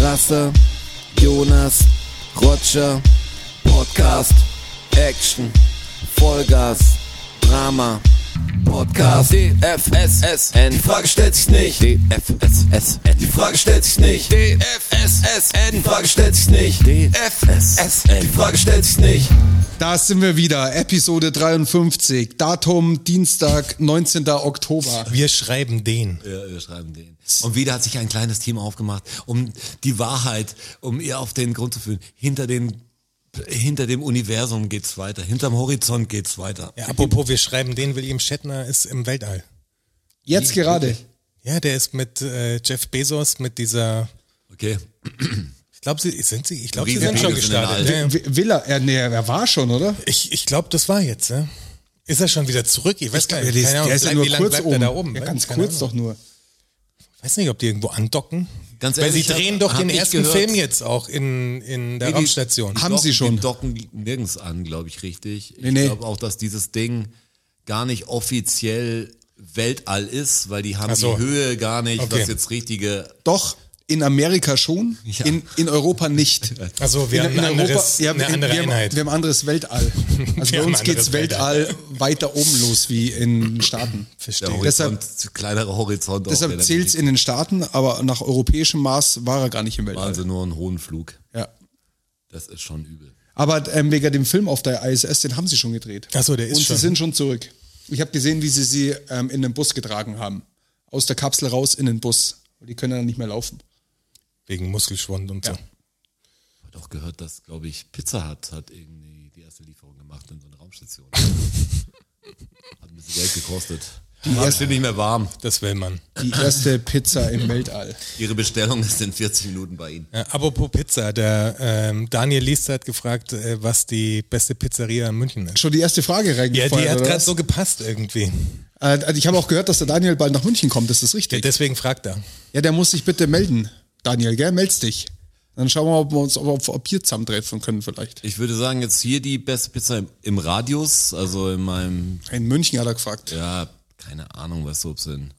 Rasse, Jonas, Roger, Podcast, Action, Vollgas, Drama, Podcast, DFSSN, die Frage stellt sich nicht, DFSSN, die Frage stellt sich nicht, DFSSN, die Frage stellt sich nicht, DFSSN, die Frage stellt sich nicht. Da sind wir wieder, Episode 53, Datum Dienstag, 19. Oktober. Wir schreiben den. Ja, wir schreiben den. Und wieder hat sich ein kleines Team aufgemacht, um die Wahrheit, um ihr auf den Grund zu führen. Hinter den hinter dem Universum geht's weiter, hinterm Horizont geht's weiter. Ja, apropos, wir schreiben den, William Shatner ist im Weltall. Jetzt gerade. Ja, der ist mit äh, Jeff Bezos, mit dieser, Okay. ich glaube, sie sind sie, ich glaube, sie Riesen- sind schon Riesen- gestartet. ne? Riesen- Ja, ja. W- Will er, er, nee, er war schon, oder? Ich, ich glaube, das war jetzt, ne? Ist er schon wieder zurück? Ich weiß gar der, nicht. Keine Ahnung, ist ja wie nur lang kurz bleibt oben. er da oben? ja, ne? ganz Keine kurz Ahnung. doch nur. Ich weiß nicht, ob die irgendwo andocken. Ganz Weil sie ehrlich, drehen hab- doch hab den ich ersten gehört. Film jetzt auch in, in der Nee, die- Raumstation. Haben sie schon. Die docken nirgends an, glaube ich, richtig. Ich Nee, nee. glaube auch, dass dieses Ding gar nicht offiziell Weltall ist, weil die haben Ach so. die Höhe gar nicht, Okay. was jetzt richtige. Doch, in Amerika schon, Ja. in, in Europa nicht. Also wir haben in ein Europa- anderes, ja, eine in- andere wir, haben- Einheit. Wir haben anderes Weltall. Also Wir bei haben uns ein geht's anderes Weltall weiter oben los wie in den Staaten. Der Verstehe. Horizont, Deshalb- kleinerer Horizont. auch Deshalb relativ. zählt's in den Staaten, aber nach europäischem Maß war er gar nicht im Weltall. Also nur einen hohen Flug. Ja. Das ist schon übel. Aber ähm, wegen dem Film auf der ISS, den haben sie schon gedreht. Ach so, der ist Und schon. sie sind schon zurück. Ich habe gesehen, wie sie sie ähm, in den Bus getragen haben. Aus der Kapsel raus in den Bus. Die können dann nicht mehr laufen. Wegen Muskelschwund und so. Ja. Ich habe auch gehört, dass, glaube ich, Pizza Hut hat irgendwie die erste Lieferung gemacht in so eine Raumstation. hat ein bisschen Geld gekostet. Die war bestimmt nicht mehr warm. Das will man. Die erste Pizza im Weltall. Ihre Bestellung ist in 40 Minuten bei Ihnen. Ja, apropos Pizza, der ähm, Daniel Liester hat gefragt, äh, was die beste Pizzeria in München ist. Schon die erste Frage Ja, reingefeuert. die hat oder gerade was? so gepasst irgendwie. Äh, also ich habe auch gehört, dass der Daniel bald nach München kommt. Das ist Ja, richtig. deswegen fragt er. Ja, der muss sich bitte melden. Daniel, gell? Meld's dich. Dann schauen wir mal, ob wir uns ob, ob hier zusammentreffen können vielleicht. Ich würde sagen, jetzt hier die beste Pizza im, im Radius, also in meinem, In München hat er gefragt. ja, keine Ahnung, was so, ob es in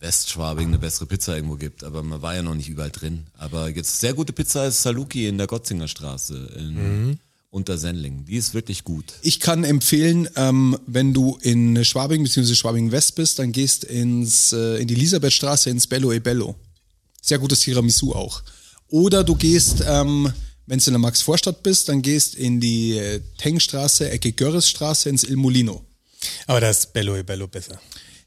Westschwabing eine bessere Pizza irgendwo gibt, aber man war ja noch nicht überall drin. Aber jetzt sehr gute Pizza ist Saluki in der Gotzinger Straße in Untersendling. Die ist wirklich gut. Ich kann empfehlen, ähm, wenn du in Schwabing bzw. Schwabing West bist, dann gehst ins, äh, in die Elisabethstraße ins Bello e Bello. Sehr gutes Tiramisu auch. Oder du gehst, ähm, wenn du in der Maxvorstadt bist, dann gehst in die äh, Tengstraße, Ecke Görresstraße ins Il Mulino. Aber da ist Bello e Bello besser.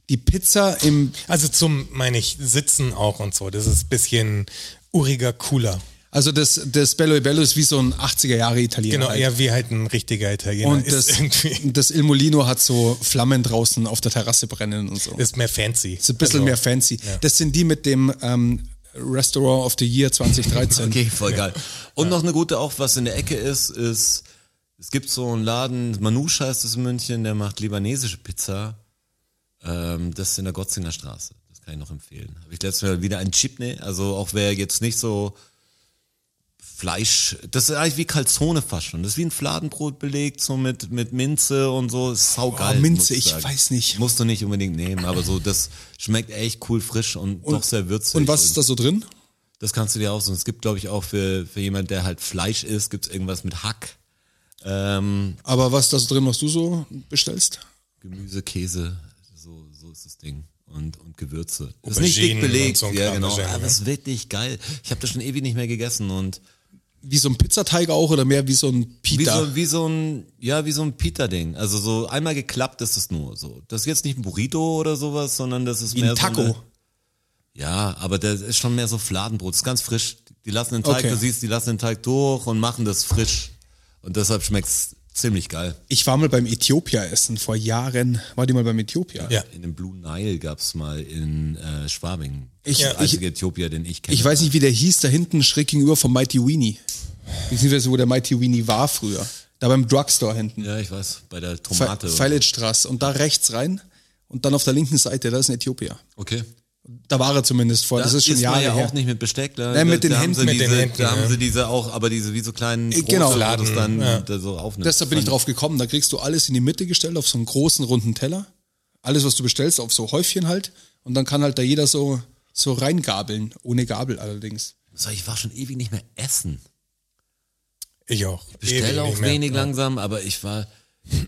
Die Pizza im, Also zum, meine ich, Sitzen auch und so. Das ist ein bisschen uriger, cooler. also das, das Bello e Bello ist wie so ein 80er Jahre Italiener. Genau, halt. ja, wie halt ein richtiger Italiener Und ist das, irgendwie. das Il Mulino hat so Flammen draußen auf der Terrasse brennen und so. Ist mehr fancy. Ist ein Also, bisschen mehr fancy. Das sind die mit dem ähm, Restaurant of the Year 2013. Okay, voll geil. Und noch eine gute auch, was in der Ecke ist, ist, es gibt so einen Laden, Manouche heißt es in München, der macht libanesische Pizza. Ähm, das ist in der Gotzinger Straße. Das kann ich noch empfehlen. Habe ich letztes Mal wieder ein Chipne, also auch wer jetzt nicht so Fleisch, das ist eigentlich wie Calzone fast schon. Das ist wie ein Fladenbrot belegt, so mit, mit Minze und so. Ist saugeil. Oh, Minze, muss ich sagen. weiß nicht. Musst du nicht unbedingt nehmen, aber so, das schmeckt echt cool frisch und, doch sehr würzig. Und was ist da so drin? Das kannst du dir aussuchen. Es gibt, glaube ich, auch für, für jemand, der halt Fleisch isst, gibt's irgendwas mit Hack, ähm, Aber was ist da so drin, was du so bestellst? Gemüse, Käse, so, so ist das Ding. Und, und Gewürze. Das ist Auberginen nicht dick und belegt, so ein ja Kram genau. wahrscheinlich, Aber ne? es ist wirklich geil. Ich habe das schon ewig nicht mehr gegessen und Wie so ein Pizzateig auch oder mehr wie so ein wie Pita? so, wie so ein, ja, wie so ein Pita-Ding. Also so einmal geklappt ist es nur so. Das ist jetzt nicht ein Burrito oder sowas, sondern das ist Wie ein mehr Taco. So eine, Ja, aber das ist schon mehr so Fladenbrot. Das ist ganz frisch. Die lassen den Teig, Okay. du siehst, die lassen den Teig durch und machen das frisch. Und deshalb schmeckt's ziemlich geil. ich war mal beim Äthiopier-Essen vor Jahren. War die mal beim Äthiopier? Ja. In dem Blue Nile gab's mal in äh, Schwabing. Ich- der ich- einzige Äthiopier, den ich kenne. Ich weiß nicht, wie der hieß, da hinten schräg gegenüber vom Mighty Weenie. Beziehungsweise wo der Mighty Weenie war früher. Da beim Drugstore hinten. Ja, ich weiß. Bei der Tomate. oder- Feilitstraße. Und da rechts rein und dann auf der linken Seite, da ist ein Äthiopier. Okay. Da war er zumindest vor. Das, ist schon isst man Jahre ja her. auch nicht mit Besteck. Da, Nein, mit da den haben Händen. Sie Mit diese, den Händen, Da haben ja. sie diese auch, aber diese wie so kleinen Äh, genau. Brote, wo das dann Ja. da so aufnimmt. Deshalb bin ich drauf gekommen. Da kriegst du alles in die Mitte gestellt, auf so einen großen runden Teller. Alles, was du bestellst, auf so Häufchen halt. Und dann kann halt da jeder so, so reingabeln, ohne Gabel allerdings. So, ich war schon ewig nicht mehr essen. Ich auch. Ewig Bestelle auch nicht mehr. wenig langsam, aber ich war,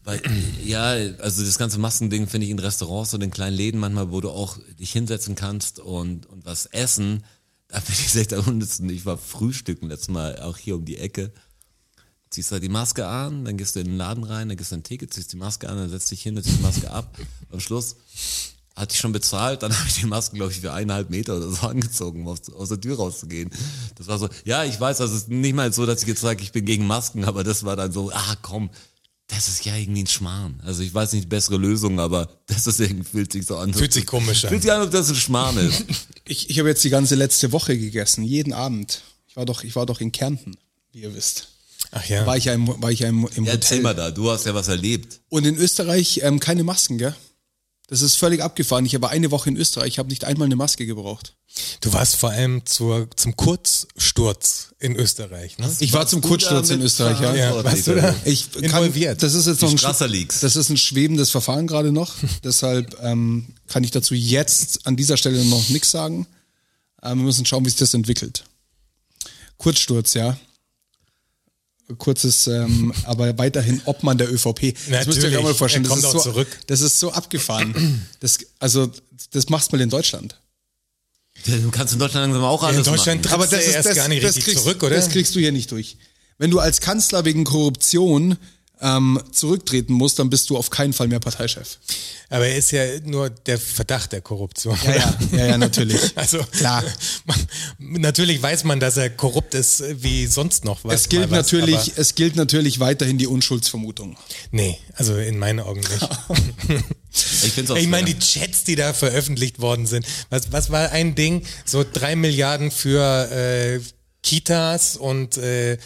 weil, ja, also das ganze Massending finde ich in Restaurants und in kleinen Läden manchmal, wo du auch dich hinsetzen kannst und, und was essen, da bin ich echt am unliebsten. Ich war frühstücken letztes Mal auch hier um die Ecke. Ziehst halt die Maske an, dann gehst du in den Laden rein, dann gehst du ein Ticket, ziehst die Maske an, dann setzt dich hin, dann ziehst die Maske ab. Am Schluss hatte ich schon bezahlt, dann habe ich die Masken, glaube ich, für eineinhalb Meter oder so angezogen, um aus, aus der Tür rauszugehen. Das war so, ja, ich weiß, also es ist nicht mal so, dass ich jetzt sage, ich bin gegen Masken, aber das war dann so, ah komm, das ist ja irgendwie ein Schmarrn. Also ich weiß nicht, bessere Lösung, aber das ist irgendwie, fühlt sich so an. Fühlt sich komisch Fühlt an. sich an, ob das ein Schmarrn ist. Ich, ich habe jetzt die ganze letzte Woche gegessen, jeden Abend. Ich war doch, ich war doch in Kärnten, wie ihr wisst. Ach ja. War ich ja im, war ich ja im, im Ja, erzähl Hotel. mal da, du hast ja was erlebt. Und in Österreich ähm, keine Masken, gell? Das ist völlig abgefahren. Ich war eine Woche in Österreich, habe nicht einmal eine Maske gebraucht. Du warst vor allem zur, zum Kurzsturz in Österreich, ne? Ich war zum Kurzsturz in Österreich, ja. Ja, warst du da? Ich kann, Involviert. das ist jetzt noch ein, Strasser Leaks. das ist ein schwebendes Verfahren gerade noch. Deshalb ähm, kann ich dazu jetzt an dieser Stelle noch nichts sagen. Ähm, wir müssen schauen, wie sich das entwickelt. Kurzsturz, ja. Kurzes, ähm, aber weiterhin Obmann der ÖVP. Das müsst ihr euch auch mal Natürlich, vorstellen. Das er kommt ist, auch so, zurück. das ist so abgefahren. Das, also, das machst mal in Deutschland. Du kannst in Deutschland langsam auch alles in Deutschland machen. trittst du erst gar nicht richtig kriegst, zurück, oder? Das kriegst du hier nicht durch. Wenn du als Kanzler wegen Korruption ähm, zurücktreten musst, dann bist du auf keinen Fall mehr Parteichef. Aber er ist ja nur der Verdacht der Korruption. Ja, ja, ja, ja natürlich. Also Klar. Man, natürlich weiß man, dass er korrupt ist äh, wie sonst noch was. Es gilt, mal was, natürlich, aber es gilt natürlich weiterhin die Unschuldsvermutung. Nee, also in meinen Augen nicht. Ich find's auch ich meine, schwer. die Chats, die da veröffentlicht worden sind. Was, was war ein Ding? So drei Milliarden für äh, Kitas und äh,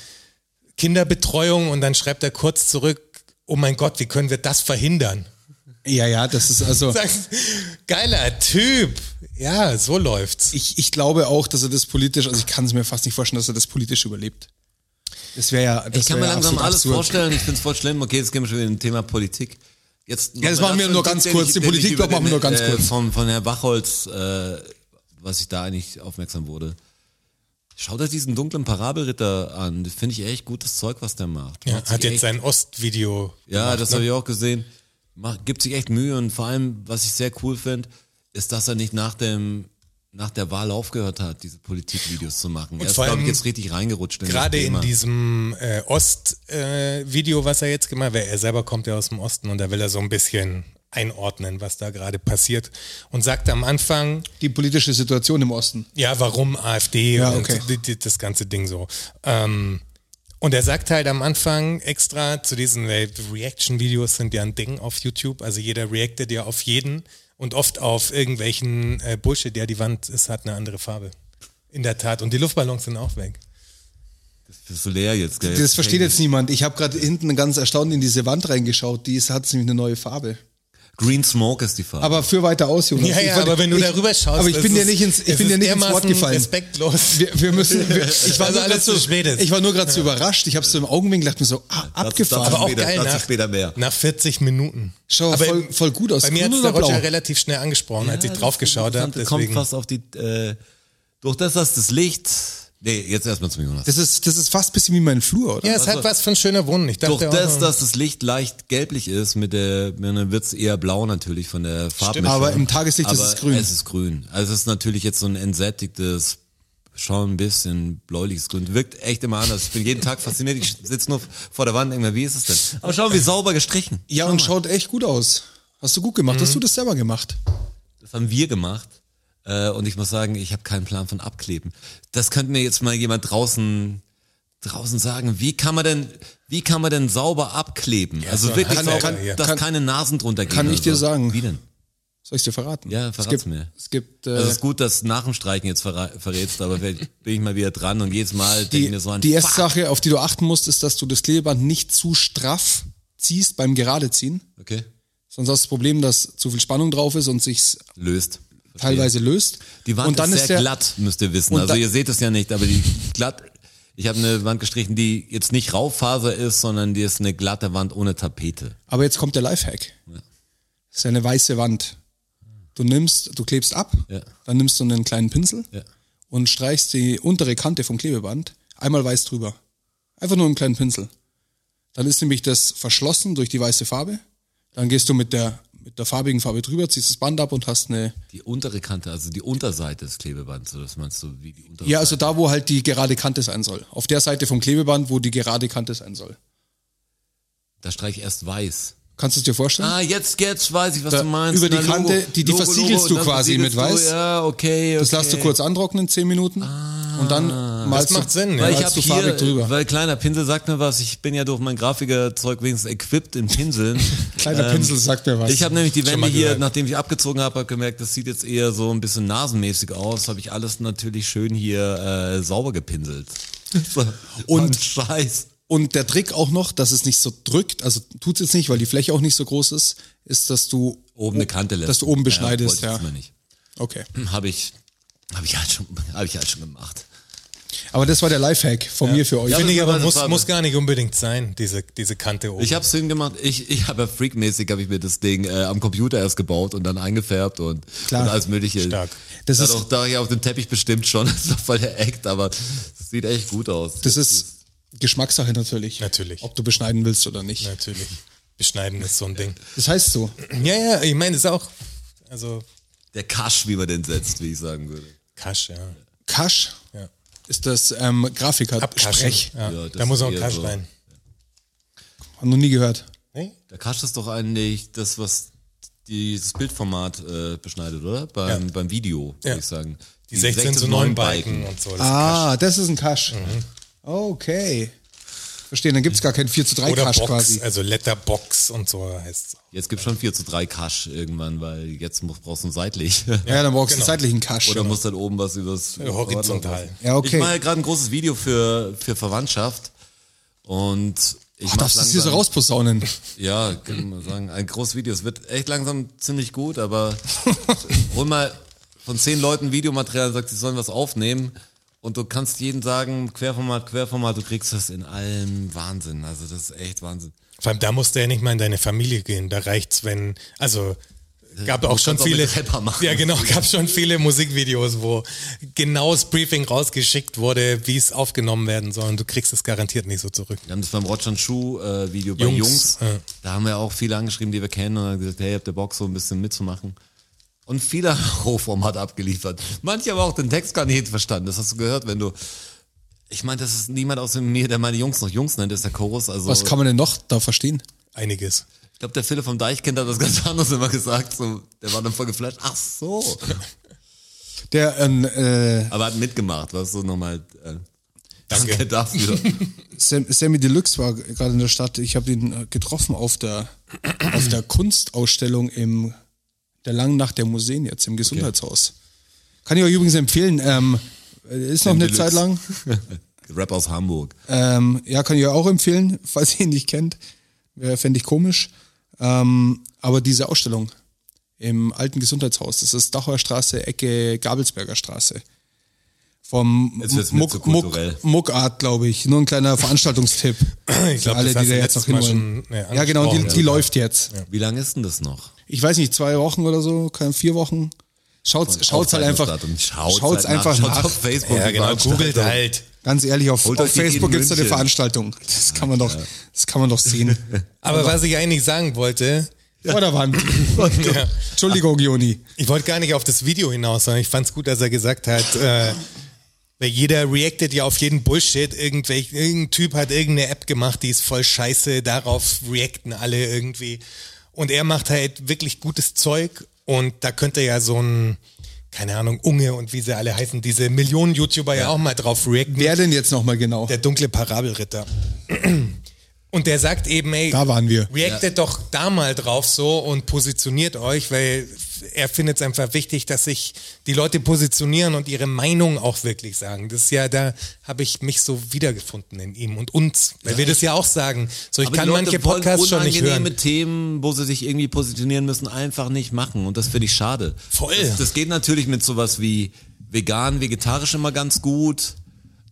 Kinderbetreuung und dann schreibt er kurz zurück, oh mein Gott, wie können wir das verhindern? Ja, ja, das ist also. Sagst, geiler Typ. Ja, so läuft's. Ich, ich glaube auch, dass er das politisch, also ich kann es mir fast nicht vorstellen, dass er das politisch überlebt. Das wäre ja. Das Ich kann wär mir ja langsam absolut alles absurd. vorstellen. Ich find's voll schlimm. Okay, jetzt gehen wir schon wieder in Thema Politik. Jetzt Ja, das machen wir nur ganz kurz. Den Politik-Block machen wir nur ganz kurz. äh, Von, von Herrn Bachholz, äh, was ich da eigentlich aufmerksam wurde. Schaut euch diesen dunklen Parabelritter an. Das Finde ich echt gutes Zeug, was der macht. Ja, Macht sich hat jetzt echt sein Ostvideo. ja, das habe ich auch gesehen. Macht, gibt sich echt Mühe und vor allem, was ich sehr cool finde, ist, dass er nicht nach dem nach der Wahl aufgehört hat, diese Politikvideos zu machen. er ist, vor glaube ich, allem jetzt richtig reingerutscht. In Gerade das Thema. in diesem äh, Ost-Video, was er jetzt gemacht hat, weil er selber kommt ja aus dem Osten und da will er so ein bisschen einordnen, was da gerade passiert. Und sagt am Anfang, Die politische Situation im Osten. ja, warum AfD Ja, okay. und die- die- das ganze Ding so. Ähm, und er sagt halt am Anfang extra zu diesen äh, Reaction-Videos sind ja ein Ding auf YouTube. Also jeder reactet ja auf jeden und oft auf irgendwelchen äh, Bullshit. Ja, die Wand ist, hat eine andere Farbe. In der Tat. Und die Luftballons sind auch weg. das ist so leer jetzt, gell? Das versteht jetzt niemand. Ich habe gerade hinten ganz erstaunt in diese Wand reingeschaut. Die ist, hat nämlich eine neue Farbe. Green Smoke ist die Farbe. Aber für weiter aus, Jonas. Ja, Ich ja, wollte- aber wenn du ich, darüber schaust, Aber ich es bin dir ist- nicht ins, ich es bin dir ist nicht ins Wort dermaßen gefallen. Respektlos. Wir, wir müssen. Wir, ich war Also nur alles grad so, zu spät ist. ich war nur gerade so überrascht. Ich habe so im Augenwinkel gedacht mir so ah, dazu abgefahren. später- aber auch geil dazu nach, später mehr. nach 40 Minuten. Schau, aber voll- voll gut aus. Bei mir Grün hat oder der blau? Roger relativ schnell angesprochen, als ich das draufgeschaut habe. Interessante kommt Deswegen fast auf die, äh, durch das, dass das Licht, nee, jetzt erstmal zum Jonas. das ist das ist fast ein bisschen wie mein Flur, oder? Ja, es hat was von schöner Wohnen. Ich durch dachte also das, auch, dass das Licht leicht gelblich ist, mit der, mit einer wird's eher blau natürlich von der Farbe. aber im Tageslicht ist es grün. Es ist grün. Also es ist natürlich jetzt so ein entsättigtes, schon ein bisschen bläuliches Grün. Wirkt echt immer anders. Ich bin jeden Tag fasziniert. Ich sitze nur vor der Wand und denke mir, wie ist es denn? Aber schau, wie sauber gestrichen. Ja, und schaut echt gut aus. Hast du gut gemacht? Mhm. Hast du das selber gemacht? Das haben wir gemacht. Äh, und ich muss sagen, ich habe keinen Plan von Abkleben. Das könnte mir jetzt mal jemand draußen draußen sagen, wie kann man denn, wie kann man denn sauber abkleben? also so wirklich kann- sauber, kann- dass kann- keine Nasen drunter gehen. kann ich oder dir so. sagen. Wie denn? Soll ich dir verraten? Ja, es verrat's gibt, mir. Es gibt äh, Also es ist gut, dass nach dem Streiken jetzt verra- verrätst, aber vielleicht bin ich mal wieder dran und jedes Mal denke ich die, mir so an, die erste fuck. Sache, auf die du achten musst, ist, dass du das Klebeband nicht zu straff ziehst beim Geradeziehen. Okay. Sonst hast du das Problem, dass zu viel Spannung drauf ist und sich's Löst. Verstehe. teilweise löst. Die Wand und dann ist sehr der, glatt, müsst ihr wissen. Und Also da- ihr seht es ja nicht, aber die glatt. Ich habe eine Wand gestrichen, die jetzt nicht Raufaser ist, sondern die ist eine glatte Wand ohne Tapete. Aber jetzt kommt der Lifehack. Das ist eine weiße Wand. Du nimmst, du klebst ab, Ja. dann nimmst du einen kleinen Pinsel Ja. und streichst die untere Kante vom Klebeband einmal weiß drüber. Einfach nur mit einem kleinen Pinsel. Dann ist nämlich das verschlossen durch die weiße Farbe. Dann gehst du mit der, mit der farbigen Farbe drüber, ziehst das Band ab und hast eine, Die untere Kante, also die Unterseite des Klebebands, so das meinst du, wie die Unterseite. ja, also da, wo halt die gerade Kante sein soll. Auf der Seite vom Klebeband, wo die gerade Kante sein soll. Da streich ich erst weiß. Kannst du es dir vorstellen? Ah, jetzt, jetzt weiß ich, was Da- du meinst. über die Na, Kante, die- die versiegelst und du dann quasi versiegelst mit du, Weiß. Ja, okay, okay. Ah. Das lasst du kurz antrocknen, 10 Minuten. und dann malst macht du, Sinn, ja. Weil malst ich hab du farbig hier, äh, drüber. weil kleiner Pinsel sagt mir was, ich bin ja durch mein Grafikerzeug wenigstens equipped in Pinseln. Kleiner Pinsel sagt mir was. ähm, Ich habe nämlich die Schon Wände mal hier, gehört. nachdem ich abgezogen habe, hab gemerkt, das sieht jetzt eher so ein bisschen nasenmäßig aus. Habe ich alles natürlich schön hier äh, sauber gepinselt. So. Und Scheiß. Und der Trick auch noch, dass es nicht so drückt, also tut's jetzt nicht, weil die Fläche auch nicht so groß ist, ist, dass du Oben eine Kante lässt. Dass du oben beschneidest, wollte ich ja. jetzt mal nicht. Okay. Habe ich, habe ich halt schon, habe ich halt schon gemacht. Aber das war der Lifehack von mir für euch. Ja, Finde ich das ist aber, meine muss, Farbe. muss gar nicht unbedingt sein, diese, diese Kante oben. Ich habe es hingemacht. Ich, ich habe ja freakmäßig habe ich mir das Ding äh, am Computer erst gebaut und dann eingefärbt und, Klar. und alles mögliche. Stark. Das Das ist- Dadurch, ist da ich auf dem Teppich bestimmt schon. Das ist doch voll der Act, aber es sieht echt gut aus. Das ist Geschmackssache natürlich. Natürlich. Ob du beschneiden willst oder nicht. Natürlich. Beschneiden ist so ein Ding. Das heißt so. Ja, ja, ich meine, ist auch, also, der Kasch, wie man den setzt, wie ich sagen würde. Kasch, ja. Kasch ja. ist das ähm, Abkaschen. Grafiker-Sprech. Ja. Ja, das da muss auch ein ist eher Kasch so. rein. Hab noch nie gehört. Nee? Der Kasch ist doch eigentlich das, was die, das Bildformat äh, beschneidet, oder? Beim, Ja. beim Video, würde Ja. ich sagen. Die 16 zu 9 Balken und so. Das ist Ah, das ist ein Kasch. Okay. Verstehe, dann gibt's gar keinen 4 zu 3 Kasch. Oder Kasch Box, quasi. also Letterbox und so heißt es. Jetzt gibt's schon 4 zu 3 Kasch irgendwann, weil jetzt muss- brauchst du einen seitlich. Ja, dann brauchst du einen genau. zeitlichen Kasch. Oder muss dann oben was übers Horizontal. Ja, okay. Ich mache ja gerade ein großes Video für, für Verwandtschaft und ich Ach, mach darfst du das hier so langsam- rausposaunen? Ja, kann man sagen, ein großes Video. Es wird echt langsam ziemlich gut, aber hol mal von zehn Leuten Videomaterial und sagst, sie sollen was aufnehmen und du kannst jedem sagen, Querformat, Querformat, du kriegst das in allem Wahnsinn. Also das ist echt Wahnsinn. Vor allem, da musst du ja nicht mal in deine Familie gehen. Da reicht's, wenn, also, gab Du auch schon kannst auch viele, mit Rapper machen. ja genau, gab schon viele Musikvideos, wo genau das Briefing rausgeschickt wurde, wie es aufgenommen werden soll und du kriegst es garantiert nicht so zurück. Wir haben das beim Roger and Schuh äh, Video bei Jungs, Jungs. ja. Da haben wir auch viele angeschrieben, die wir kennen und haben gesagt, hey, habt ihr Bock, so ein bisschen mitzumachen? Und viele haben Rohformat abgeliefert. Manche haben auch den Text gar nicht verstanden. Das hast du gehört, wenn du. Ich meine, das ist niemand außer mir, der meine Jungs noch Jungs nennt, das ist der Chorus. Also Was kann man denn noch da verstehen? Einiges. ich glaube, der Philipp vom Deichkind hat das ganz anders immer gesagt. So, der war dann voll geflasht. Ach so. Der, ähm, äh, Aber hat mitgemacht, weißt du, nochmal. Äh, Danke. danke dafür. Sam, Sammy Deluxe war gerade in der Stadt. Ich habe ihn äh, getroffen auf der, auf der Kunstausstellung im der langen Nacht der Museen jetzt im Gesundheitshaus. Kann ich euch übrigens empfehlen. Ähm, äh, ist noch Sam eine Deluxe. Zeit lang. Rap aus Hamburg. Ähm, ja, kann ich euch auch empfehlen, falls ihr ihn nicht kennt. Äh, Fände ich komisch. Ähm, aber diese Ausstellung im alten Gesundheitshaus, das ist Dachauer Straße, Ecke Gabelsberger Straße. Vom Jetzt wird's mir zu Muck, kulturell. Muck, Muckart, glaube ich. Nur ein kleiner Veranstaltungstipp. Ich Für glaub, alle, das hast die da du jetzt noch letztes Mal hinwollen. schon, äh, ja, genau, die, angesprochen, die ja. läuft jetzt. Wie lange ist denn das noch? Ich weiß nicht, zwei Wochen oder so, keine vier Wochen. Schaut's, schaut's halt einfach, Aufzeichnungsdatum. Schaut's, halt schaut's, halt einfach nach. nach. Schaut's auf Facebook. Ja die genau, Veranstaltung. googelt halt. Ganz ehrlich, auf, Holt auf euch die Facebook in gibt's da eine München. Veranstaltung. Das kann man doch, das kann man doch sehen. Oh, Aber was ich eigentlich sagen wollte, Vorderwand. Entschuldigung, Joni. ich wollte gar nicht auf das Video hinaus, sondern ich fand es gut, dass er gesagt hat, äh, weil jeder reactet ja auf jeden Bullshit. Irgendwelch, irgendein Typ hat irgendeine App gemacht, die ist voll scheiße, darauf reacten alle irgendwie. Und er macht halt wirklich gutes Zeug und da könnte ja so ein, keine Ahnung, Unge und wie sie alle heißen, diese Millionen YouTuber ja, auch mal drauf reacten. Wer denn jetzt nochmal genau? Der dunkle Parabelritter. Und der sagt eben, ey, Da waren wir. reactet doch da mal drauf so und positioniert euch, weil er findet es einfach wichtig, dass sich die Leute positionieren und ihre Meinung auch wirklich sagen. Das ist ja, da habe ich mich so wiedergefunden in ihm und uns, weil wir das ja auch sagen. So, ich Aber kann die Leute manche wollen Podcasts schon nicht unangenehme hören. Themen, wo sie sich irgendwie positionieren müssen, einfach nicht machen. Und das finde ich schade. Voll. Das, das geht natürlich mit sowas wie vegan, vegetarisch immer ganz gut.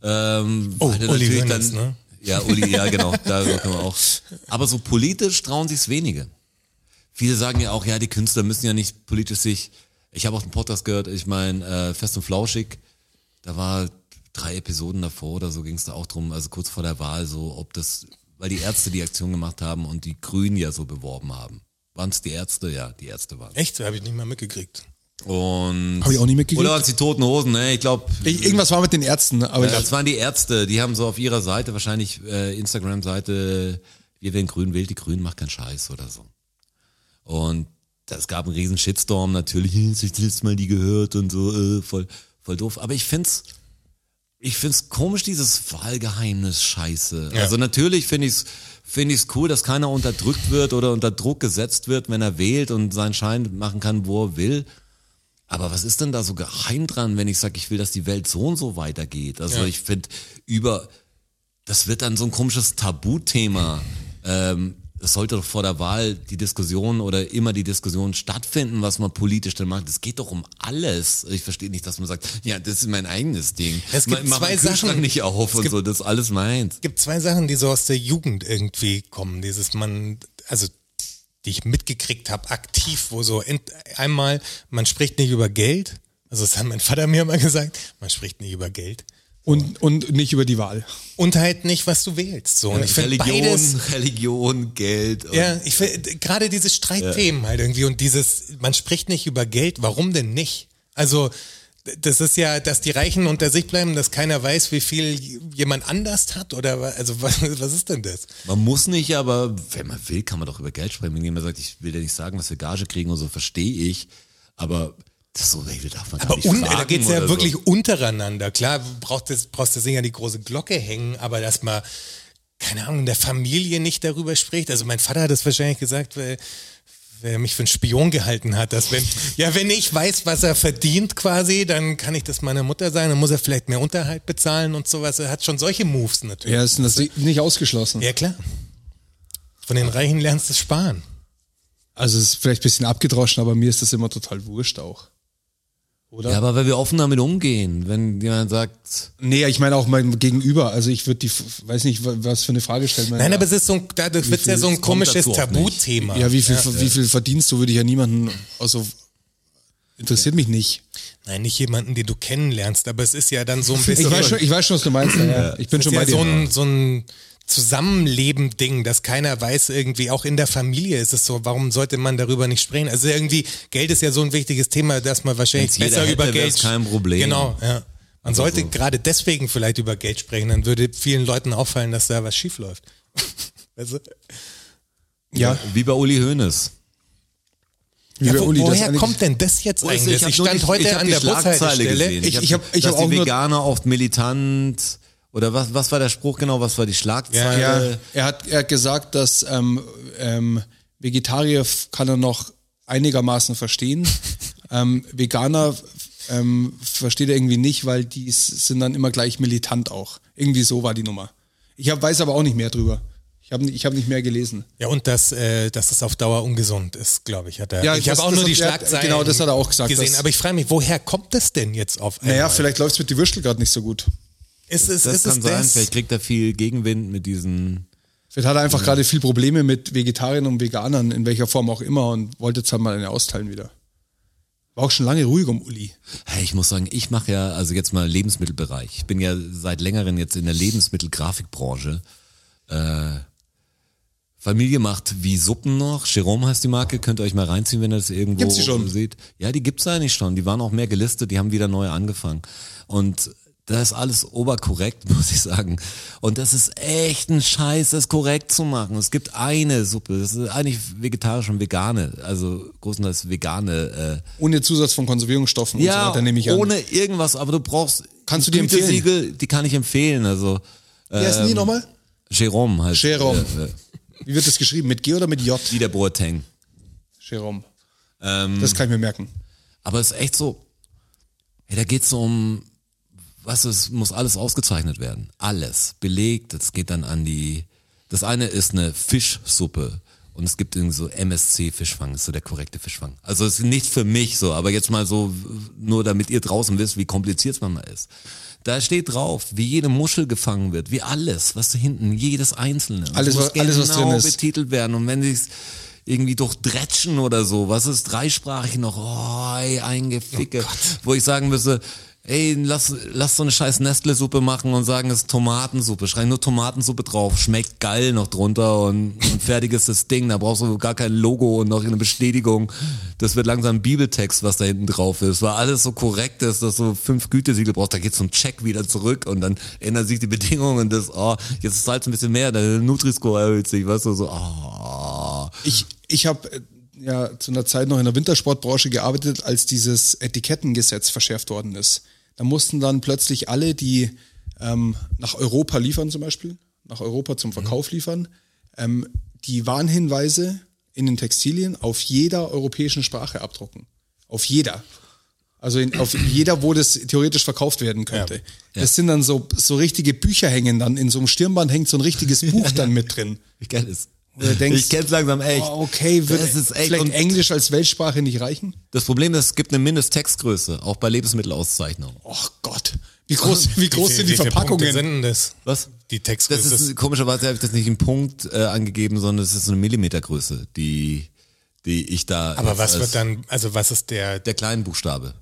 Ähm, Oh, weil du Uli natürlich Hoeneß, ne? Ja, Uli, ja, genau. da kann man auch. Aber so politisch trauen sich's wenige. Viele sagen ja auch, ja, die Künstler müssen ja nicht politisch sich. Ich habe auch einen Podcast gehört, ich meine, äh, Fest und Flauschig da war drei Episoden davor oder so ging es da auch drum, also kurz vor der Wahl, so ob das, weil die Ärzte die Aktion gemacht haben und die Grünen ja so beworben haben. Waren es die Ärzte? Ja, die Ärzte waren. Echt, habe ich nicht mal mitgekriegt. Und Hab ich auch nicht mitgekriegt. Oder waren es die toten Hosen, ne? Ich glaube, Ich, irgendwas war mit den Ärzten, aber ich, das waren die Ärzte, die haben so auf ihrer Seite, wahrscheinlich äh, Instagram-Seite, wir werden grün, wählt die Grünen, macht keinen Scheiß oder so. Und das gab einen riesen Shitstorm, natürlich, "Hm, hast du das letzte Mal die gehört und so, äh, voll, voll doof. Aber ich find's, ich find's komisch, dieses Wahlgeheimnis scheiße. Ja. Also natürlich finde ich's, finde ich's cool, dass keiner unterdrückt wird oder unter Druck gesetzt wird, wenn er wählt und seinen Schein machen kann, wo er will. Aber was ist denn da so geheim dran, wenn ich sage, ich will, dass die Welt so und so weitergeht? Also Ja. ich finde, über, das wird dann so ein komisches Tabuthema. Ähm, es sollte doch vor der Wahl die Diskussion oder immer die Diskussion stattfinden, was man politisch denn macht. Es geht doch um alles. Ich verstehe nicht, dass man sagt, ja, das ist mein eigenes Ding. Es gibt Man- mach zwei meinen Kühlschrank Sachen. nicht auf Es und gibt- so, das ist alles meins. Es gibt zwei Sachen, die so aus der Jugend irgendwie kommen. Dieses man, also die ich mitgekriegt habe, aktiv, wo so ent, einmal, man spricht nicht über Geld. Also das hat mein Vater mir immer gesagt, man spricht nicht über Geld. und, und nicht über die Wahl. Und halt nicht, was du wählst. So. Und ich finde beides, Religion, Religion, Geld. und- Ja, ich find, gerade diese Streitthemen halt irgendwie und dieses, man spricht nicht über Geld, warum denn nicht? Also das ist ja, dass die Reichen unter sich bleiben, dass keiner weiß, wie viel jemand anders hat oder wa- also was, was ist denn das? Man muss nicht, aber wenn man will, kann man doch über Geld sprechen. Wenn jemand sagt, ich will dir nicht sagen, was wir Gage kriegen und so, verstehe ich. Aber das so Regel darf man gar Aber nicht un, fragen da geht's ja oder wirklich So. untereinander. Klar, braucht das, brauchst du das Ding ja die große Glocke hängen, aber dass man, keine Ahnung, in der Familie nicht darüber spricht. Also mein Vater hat das wahrscheinlich gesagt, weil wer mich für einen Spion gehalten hat, dass wenn, ja, wenn ich weiß, was er verdient quasi, dann kann ich das meiner Mutter sagen, dann muss er vielleicht mehr Unterhalt bezahlen und sowas. Er hat schon solche Moves natürlich. Ja, ist das nicht ausgeschlossen. Ja, klar. Von den Reichen lernst du sparen. Also es ist vielleicht ein bisschen abgedroschen, aber mir ist das immer total wurscht auch. Ja, aber weil wir offen damit umgehen, wenn jemand sagt, Nee, ich meine auch mein Gegenüber. Also ich würde die, weiß nicht, wa- was für eine Frage stellen. man- Nein, aber es ist so ein, dadurch wird's ja so es ein kommt komisches dazu auch nicht. Tabuthema. ja, wie viel, wie viel verdienst du, würde ich ja niemanden, also interessiert mich nicht. Nein, nicht jemanden, den du kennenlernst, aber es ist ja dann so ein bisschen. Ich weiß schon, ich weiß schon was du meinst. Ja, ja. Ich bin es schon ist bei ja dir. so ein, so ein Zusammenleben-Ding, dass keiner weiß irgendwie, auch in der Familie ist es so, warum sollte man darüber nicht sprechen? Also irgendwie, Geld ist ja so ein wichtiges Thema, dass man wahrscheinlich Wenn's jeder besser hätte, über wär's Geld. kein Problem. Also Genau, ja. Man sollte gerade deswegen vielleicht über Geld sprechen, dann würde vielen Leuten auffallen, dass da was schief läuft. Also, ja, wie bei Uli Hoeneß. wie bei wo, Uli, das ist Also woher eigentlich- kommt denn das jetzt Weißt du, eigentlich? hab Ich nur stand die- heute hab an die der Schlagzeile Bushaltestelle. gesehen. Ich- ich hab- ich dass hab auch die nur- Veganer oft militant oder was, was war der Spruch genau, was war die Schlagzeile? äh, Ja, er hat, er hat gesagt, dass ähm, ähm, Vegetarier f- kann er noch einigermaßen verstehen. ähm, Veganer f- ähm, versteht er irgendwie nicht, weil die s- sind dann immer gleich militant auch. Irgendwie so war die Nummer. Ich hab, weiß aber auch nicht mehr drüber. Ich habe ich hab nicht mehr gelesen. Ja, und dass, äh, dass das auf Dauer ungesund ist, glaube ich, hat er. Ja, ich das- habe auch das nur hat- die ja, Schlagzeilen genau, das hat er auch gesagt, gesehen. dass- Aber ich frage mich, woher kommt das denn jetzt auf einmal? Naja, vielleicht läuft's mit die Würstel gerade nicht so gut. ist es, das ist kann es sein, das? vielleicht kriegt er viel Gegenwind mit diesen. Vielleicht hat er einfach gerade viel Probleme mit Vegetariern und Veganern, in welcher Form auch immer, und wollte jetzt halt mal eine austeilen wieder. War auch schon lange ruhig um Uli. Hey, ich muss sagen, ich mache ja, also jetzt mal Lebensmittelbereich. Ich bin ja seit längerem jetzt in der Lebensmittelgrafikbranche. Äh, Familie macht wie Suppen noch. Jerome heißt die Marke, könnt ihr euch mal reinziehen, wenn ihr das irgendwo Gibt's die schon? seht. Ja, die gibt's eigentlich schon. Die waren auch mehr gelistet, die haben wieder neu angefangen. Und das ist alles oberkorrekt, muss ich sagen. Und das ist echt ein Scheiß, das korrekt zu machen. Es gibt eine Suppe, das ist eigentlich vegetarisch und vegane, also großenteils vegane äh, Ohne Zusatz von Konservierungsstoffen und so weiter, nehme ich an. ohne irgendwas, aber du brauchst Kannst du die empfehlen? Gütesiegel, die kann ich empfehlen, also Wer ist denn die nochmal? Jerome halt. Jerome. Äh, äh, Wie wird das geschrieben? Mit G oder mit J? wie der Boateng. Jerome. das kann ich mir merken. Aber es ist echt so, hey, da geht's so um, was es muss alles ausgezeichnet werden. Alles belegt, das geht dann an die, das eine ist eine Fischsuppe. Und es gibt irgendwie so MSC-Fischfang, ist so der korrekte Fischfang. Also es ist nicht für mich so, aber jetzt mal so, nur damit ihr draußen wisst, wie kompliziert es manchmal ist. Da steht drauf, wie jede Muschel gefangen wird, wie alles, was da hinten, jedes einzelne. Und es Alles, muss was- alles, was genau drin ist. betitelt werden. Und wenn sie es irgendwie durchdretschen oder so, was ist dreisprachig noch? Oh, ei, eingeficke. wo ich sagen müsste, ey, lass, lass so eine scheiß Nestle-Suppe machen und sagen, es ist Tomatensuppe. Schreib nur Tomatensuppe drauf, schmeckt geil noch drunter und, und fertig ist das Ding. Da brauchst du gar kein Logo und noch eine Bestätigung. Das wird langsam Bibeltext, was da hinten drauf ist. Weil alles so korrekt ist, dass du fünf Gütesiegel brauchst, da geht's zum Check wieder zurück und dann ändern sich die Bedingungen des, oh, jetzt ist Salz ein bisschen mehr, der Nutri-Score erhöht sich, weißt du, so, oh. Ich, ich habe ja zu einer Zeit noch in der Wintersportbranche gearbeitet, als dieses Etikettengesetz verschärft worden ist. Da mussten dann plötzlich alle, die ähm, nach Europa liefern zum Beispiel, nach Europa zum Verkauf liefern, ähm, die Warnhinweise in den Textilien auf jeder europäischen Sprache abdrucken. Auf jeder. Also in, auf jeder, wo das theoretisch verkauft werden könnte. Das sind dann so, so richtige Bücher hängen dann. In so einem Stirnband hängt so ein richtiges Buch dann mit drin. Wie geil ist. Wo du denkst, ich kenn's langsam echt. Oh, okay, wird Das ist echt vielleicht und- Englisch als Weltsprache nicht reichen? Das Problem ist, es gibt eine Mindesttextgröße, auch bei Lebensmittelauszeichnungen. Oh Gott. Wie groß, wie groß sind die viele Punkte Verpackungen? sind denn das? Was? Die Das Textgröße. ist, komischerweise habe ich das nicht in Punkt äh, angegeben, sondern es ist eine Millimetergröße, die, die ich da. aber jetzt was als- wird dann, also was ist der, Der kleinen Buchstabe.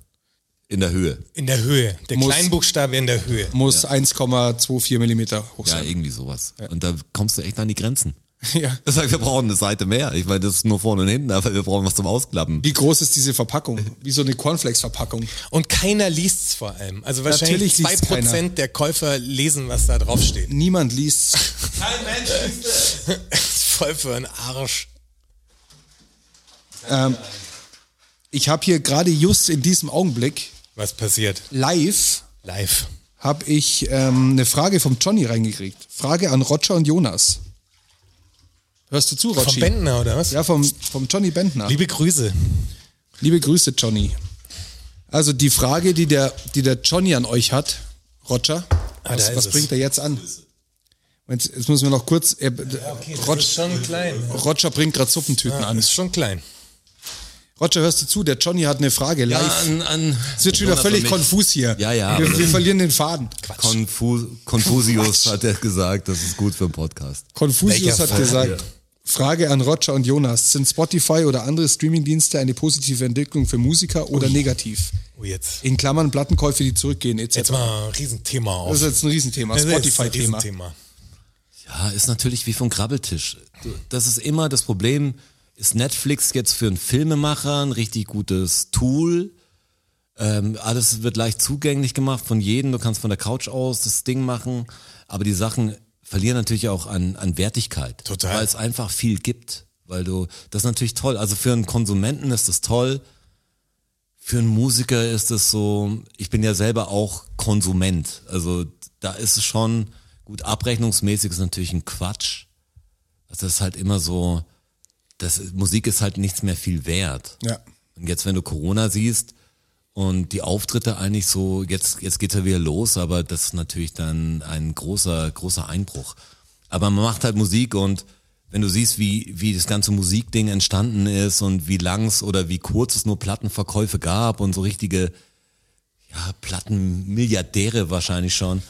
In der Höhe. in der Höhe, der Muss- Kleinbuchstabe in der Höhe. Muss 1,24 Millimeter hoch Ja, sein. irgendwie sowas. Und da kommst du echt an die Grenzen. Ja. Das heißt, wir brauchen eine Seite mehr. Ich meine, das ist nur vorne und hinten, aber wir brauchen was zum Ausklappen. Wie groß ist diese Verpackung? Wie so eine Cornflakes-Verpackung. Und keiner liest's vor allem. Also wahrscheinlich Natürlich zwei liest's keiner. Prozent der Käufer lesen, was da draufsteht. Niemand liest. Kein Mensch liest es. Voll für einen Arsch. Ähm, Ich habe hier gerade just in diesem Augenblick Was passiert? live Live. habe ich ähm, eine Frage vom Johnny reingekriegt. Frage an Roger und Jonas. Hörst du zu, Roger? Vom Bentner oder was? Ja, vom, vom Johnny Bentner. Liebe Grüße. Liebe Grüße, Johnny. Also die Frage, die der, die der Johnny an euch hat, Roger, Ah, da was, ist was es. bringt er jetzt an? Jetzt, jetzt müssen wir noch kurz. Er, Roger, schon klein. Roger bringt gerade Suppentüten Ja, an. ist schon klein. Roger, hörst du zu? Der Johnny hat eine Frage. Ja, Live. an, an Es wird schon wieder völlig Jonas und mich. konfus hier. Ja, ja, aber Wir, wir das- verlieren den Faden. Konfu Konfusius hat er gesagt, das ist gut für einen Podcast. Konfusius Welcher hat Faden? gesagt. Frage an Roger und Jonas. Sind Spotify oder andere Streamingdienste eine positive Entwicklung für Musiker oder negativ? Oh, jetzt. In Klammern Plattenkäufe, die zurückgehen, etc. Jetzt mal ein Riesenthema auf. Das ist jetzt ein Riesenthema, Das ist ein Spotify-Thema. Riesenthema. Ja, ist natürlich wie vom Grabbeltisch. Du- Das ist immer das Problem. Ist Netflix jetzt für einen Filmemacher ein richtig gutes Tool? Ähm, alles wird leicht zugänglich gemacht von jedem. Du kannst von der Couch aus das Ding machen. Aber die Sachen verlieren natürlich auch an, an Wertigkeit. Total. Weil es einfach viel gibt. Weil du, das ist natürlich toll. Also für einen Konsumenten ist das toll. Für einen Musiker ist es so, ich bin ja selber auch Konsument. Also da ist es schon, gut, abrechnungsmäßig ist natürlich ein Quatsch. Also das ist halt immer so, das, Musik ist halt nichts mehr viel wert. Ja. Und jetzt, wenn du Corona siehst und die Auftritte eigentlich so, jetzt, jetzt geht's ja wieder los, aber das ist natürlich dann ein großer, großer Einbruch. Aber man macht halt Musik und wenn du siehst, wie, wie das ganze Musikding entstanden ist und wie lang's oder wie kurz es nur Plattenverkäufe gab und so richtige, ja, Plattenmilliardäre wahrscheinlich schon.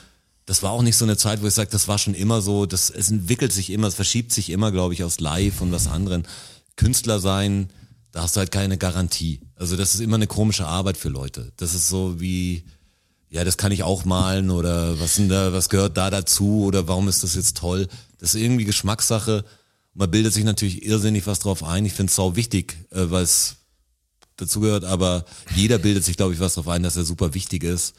Das war auch nicht so eine Zeit, wo ich sage, das war schon immer so, das, es entwickelt sich immer, es verschiebt sich immer, glaube ich, aus Live und was anderen. Künstler sein, da hast du halt keine Garantie. Also das ist immer eine komische Arbeit für Leute. Das ist so wie, ja, das kann ich auch malen oder was sind da, was gehört da dazu oder warum ist das jetzt toll? Das ist irgendwie Geschmackssache. Man bildet sich natürlich irrsinnig was drauf ein. Ich finde es sau wichtig, äh, weil es dazugehört, aber jeder bildet sich, glaube ich, was drauf ein, dass er super wichtig ist.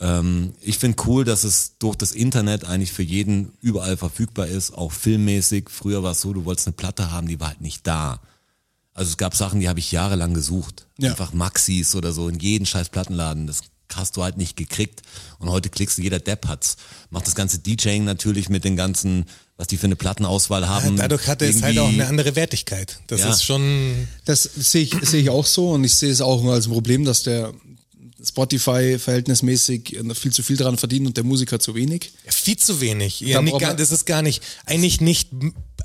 Ähm, ich finde cool, dass es durch das Internet eigentlich für jeden überall verfügbar ist, auch filmmäßig. Früher war es so, du wolltest eine Platte haben, die war halt nicht da. Also es gab Sachen, die habe ich jahrelang gesucht. Ja. Einfach Maxis oder so in jeden scheiß Plattenladen. Das hast du halt nicht gekriegt. Und heute klickst du, jeder Depp hat's. Macht das ganze DJing natürlich mit den ganzen, was die für eine Plattenauswahl haben. Dadurch hatte es halt auch Irgendwie- eine andere Wertigkeit. Das Ja. ist schon Das sehe ich, sehe ich auch so und ich sehe es auch nur als ein Problem, dass der Spotify verhältnismäßig viel zu viel daran verdient und der Musiker zu wenig. ja, viel zu wenig. Ja, Da nicht braucht gar, man- das ist gar nicht, eigentlich nicht,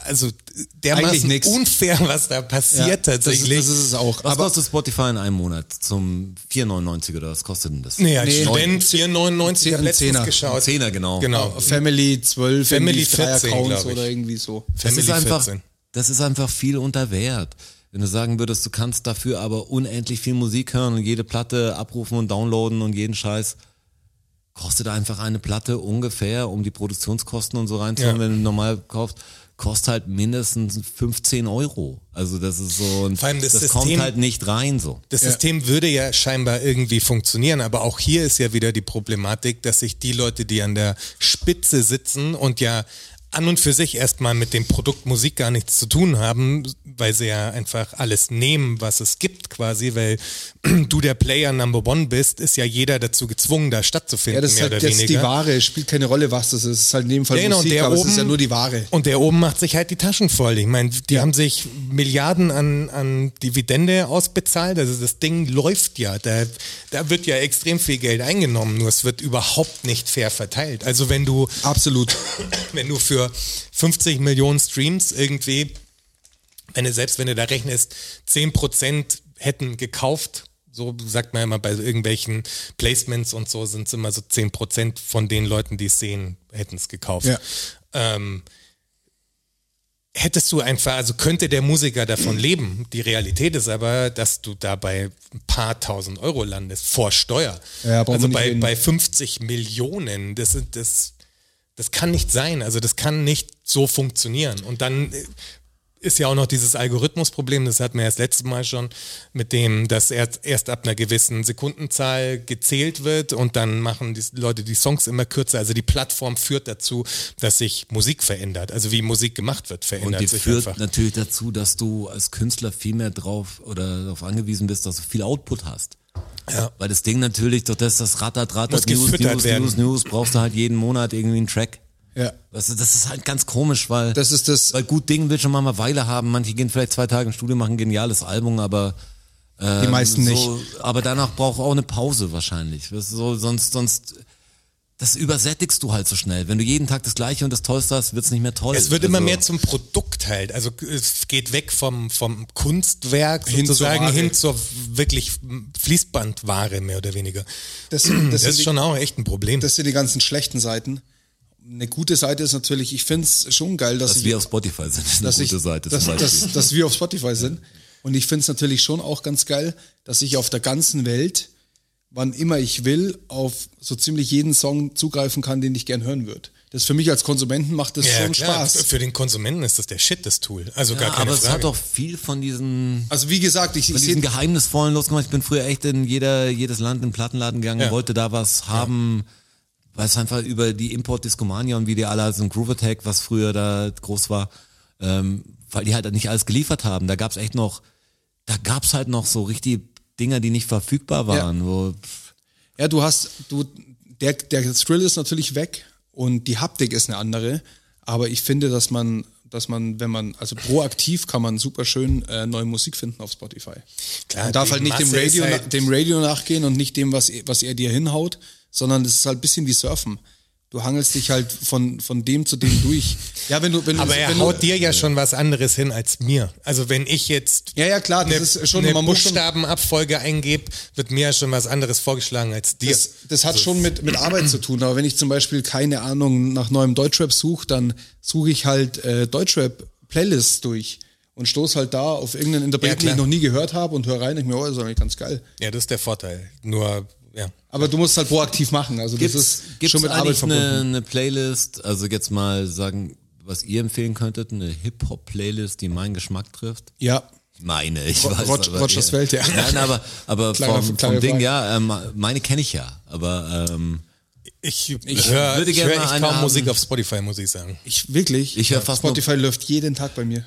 also Eigentlich dermaßen nix. unfair, was da passiert das, ist, tatsächlich. das ist es auch. Was Aber kostet Spotify in einem Monat? Zum 4,99 oder was kostet denn das? Nee, als Nee, Student 4,99 ich hab Zehn- letztens Zehner. geschaut. Zehner, genau. Genau. Family 12, Family irgendwie drei 14, Accounts glaub ich. oder irgendwie so. Das Family ist einfach, 14. das ist einfach viel unter Wert. Wenn du sagen würdest, du kannst dafür aber unendlich viel Musik hören und jede Platte abrufen und downloaden und jeden Scheiß, kostet einfach eine Platte ungefähr, um die Produktionskosten und so reinzuholen, Ja. wenn du normal kaufst, kostet halt mindestens 15 Euro. Also das ist so ein, Vor allem das das System- kommt halt nicht rein so. Das System würde ja scheinbar irgendwie funktionieren, aber auch hier ist ja wieder die Problematik, dass sich die Leute, die an der Spitze sitzen und ja an und für sich erstmal mit dem Produkt Musik gar nichts zu tun haben, weil sie ja einfach alles nehmen, was es gibt quasi, weil du der Player Number One bist, ist ja jeder dazu gezwungen, da stattzufinden, Ja, das ist mehr halt oder jetzt weniger. die Ware, spielt keine Rolle, was das ist. Es ist halt in dem Fall Ja, genau, Musik, der aber es oben- ist ja nur die Ware. Und der oben macht sich halt die Taschen voll. Ich meine, die haben sich Milliarden an, an Dividende ausbezahlt. Also das Ding läuft ja. Da, da wird ja extrem viel Geld eingenommen, nur es wird überhaupt nicht fair verteilt. Also wenn du, Absolut. wenn du für 50 Millionen Streams irgendwie, wenn du, selbst wenn du da rechnest, 10% hätten gekauft, so sagt man immer bei irgendwelchen Placements und so sind es immer so 10% von den Leuten, die es sehen, hätten es gekauft Ja. ähm, hättest du einfach, also könnte der Musiker davon leben. Die Realität ist aber, dass du da bei ein paar tausend Euro landest, vor Steuer. Ja, brauchen wir also nicht bei, reden. bei 50 Millionen, das, sind- das, das kann nicht sein. Also das kann nicht so funktionieren. Und dann äh, ist ja auch noch dieses Algorithmusproblem, das hatten wir ja das letzte Mal schon, mit dem, dass erst, erst ab einer gewissen Sekundenzahl gezählt wird und dann machen die Leute die Songs immer kürzer. Also die Plattform führt dazu, dass sich Musik verändert. Also wie Musik gemacht wird, Und verändert die sich führt einfach. natürlich dazu, dass du als Künstler viel mehr drauf oder darauf angewiesen bist, dass du viel Output hast. Ja. Weil das Ding natürlich, doch das, das rattert, rattert, Muss News, gefüttert News, werden. News, News, brauchst du halt jeden Monat irgendwie einen Track. Ja. Weißt du, das ist halt ganz komisch, weil, Das ist das. weil gut Ding will schon mal eine Weile haben. Manche gehen vielleicht zwei Tage im Studio, machen ein geniales Album, aber ähm, Die meisten nicht. so, aber danach braucht auch eine Pause wahrscheinlich. Das ist so, sonst, sonst, das übersättigst du halt so schnell. Wenn du jeden Tag das Gleiche und das Tollste hast, wird's nicht mehr toll. Es wird immer Also- mehr zum Produkt halt. Also es geht weg vom, vom Kunstwerk Hin zur sozusagen Ware. hin zur wirklich Fließbandware mehr oder weniger. Also Das, sind- das Das sind ist die- schon auch echt ein Problem. das sind die ganzen schlechten Seiten. Eine gute Seite ist natürlich, ich finde es schon geil, dass, Dass ich- wir auf Spotify sind, ist eine dass gute ich, Seite dass, zum Beispiel. dass, dass wir auf Spotify sind. Und ich finde es natürlich schon auch ganz geil, dass ich auf der ganzen Welt, wann immer ich will, auf so ziemlich jeden Song zugreifen kann, den ich gern hören würde. Das für mich als Konsumenten macht das schon klar. Spaß. Für den Konsumenten ist das der Shit, das Tool. Also gar ja, keine aber Frage. es hat doch viel von diesen, Also wie gesagt, ich, ich von sehe diesen geheimnisvollen losgemacht. Ich bin früher echt in jeder, jedes Land in den Plattenladen gegangen, Ja. wollte da was haben, weil es einfach über die Import Discomania und wie die alle, also ein Groove Attack, was früher da groß war, ähm, weil die halt nicht alles geliefert haben. Da gab's echt noch, da gab's halt noch so richtig Dinger, die nicht verfügbar waren. Wo, Ja, du hast, du, der, der Thrill ist natürlich weg und die Haptik ist eine andere, aber ich finde, dass man, dass man, wenn man, also proaktiv kann man super schön äh, neue Musik finden auf Spotify. Klar, man darf die halt nicht dem Masse ist Radio, halt- na- dem Radio nachgehen und nicht dem, was, was er dir hinhaut, sondern es ist halt ein bisschen wie Surfen. Du hangelst dich halt von, von dem zu dem durch. Ja, wenn du, wenn aber du, er wenn haut du, dir ja schon was anderes hin als mir. Also wenn ich jetzt ja, ja, klar, das eine, ist schon, eine man muss schon, Buchstabenabfolge eingebe, wird mir ja schon was anderes vorgeschlagen als dir. Das, das hat schon mit, mit Arbeit zu tun, aber wenn ich zum Beispiel, keine Ahnung, nach neuem Deutschrap suche, dann suche ich halt äh, Deutschrap-Playlists durch und stoße halt da auf irgendeinen Ja, Interpreten, klar. den ich noch nie gehört habe und höre rein und denk mir, oh, das ist eigentlich ganz geil. ja, das ist der Vorteil. Nur, ja. Aber du musst halt proaktiv machen, also das Gibt's, ist gibt's schon mit Arbeit eigentlich verbunden. eine, eine Playlist, also jetzt mal sagen, was ihr empfehlen könntet, eine Hip-Hop-Playlist, die meinen Geschmack trifft? ja, Meine, ich Ro- weiß Rog- aber Rogers eher- Welt, ja. Nein, aber, aber Kleiner- vom, kleine vom Ding, Frage. ja, ähm, meine kenne ich ja, aber ähm, Ich, höre würde ich gerne hör mal echt eine kaum haben. Musik auf Spotify, muss ich sagen. ich wirklich. Ich hör fast nur- Spotify läuft jeden Tag bei mir.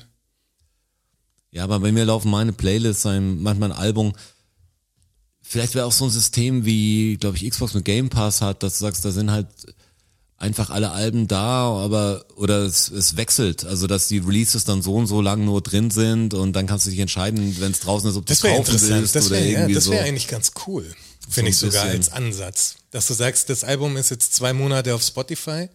ja, aber bei mir laufen meine Playlists, ein, manchmal ein Album. Vielleicht wäre auch so ein System wie, glaube ich, Xbox mit Game Pass hat, dass du sagst, da sind halt einfach alle Alben da, aber oder es, es wechselt, also dass die Releases dann so und so lang nur drin sind und dann kannst du dich entscheiden, wenn es draußen ist, ob du es Das wäre kaufen interessant. willst Das oder wäre ja, irgendwie das so. wär eigentlich ganz cool. Finde ich So ein sogar bisschen. als Ansatz. Dass du sagst, das Album ist jetzt zwei Monate auf Spotify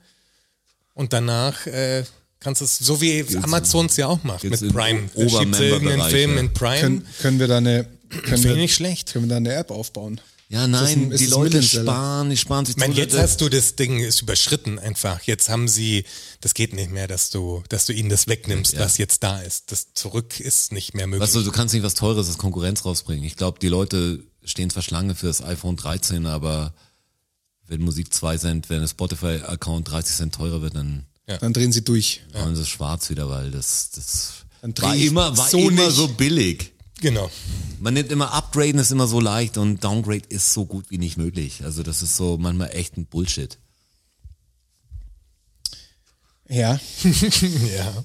und danach äh, kannst du es, so wie Amazon es ja auch macht, mit Geht's in Prime. den Da Schiebt sie irgendeinen Obermemberbereich, Film ja. in Prime. Können, können wir da eine, können Finde ich wir, nicht schlecht. können wir da eine App aufbauen? Ja, ist ein- nein, ist die ein Leute Mittelsteller. sparen, die sparen sich Ich meine, zu, jetzt das- hast du das Ding ist überschritten einfach. Jetzt haben sie, das geht nicht mehr, dass du, dass du ihnen das wegnimmst, Ja. was jetzt da ist. Das zurück ist nicht mehr möglich. Weißt du, du kannst nicht was Teures als Konkurrenz rausbringen. Ich glaube, die Leute stehen zwar Schlange für das iPhone 13, aber wenn Musik 2 Cent, wenn ein Spotify-Account 30 Cent teurer wird, dann Dann drehen sie durch. machen sie es schwarz wieder, weil das, das Dann dreh war ich immer, war so immer nicht. so billig. genau. Man nimmt immer, Upgraden ist immer so leicht und Downgrade ist so gut wie nicht möglich. Also das ist so manchmal echt ein Bullshit. Ja. Ja.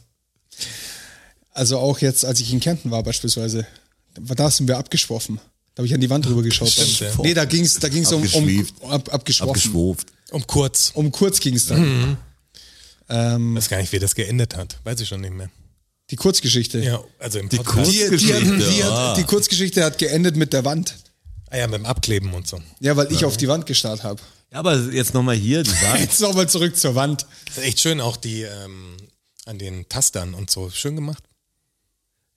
Also auch jetzt, als ich in Kärnten war beispielsweise, da da sind wir abgeschworfen. Da habe ich an die Wand drüber geschaut. Stimmt, ja. Nee, da ging es da ging's um, um Abgeschwieft. ab, abgeschworfen. Abgeschwoft. Um kurz. Um kurz ging es dann. Mhm. Um- Ähm, Ich weiß gar nicht, wer das geändert hat. Weiß ich schon nicht mehr. Die Kurzgeschichte. Ja, also im Kur- Podcast. Die, die, hat, die, ah. hat, die Kurzgeschichte hat geendet mit der Wand. ah ja, mit dem Abkleben und so. Ja, weil ich auf die Wand gestarrt habe. Ja, aber jetzt nochmal hier, die Wahl. Jetzt nochmal zurück zur Wand. Ist echt schön auch die ähm, an den Tastern und so. Schön gemacht.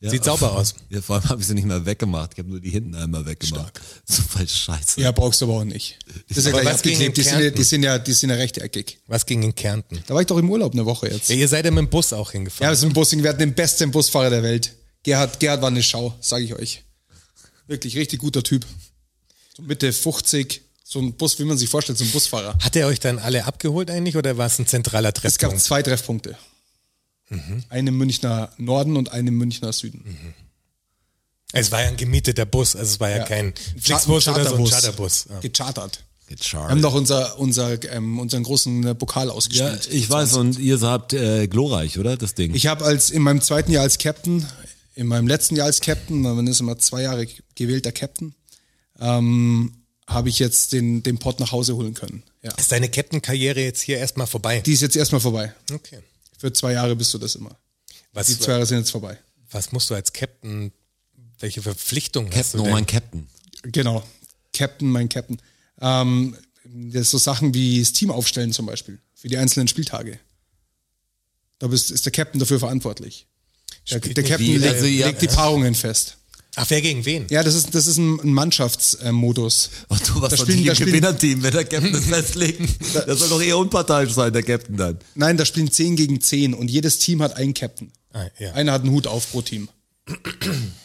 Ja, Sieht sauber aus. Ja, vor allem habe ich sie nicht mehr weggemacht. Ich habe nur die hinten einmal weggemacht. So voll scheiße. Ja, brauchst du aber auch nicht. Das ist ja Aber gleich was ging abgeklebt. in Die sind ja, Kärnten? die, sind ja, die sind ja rechteckig. Was ging in Kärnten? Da war ich doch im Urlaub eine Woche jetzt. Ja, ihr seid ja mit dem Bus auch Ja, hingefahren. wir sind Busing, wir hatten den besten Busfahrer der Welt. Gerhard, Gerhard war eine Schau, sage ich euch. Wirklich, richtig guter Typ. So Mitte 50, so ein Bus, wie man sich vorstellt, so ein Busfahrer. Hat er euch dann alle abgeholt eigentlich oder war es ein zentraler Es gab Treffpunkt? zwei Treffpunkte. Mhm. Einen im Münchner Norden und einen im Münchner Süden. Es war ja ein gemieteter Bus, also es war ja, Ja. kein Ein Flixbus oder so ein Charterbus. Charterbus. Ja. Gechartert. Wir haben Ja, doch unser, unser, ähm, unseren großen äh, Pokal Ähm, ja, ausgespielt. ich weiß, und ihr habt äh, glorreich, oder? Das Ding. Ich habe als in meinem zweiten Jahr als Captain, in meinem letzten Jahr als Captain, man ist immer zwei Jahre gewählter Captain, ähm, habe ich jetzt den, den Pott nach Hause holen können. Ja. Ist deine Captain-Karriere jetzt hier erstmal vorbei? Die ist jetzt erstmal vorbei. okay. Für zwei Jahre bist du das immer. Die Was, zwei Jahre sind jetzt vorbei. was musst du als Captain, welche Verpflichtung hast Captain, du oh denn? mein Captain. Genau. Captain, mein Captain. Ähm, das ist so Sachen wie das Team aufstellen zum Beispiel, für die einzelnen Spieltage. Da bist, ist der Captain dafür verantwortlich. Der, Spielt der nicht Captain die- legt, also ihr- legt die Paarungen fest. Ach, wer gegen wen? Ja, das ist, das ist ein ein Mannschaftsmodus. Und Oh, du Da warst doch spielen- nie da ein spielen- Gewinnerteam, wenn der Captain das festlegt. Das soll doch eher unparteiisch sein, der Captain dann. Nein, da spielen 10 gegen 10 und jedes Team hat einen Captain. Ah, ja. Einer hat einen Hut auf pro Team.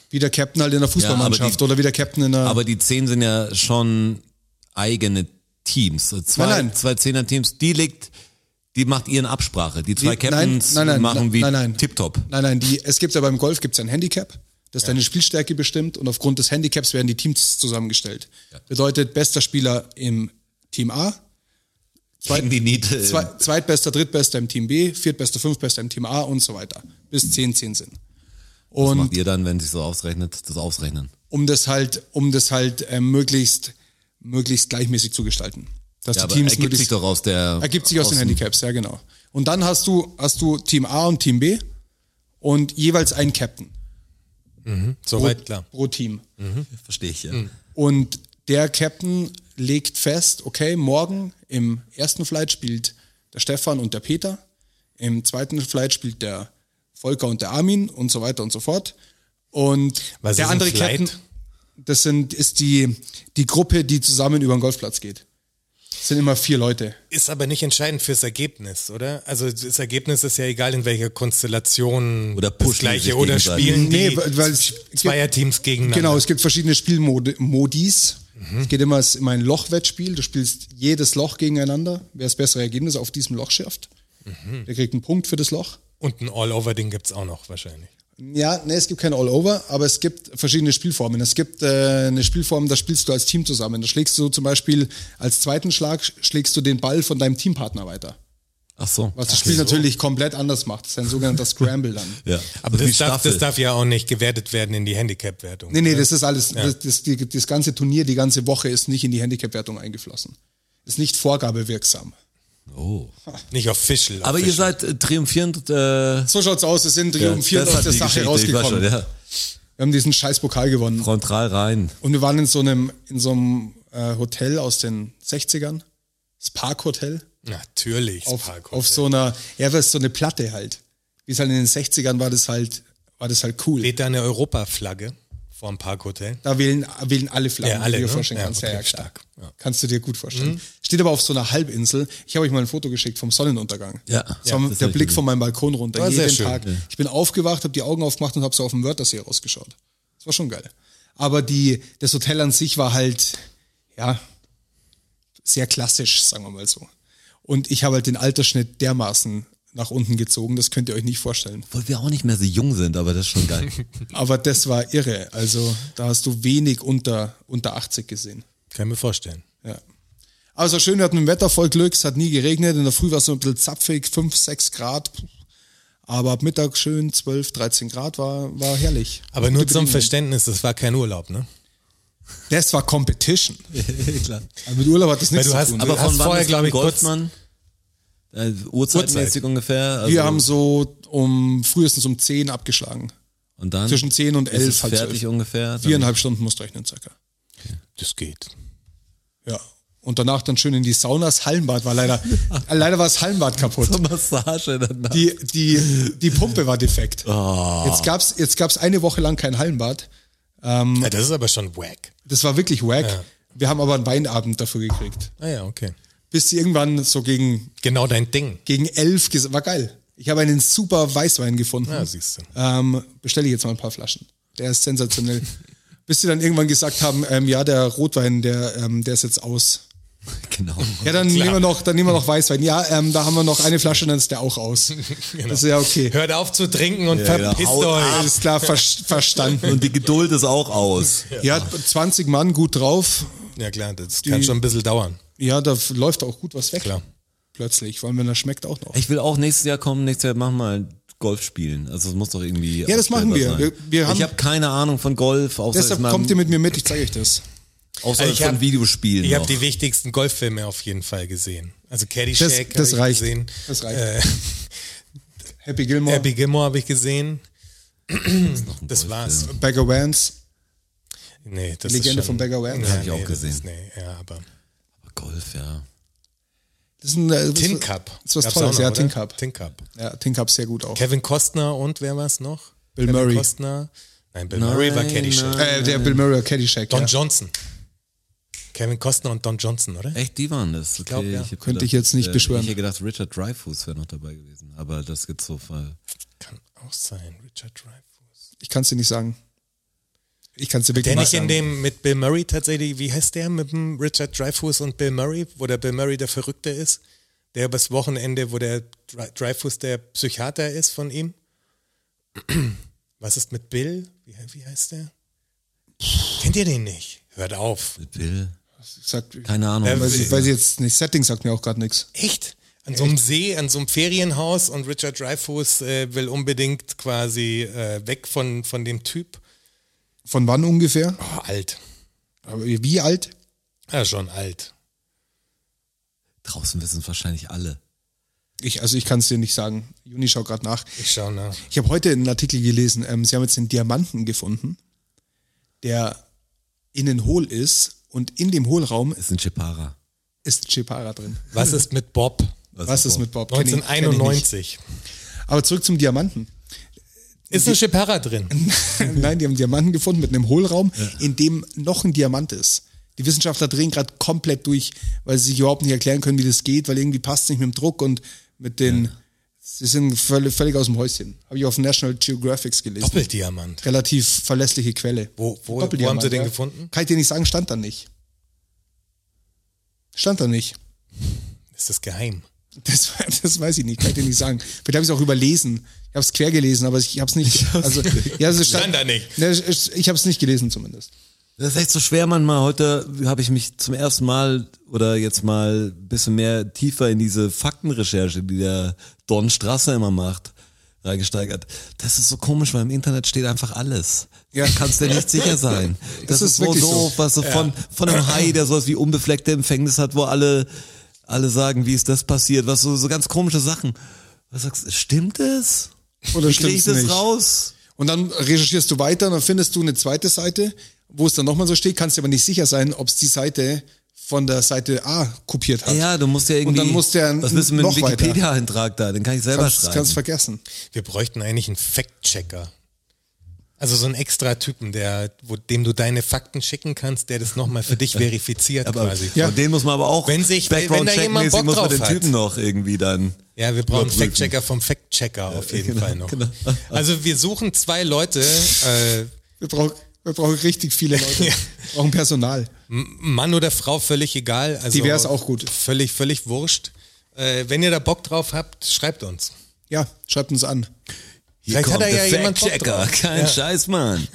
Wie der Captain halt in der Fußballmannschaft die- oder wie der Captain in der. Aber die Zehn sind ja schon eigene Teams. Zwei, Nein, nein. zwei Zehner-Teams, die legt, die macht ihren Absprache. Die zwei Die- Captains nein, nein, nein, machen nein, wie nein, nein. Tiptop. nein, nein, die, es gibt ja beim Golf gibt's ein Handicap, das deine Spielstärke bestimmt und aufgrund des Handicaps werden die Teams zusammengestellt. Bedeutet, bester Spieler im Team A, Gegen die Niete. zwei, zweitbester, drittbester im Team B, viertbester, fünftbester im Team A und so weiter. Bis 10, 10 sind. Was Und macht ihr dann, wenn sich so ausrechnet, das Ausrechnen? um das halt, um das halt ähm, möglichst, möglichst gleichmäßig zu gestalten. Dass Ja, die aber Teams ergibt sich möglichst- doch aus der. ergibt sich aus den Handicaps, ja genau. Und dann hast du, hast du Team A und Team B und jeweils einen Captain Soweit klar. pro Team. Verstehe ich, ja. Hm. Und der Captain legt fest, okay, morgen im ersten Flight spielt der Stefan und der Peter, im zweiten Flight spielt der Volker und der Armin und so weiter und so fort. Und Was der ist ein andere Flight? Captain, das sind, ist die, die Gruppe, die zusammen über den Golfplatz geht. Das sind immer vier Leute. Ist aber nicht entscheidend fürs Ergebnis, oder? Also das Ergebnis ist ja egal, in welcher Konstellation Oder das pushen sich gleiche oder gegenseitig. spielen die Nee, weil- weil es- Zweierteams gegeneinander. Genau, es gibt verschiedene Spielmodis. Mhm. Es geht immer es- immer ein Lochwettspiel. Du spielst jedes Loch gegeneinander. Wer das bessere Ergebnis auf diesem Loch schafft, Mhm. der kriegt einen Punkt für das Loch. Und ein All-Over-Ding gibt's auch noch wahrscheinlich. Ja, nee, es gibt kein All-Over, aber es gibt verschiedene Spielformen. Es gibt äh, eine Spielform, da spielst du als Team zusammen. Da schlägst du zum Beispiel als zweiten Schlag schlägst du den Ball von deinem Teampartner weiter. Ach so. Was das Spiel natürlich komplett anders macht. Das ist ein sogenannter Scramble dann. Ja. Aber wie das darf, Staffel. das darf ja auch nicht gewertet werden in die Handicap-Wertung. Nee, nee, das ist alles, das, das, die, das ganze Turnier, die ganze Woche ist nicht in die Handicap-Wertung eingeflossen. Ist nicht vorgabewirksam. Oh. Nicht auf Fischl. auf Aber ihr Fischl. seid äh, triumphierend. Äh, So schaut's aus, es sind triumphierend das aus hat der die Sache Geschichte, ich war rausgekommen. Schon, ja. Wir haben diesen scheiß Pokal gewonnen. Frontal rein. Und wir waren in so einem, in so einem äh, Hotel aus den 60ern, das Parkhotel, Natürlich. das auf, Parkhotel. auf so einer, ja, das ist so eine Platte halt. Wie es halt in den 60ern war das halt, war das halt cool. Steht da eine Europaflagge vor dem Parkhotel. Da wählen, wählen alle Flaggen, Ja, alle, die du dir ne? vorstellen Ja, kannst. okay, ja, klar. stark. Ja. Mhm. Kannst du dir gut vorstellen. Steht aber auf so einer Halbinsel. Ich habe euch mal ein Foto geschickt vom Sonnenuntergang. Ja. Das Ja, war das der hab ich Blick gesehen. von meinem Balkon runter. War sehr jeden schön, Tag. ja. Ich bin aufgewacht, habe die Augen aufgemacht und habe so auf den Wörthersee rausgeschaut. Das war schon geil. Aber die, das Hotel an sich war halt, ja, sehr klassisch, sagen wir mal so. Und ich habe halt den Altersschnitt dermaßen nach unten gezogen, das könnt ihr euch nicht vorstellen. Obwohl wir auch nicht mehr so jung sind, aber das ist schon geil. Aber das war irre. Also da hast du wenig unter, unter 80 gesehen. Kann ich mir vorstellen. Ja. Aber es war Also schön, wir hatten im Wetter voll Glück, es hat nie geregnet, in der Früh war es so ein bisschen zapfig, 5, 6 Grad. Aber ab Mittag schön 12, 13 Grad war, war herrlich. Aber nur Gute zum Bedingungen. Verständnis, das war kein Urlaub, ne? Das war Competition. Klar. Also mit Urlaub hat das nichts du zu hast- also tun. aber Aber hast von wann vorher, ist glaub ich, kurz- Goldmann? Äh, Uhrzeitmäßig Uhrzeit. ungefähr. Also, wir haben so um frühestens um 10 abgeschlagen. und dann zwischen 10 und 11 ist es halb zwölf. fertig ungefähr. Also Dann, Viereinhalb Stunden musst du rechnen, circa. Das geht. Ja. Und danach dann schön in die Sauna. Das Hallenbad war leider, leider war das Hallenbad kaputt. zur Massage danach. Die, die, die Pumpe war defekt. Ah. Jetzt gab's jetzt gab's eine Woche lang kein Hallenbad. Ja, das ist aber schon wack. Das war wirklich wack. Ja. Wir haben aber einen Weinabend dafür gekriegt. Ah ja, okay. Bis sie irgendwann so gegen, Genau dein Ding. gegen elf gesagt, war geil. Ich habe einen super Weißwein gefunden. Ja, siehst du. Ähm, bestelle ich jetzt mal ein paar Flaschen. Der ist sensationell. Bis sie dann irgendwann gesagt haben, ähm, ja, der Rotwein, der, ähm, der ist jetzt aus. Genau. Ja, dann nehmen wir noch, dann nehmen wir noch Weißwein. Ja, ähm, da haben wir noch eine Flasche, dann ist der auch aus. Genau. Das ist ja okay. Hört auf zu trinken und Ja, genau. verpisst Haut euch. Alles klar, ver verstanden. Und die Geduld ist auch aus. Ja, 20 Mann gut drauf. Ja klar, das kann schon ein bisschen dauern. Ja, da f- läuft auch gut was weg. Klar. Plötzlich, vor allem wenn das schmeckt auch noch. Ich will auch nächstes Jahr kommen, nächstes Jahr machen wir mal Golf spielen. Also es muss doch irgendwie. Ja, das machen wir. abstellbar Wir- wir haben- ich habe keine Ahnung von Golf, außer, Deshalb es mal, kommt ihr mit mir mit, ich zeige euch das. außer Also ich von hab- Videospielen. Ich habe noch. die wichtigsten Golffilme auf jeden Fall gesehen. Also Das, Caddyshack das habe ich reicht. gesehen. Das reicht. Äh, Happy Gilmore, Happy Gilmore habe ich gesehen. Das war's. Bagger Vance. Nee, das Legende ist von schon, Beggar Wham. Hab ich auch das gesehen. Ist, nee, ja, aber Golf, ja. Das ist ein, äh, das Tin ist- Cup. Das ist was Gab's auch Tolles, noch, ja, oder? Tin Cup. Tin Cup. Ja, Tin Cup sehr gut auch. Kevin Costner und wer war's noch? Bill Kevin Murray. Costner. Nein, Bill Murray war Nein, Caddyshack. nein. Äh, der Bill Murray Caddyshack. Don ja. Johnson. Kevin Costner und Don Johnson, oder? Echt, die waren das. Okay, glaub, ja. hab Könnte ich jetzt nicht äh, beschwören. Ich hätte gedacht, Richard Dreyfuss wäre noch dabei gewesen. Aber das gibt's so voll. Kann auch sein. Richard Dreyfuss. Ich kann es dir nicht sagen. Ich kann es dir wirklich Der nicht nicht sagen. in dem mit Bill Murray tatsächlich, wie heißt der mit dem Richard Dreyfuss und Bill Murray, wo der Bill Murray der Verrückte ist? Der übers Wochenende, wo der Dre- Dreyfuss der Psychiater ist von ihm? Was ist mit Bill? Wie, he- wie heißt der? Kennt ihr den nicht? Hört auf. Mit Bill? Sagt, Keine Ahnung. Äh, weiß, Weiß ich, weiß ich jetzt nicht. Setting sagt mir auch gerade nichts. Echt? An so einem See, an so einem Ferienhaus und Richard Dreyfuss äh, will unbedingt quasi äh, weg von, von dem Typ. Von wann ungefähr? Oh, alt. Aber wie alt? Ja, schon alt. Draußen wissen es wahrscheinlich alle. Ich, also ich kann es dir nicht sagen. Juni schau gerade nach. Ich schau nach. Ich habe heute einen Artikel gelesen, ähm, sie haben jetzt einen Diamanten gefunden, der innen hohl ist und in dem Hohlraum Es sind Chipara. ist Chepara drin. Was ist mit Bob? Was ist mit Bob? Kenn ich- kenn ich nicht. 1991. Aber zurück zum Diamanten. Ist eine Schepara drin? Nein, die haben einen Diamanten gefunden mit einem Hohlraum, in dem noch ein Diamant ist. Die Wissenschaftler drehen gerade komplett durch, weil sie sich überhaupt nicht erklären können, wie das geht, weil irgendwie passt es nicht mit dem Druck und mit den. Sie sind völlig, völlig aus dem Häuschen. Habe ich auf National Geographics gelesen. Doppeldiamant. Relativ verlässliche Quelle. Wo- wo- wo Doppeldiamant, haben sie den gefunden? Kann ich dir nicht sagen, stand da nicht. Stand da nicht. Ist das geheim? Das, we- das weiß ich nicht, kann ich dir nicht sagen. Vielleicht habe ich es auch überlesen. Ich habe es quer gelesen, aber ich habe es nicht. Also, ja, es Stand da nicht. Ne, es- es- Ich habe es nicht gelesen zumindest. Das ist echt so schwer manchmal. Heute habe ich mich zum ersten Mal oder jetzt mal ein bisschen mehr tiefer in diese Faktenrecherche, die der Don Strasser immer macht, reingesteigert. Das ist so komisch, weil im Internet steht einfach alles. Ja. Ja. Du kannst dir nicht sicher sein. Das, ist ist, so wirklich doof, so. was so von, von einem Hai, der sowas wie unbefleckte Empfängnis hat, wo alle, alle sagen, wie ist das passiert, was so, so ganz komische Sachen. Was sagst du, stimmt es? Oder Wie krieg ich stimmt's das nicht? raus? Und dann recherchierst du weiter und dann findest du eine zweite Seite, wo es dann nochmal so steht, kannst dir aber nicht sicher sein, ob es die Seite von der Seite A kopiert hat. Ja, du musst ja irgendwie. dann musst du ja was willst du mit noch dem weiter. Wikipedia-Eintrag da? Den kann ich selber kannst, schreiben. kannst vergessen. Wir bräuchten eigentlich einen Fact-Checker. Also so ein extra Typen, der, wo, dem du deine Fakten schicken kannst, der das nochmal für dich verifiziert Aber also, quasi. ja. den muss man aber auch Wenn sich- wenn- wenn da background-checkmäßig jemand Bock muss man drauf den hat. Typen noch irgendwie dann. Ja, wir brauchen Überprüfen. Fact-Checker vom Fact-Checker auf jeden genau, Fall noch. genau. Also wir suchen zwei Leute, äh, Wir brauchen, wir brauchen richtig viele Leute. Wir brauchen Personal. Mann oder Frau, völlig egal. Also Divers auch gut. Völlig, völlig wurscht. Äh, wenn ihr da Bock drauf habt, schreibt uns. Ja, schreibt uns an. Hier Vielleicht kommt hat er der ja jemand Bock Fact-Checker. drauf. Kein Ja. Scheiß, Mann.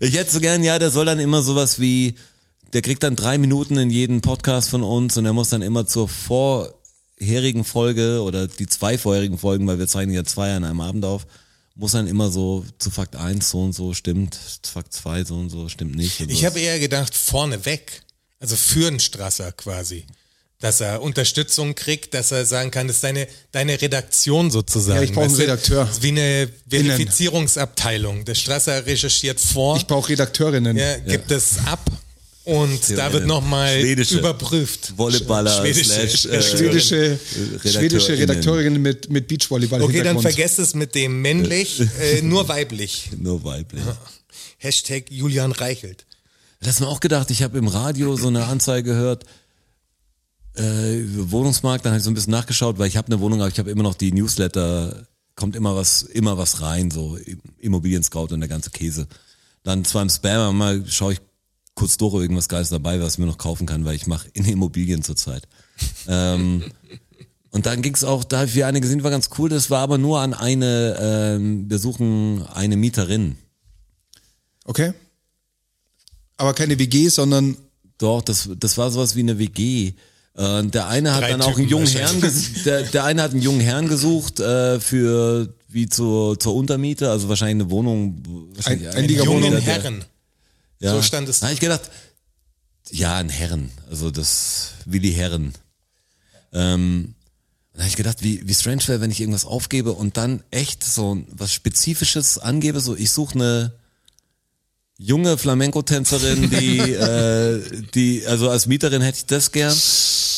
Ich hätte so gern, ja, der soll dann immer sowas wie, der kriegt dann drei Minuten in jeden Podcast von uns und er muss dann immer zur vorherigen Folge oder die zwei vorherigen Folgen, weil wir zeigen ja zwei an einem Abend auf, muss dann immer so zu Fakt 1 so und so stimmt, zu Fakt 2 so und so stimmt nicht. und Ich so. habe eher gedacht, vorne weg. Also für einen Strasser quasi. Dass er Unterstützung kriegt, dass er sagen kann, das ist deine, deine Redaktion sozusagen. Ja, ich brauche einen Weißt du, Redakteur. das ist Wie eine Verifizierungsabteilung. Der Strasser recherchiert vor, Ich brauche Redakteurinnen. ja, gibt es ab und da wird eine nochmal schwedische. überprüft. Volleyballer Schwedische. slash, Ja, äh, Schwedische, Redakteurinnen. schwedische Redakteurinnen mit, mit Beachvolleyball Okay, dann Hintergrund. vergesst es mit dem männlich, äh, nur weiblich. nur weiblich. Hashtag Julian Reichelt. Das hast du mir auch gedacht, ich habe im Radio so eine Anzeige gehört, äh, Wohnungsmarkt, dann habe ich so ein bisschen nachgeschaut, weil ich habe eine Wohnung, aber ich habe immer noch die Newsletter, kommt immer was, immer was rein, so Immobilien Scout und der ganze Käse. Dann zwar im Spam, aber mal schaue ich kurz durch, ob irgendwas Geiles dabei, was ich mir noch kaufen kann, weil ich mache in Immobilien zurzeit. Ähm, Und dann ging's auch, da hab ich wieder eine gesehen, die war ganz cool, das war aber nur an eine, ähm, wir suchen eine Mieterin. Okay. Aber keine WG, sondern Doch, das, das war sowas wie eine WG. Äh, der eine hat Drei dann auch einen Typen jungen Herrn wahrscheinlich. ges- der, der eine hat einen jungen Herrn gesucht äh, für wie zur, zur Untermiete, also wahrscheinlich eine Wohnung. wahrscheinlich Ein- eine Einliegerwohnung. Wohnung, Jungen der- Herren. Ja. So stand es. Da hab ich gedacht, ja, ein Herren, also das Willi Herren. Ähm, da hab ich gedacht, wie, wie strange wäre, wenn ich irgendwas aufgebe und dann echt so ein- was Spezifisches angebe, so ich suche eine junge Flamenco-Tänzerin, die, äh, die, also als Mieterin hätte ich das gern.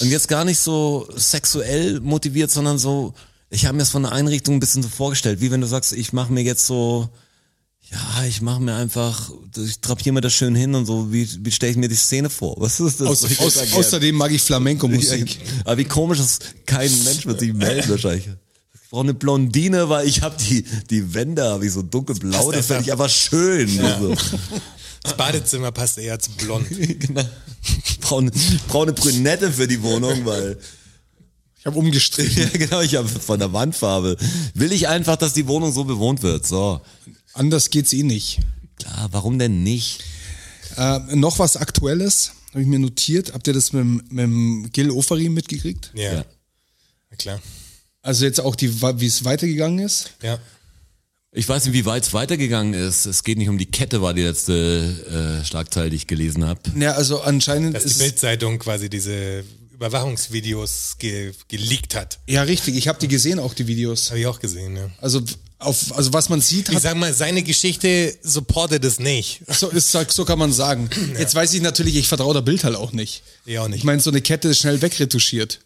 Und jetzt gar nicht so sexuell motiviert, sondern so, ich habe mir das von der Einrichtung ein bisschen so vorgestellt, wie wenn du sagst, ich mache mir jetzt so, ja, ich mache mir einfach, ich trapiere mir das schön hin und so, wie, wie stelle ich mir die Szene vor? Was ist das? aus, Ich würd da aus, gern- außerdem mag ich Flamenco-Musik. genau. aber wie komisch ist, kein Mensch wird sich melden wahrscheinlich. Ich brauche eine Blondine, weil ich habe die, die Wände, habe ich so dunkelblau, das finde ich einfach schön. Also, Das Badezimmer passt eher zu blond. genau. brauche eine, brauch eine Brünette für die Wohnung, weil Ich habe umgestrichen. ja, genau, ich habe von der Wandfarbe. Will ich einfach, dass die Wohnung so bewohnt wird. So. Anders geht's eh nicht. Klar, warum denn nicht? Äh, noch was Aktuelles habe ich mir notiert. Habt ihr das mit, dem- mit dem Gil Oferim mitgekriegt? Ja. Ja. Na klar. Also jetzt auch, die, wie es weitergegangen ist? Ja. Ich weiß nicht, wie weit es weitergegangen ist. Es geht nicht um die Kette, war die letzte äh, Schlagzeile, die ich gelesen habe. Ja, also anscheinend Dass ist die es- Bildzeitung quasi diese Überwachungsvideos ge geleakt hat. Ja, richtig. Ich habe die gesehen, auch die Videos. Habe ich auch gesehen, ja. Also, auf, also was man sieht, Ich hat, sag mal, seine Geschichte supportet es nicht. so, ist, so kann man sagen. Jetzt weiß ich natürlich, ich vertraue der Bild halt auch nicht. Ich auch nicht. Ich meine, so eine Kette ist schnell wegretuschiert.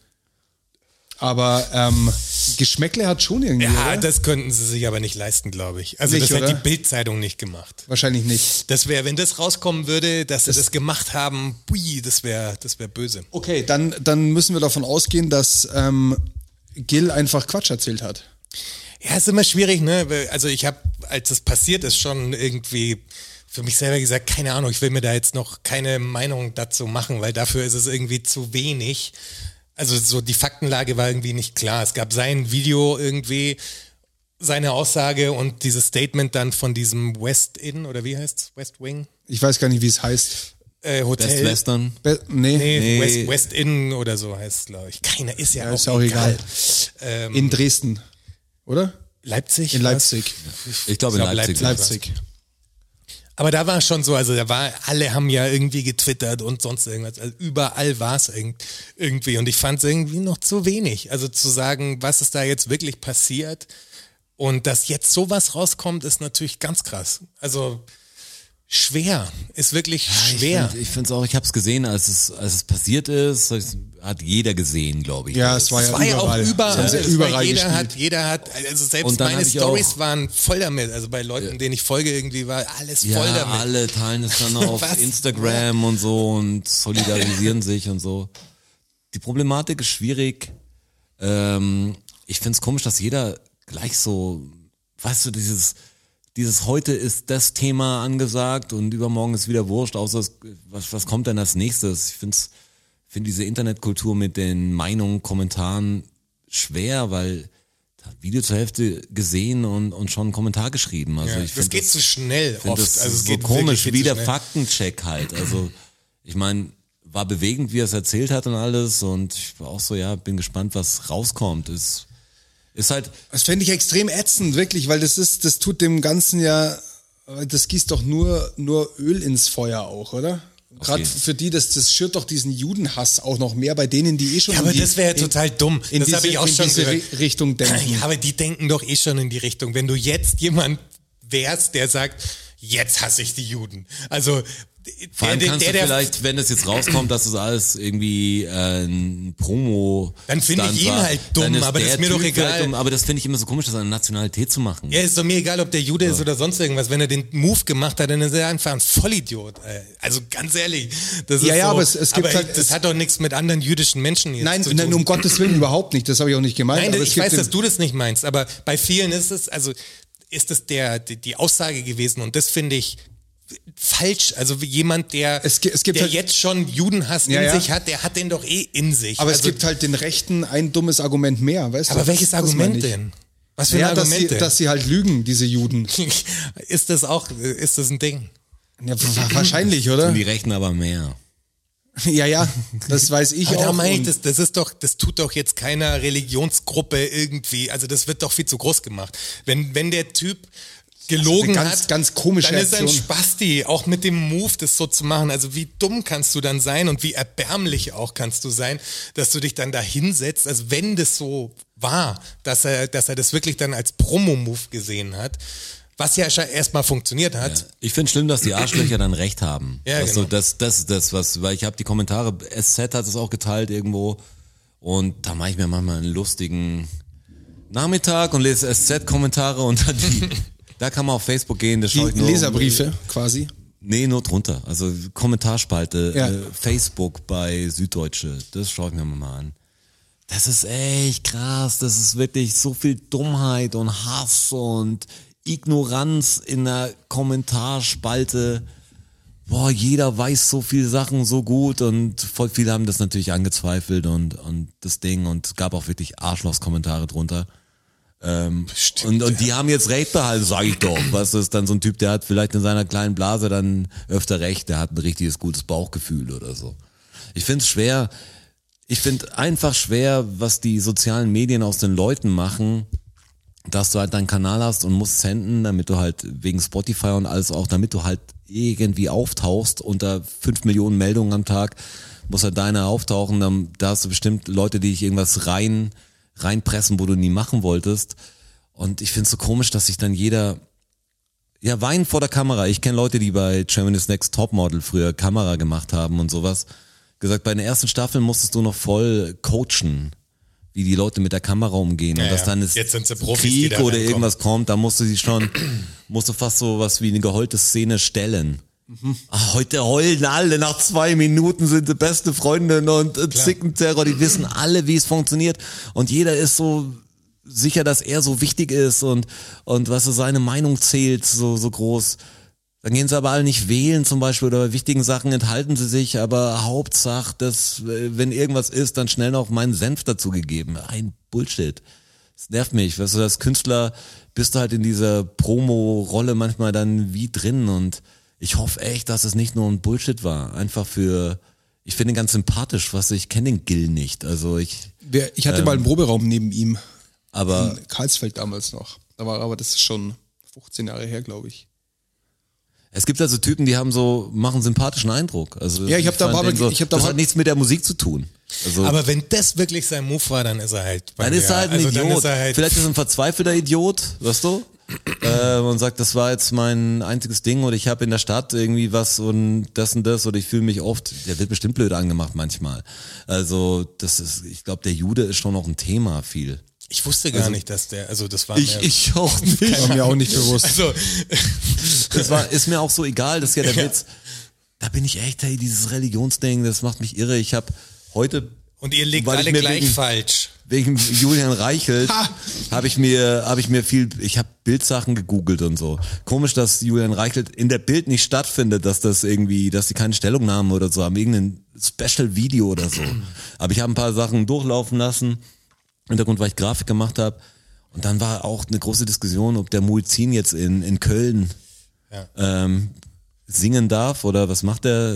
Aber ähm, Geschmäckle hat schon irgendwie, Ja, oder? das könnten sie sich aber nicht leisten, glaube ich. Also Nicht, das hat oder? die Bildzeitung nicht gemacht. Wahrscheinlich nicht. Das wäre, wenn das rauskommen würde, dass sie das gemacht haben, pui, das wäre das wär böse. Okay, dann, dann müssen wir davon ausgehen, dass ähm, Gil einfach Quatsch erzählt hat. Ja, ist immer schwierig, ne? Weil, Also ich habe, als das passiert ist, schon irgendwie für mich selber gesagt, keine Ahnung, ich will mir da jetzt noch keine Meinung dazu machen, weil dafür ist es irgendwie zu wenig. Also so die Faktenlage war irgendwie nicht klar. Es gab sein Video irgendwie, seine Aussage und dieses Statement dann von diesem West Inn oder wie heißt's? West Wing? Ich weiß gar nicht, wie es heißt. Äh, Hotel. Best Western. Be nee, Nee, Nee. West, West Inn oder so heißt es, glaube ich. Keiner ist ja, auch, ist auch egal. egal. Ähm, in Dresden, oder? Leipzig? In was? Leipzig. Ich glaube in Ich glaub, Leipzig. Leipzig. Leipzig. Aber da war schon so, also da war, alle haben ja irgendwie getwittert und sonst irgendwas. Also überall war es irgend, irgendwie. Und ich fand es irgendwie noch zu wenig. Also zu sagen, was ist da jetzt wirklich passiert und dass jetzt sowas rauskommt, ist natürlich ganz krass. Also schwer. Ist wirklich Ja, schwer. Ich finde es auch, ich habe es gesehen, als es, als es passiert ist, das hat jeder gesehen, glaube ich. Ja, Also es war ja war ja auch überall. überall. Das haben sie Es war überall jeder gespielt. hat, jeder hat, also selbst Und dann meine hab ich Stories auch- waren voll damit. Also bei Leuten, denen ich folge, irgendwie war alles ja, voll damit. alle teilen es dann auf Was? Instagram und so und solidarisieren sich und so. Die Problematik ist schwierig. Ähm, ich finde es komisch, dass jeder gleich so, weißt du, dieses, dieses heute ist das Thema angesagt und übermorgen ist wieder Wurscht, außer es, was, was kommt denn als nächstes? Ich finde find diese Internetkultur mit den Meinungen, Kommentaren schwer, weil da hat Video zur Hälfte gesehen und, und schon einen Kommentar geschrieben. Also Ja, ich das find geht zu schnell find oft. Das also es so geht wirklich komisch, viel wie zu der schnell. Faktencheck halt. Also ich meine, war bewegend, wie er es erzählt hat und alles. Und ich war auch so, ja, bin gespannt, was rauskommt. Ist, ist halt, Das fände ich extrem ätzend, wirklich, weil das ist, das tut dem Ganzen ja, das gießt doch nur, nur Öl ins Feuer auch, oder? Gerade jeden. für die, das, das schürt doch diesen Judenhass auch noch mehr bei denen, die eh schon Ja, aber in die, das wäre ja in- total dumm. in das diese- habe ich auch in schon diese gehört. Ri- Richtung denken. Ja, aber die denken doch eh schon in die Richtung. Wenn du jetzt jemand wärst, der sagt, jetzt hasse ich die Juden. Also vor allem der, kannst der, du der, vielleicht, wenn es jetzt rauskommt, dass es alles irgendwie äh, ein Promo Dann finde ich Stunt ihn war, halt dumm, dann aber das der ist mir doch Typ egal. halt dumm. aber das finde ich immer so komisch, das an Nationalität zu machen. ja, ist doch mir egal, ob der Jude ist oder sonst irgendwas. Wenn er den Move gemacht hat, dann ist er einfach ein Vollidiot. ey. Also ganz ehrlich, das ist Ja, ja, so, aber es- es gibt halt- das es- hat doch nichts mit anderen jüdischen Menschen jetzt Nein, zu tun. nein, um Gottes Willen überhaupt nicht. Das habe ich auch nicht gemeint. Nein, aber es ich gibt weiß, den- dass du das nicht meinst, aber bei vielen ist es, also ist es der, die, die Aussage gewesen und das finde ich falsch. Also wie jemand, der, Es gi- es gibt der halt- jetzt schon Judenhass Ja, in ja. sich hat, der hat den doch eh in sich. aber es also, gibt halt den Rechten ein dummes Argument mehr, weißt du? aber welches Das meine Argument ich. denn? Was für ein Ja, dass Argument sie, denn? dass sie halt lügen, diese Juden. ist das auch, ist das ein Ding? Ja, wa- wahrscheinlich, oder? Die rechnen aber mehr. Ja, ja, das weiß ich Aber auch. da meine ich, und- das, das ist doch, das tut doch jetzt keiner Religionsgruppe irgendwie, also das wird doch viel zu groß gemacht. Wenn, wenn der Typ Das gelogen ist eine ganz, hat, ganz komische dann ist er ein Aktion. Spasti, auch mit dem Move, das so zu machen. Also wie dumm kannst du dann sein und wie erbärmlich auch kannst du sein, dass du dich dann da hinsetzt, als wenn das so war, dass er, dass er das wirklich dann als Promo-Move gesehen hat, was ja scha- erstmal funktioniert hat. Ich finde schlimm, dass die Arschlöcher dann recht haben. Ja, Ja, also genau. das, das ist das, was, weil ich habe die Kommentare, SZ hat es auch geteilt irgendwo und da mache ich mir manchmal einen lustigen Nachmittag und lese SZ-Kommentare und dann die, da kann man auf Facebook gehen, da schaue ich die nur. um- um Leserbriefe quasi. Nee, nur drunter. Also Kommentarspalte, Ja. äh, Facebook bei Süddeutsche, das schaue ich mir mal an. Das ist echt krass, das ist wirklich so viel Dummheit und Hass und Ignoranz in der Kommentarspalte. Boah, jeder weiß so viele Sachen so gut und voll viele haben das natürlich angezweifelt und, und das Ding und es gab auch wirklich Arschlochskommentare drunter. Und, und die haben jetzt Recht behalten, sage ich doch. Was ist dann so ein Typ, der hat vielleicht in seiner kleinen Blase dann öfter Recht, der hat ein richtiges gutes Bauchgefühl oder so. Ich find's schwer, ich find einfach schwer, was die sozialen Medien aus den Leuten machen, dass du halt deinen Kanal hast und musst senden, damit du halt wegen Spotify und alles auch, damit du halt irgendwie auftauchst unter fünf Millionen Meldungen am Tag, muss halt deiner auftauchen, dann, da hast du bestimmt Leute, die dich irgendwas rein, reinpressen, wo du nie machen wolltest. Und ich find's so komisch, dass sich dann jeder, ja, weinen vor der Kamera. Ich kenne Leute, die bei Germany's Next Topmodel früher Kamera gemacht haben und sowas. Gesagt, bei den ersten Staffeln musstest du noch voll coachen, wie die Leute mit der Kamera umgehen. Ja, und dass ja. dann ist Jetzt sind sie Profis, die Krieg da oder reinkommen. irgendwas kommt, da musst du sie schon, musst du fast so was wie eine geheulte Szene stellen. Mhm. Ah, Heute heulen alle, nach zwei Minuten sind sie beste Freundinnen und äh, Zickenterror, die wissen alle, wie es funktioniert. Und jeder ist so sicher, dass er so wichtig ist und, und was so seine Meinung zählt, so, so groß. Dann gehen sie aber alle nicht wählen zum Beispiel oder bei wichtigen Sachen enthalten sie sich, aber Hauptsache, dass äh, wenn irgendwas ist, dann schnell noch meinen Senf dazu gegeben. Ein Bullshit. Das nervt mich. Weißt du, als Künstler bist du halt in dieser Promo-Rolle manchmal dann wie drin und ich hoffe echt, dass es nicht nur ein Bullshit war. Einfach für, ich finde ihn ganz sympathisch, was ich kenne den Gil nicht. Also ich, Wer- Ich hatte Ähm. mal einen Proberaum neben ihm. aber In Karlsfeld damals noch. Da war aber das ist schon 15 Jahre her, glaube ich. Es gibt also Typen, die haben so, machen sympathischen Eindruck. Also Ja, ich hab da fand Bubble- den so, ich hab da Das Bubble- hat nichts mit der Musik zu tun. Also, Aber wenn das wirklich sein Move war, dann ist er halt. bei dann mir. ist er halt ein also Idiot. Dann ist er halt Vielleicht ist er ein verzweifelter Idiot, weißt du? äh, und sagt, das war jetzt mein einziges Ding oder ich habe in der Stadt irgendwie was und das und das oder ich fühle mich oft, der wird bestimmt blöd angemacht manchmal. Also das ist, ich glaube, der Jude ist schon noch ein Thema viel. Ich wusste gar nicht, dass der, also das war mir- Ähm, ich auch nicht. War mir auch nicht bewusst. Also, Das war, ist mir auch so egal, das ist ja der Witz. Da bin ich echt, hey, dieses Religionsding, das macht mich irre. Ich habe heute und ihr legt Weil ich alle mir gleich wegen- falsch. wegen Julian Reichelt habe ich mir habe ich mir viel ich habe Bildsachen gegoogelt und so. Komisch, dass Julian Reichelt in der Bild nicht stattfindet, dass das irgendwie, dass die keine Stellungnahme oder so haben, irgendein Special Video oder so. Aber ich habe ein paar Sachen durchlaufen lassen. Im Hintergrund, weil ich Grafik gemacht habe und dann war auch eine große Diskussion, ob der Muizin jetzt in in Köln Ja. ähm, singen darf oder was macht er?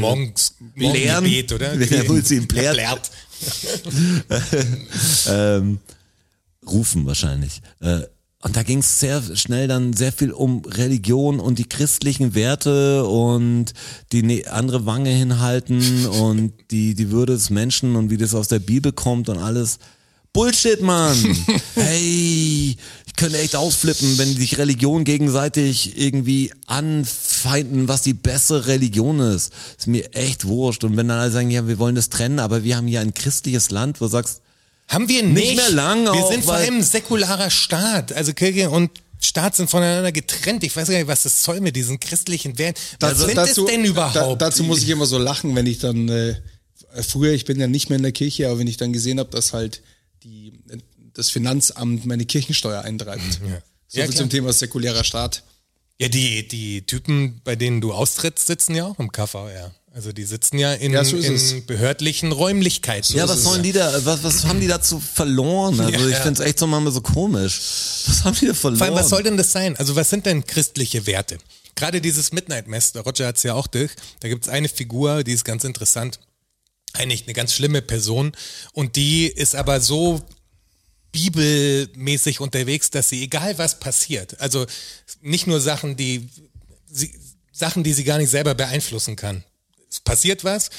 Morgens, Lernen. Morgengebet, oder? Ja, wohl, sie im Plärrt. Plärt. ähm, rufen wahrscheinlich. Äh, und da ging es sehr schnell dann sehr viel um Religion und die christlichen Werte und die ne andere Wange hinhalten und die, die Würde des Menschen und wie das aus der Bibel kommt und alles. Bullshit, Mann! hey, ich könnte echt ausflippen, wenn sich Religion gegenseitig irgendwie anfeinden, was die bessere Religion ist. Ist mir echt wurscht. Und wenn dann alle sagen, ja, wir wollen das trennen, aber wir haben hier ein christliches Land, wo du sagst, Haben wir nicht. mehr lang Wir auch, sind vor weil- allem ein säkularer Staat. Also Kirche und Staat sind voneinander getrennt. Ich weiß gar nicht, was das soll mit diesen christlichen Werten. Was Dazu- sind Also dazu- es denn Da, überhaupt? dazu muss ich immer so lachen, wenn ich dann äh, früher, ich bin ja nicht mehr in der Kirche, aber wenn ich dann gesehen habe, dass halt die, das Finanzamt meine Kirchensteuer eintreibt. Ja. So Ja, viel klar. zum Thema säkulärer Staat. ja, die, die Typen, bei denen du austrittst, sitzen ja auch im KVR. Also die sitzen ja in, Ja, so ist in es. behördlichen Räumlichkeiten. Ja, So was ist sollen es. die da, was, was haben die dazu verloren? Also Ja, ich ja. find's echt so manchmal so komisch. Was haben die da verloren? Vor allem, was soll denn das sein? Also, was sind denn christliche Werte? Gerade dieses Midnight Mass, der Roger hat's ja auch durch, da gibt's eine Figur, die ist ganz interessant. Eigentlich eine ganz schlimme Person. Und die ist aber so bibelmäßig unterwegs, dass sie, egal was passiert, also nicht nur Sachen, die sie, Sachen, die sie gar nicht selber beeinflussen kann. Es passiert was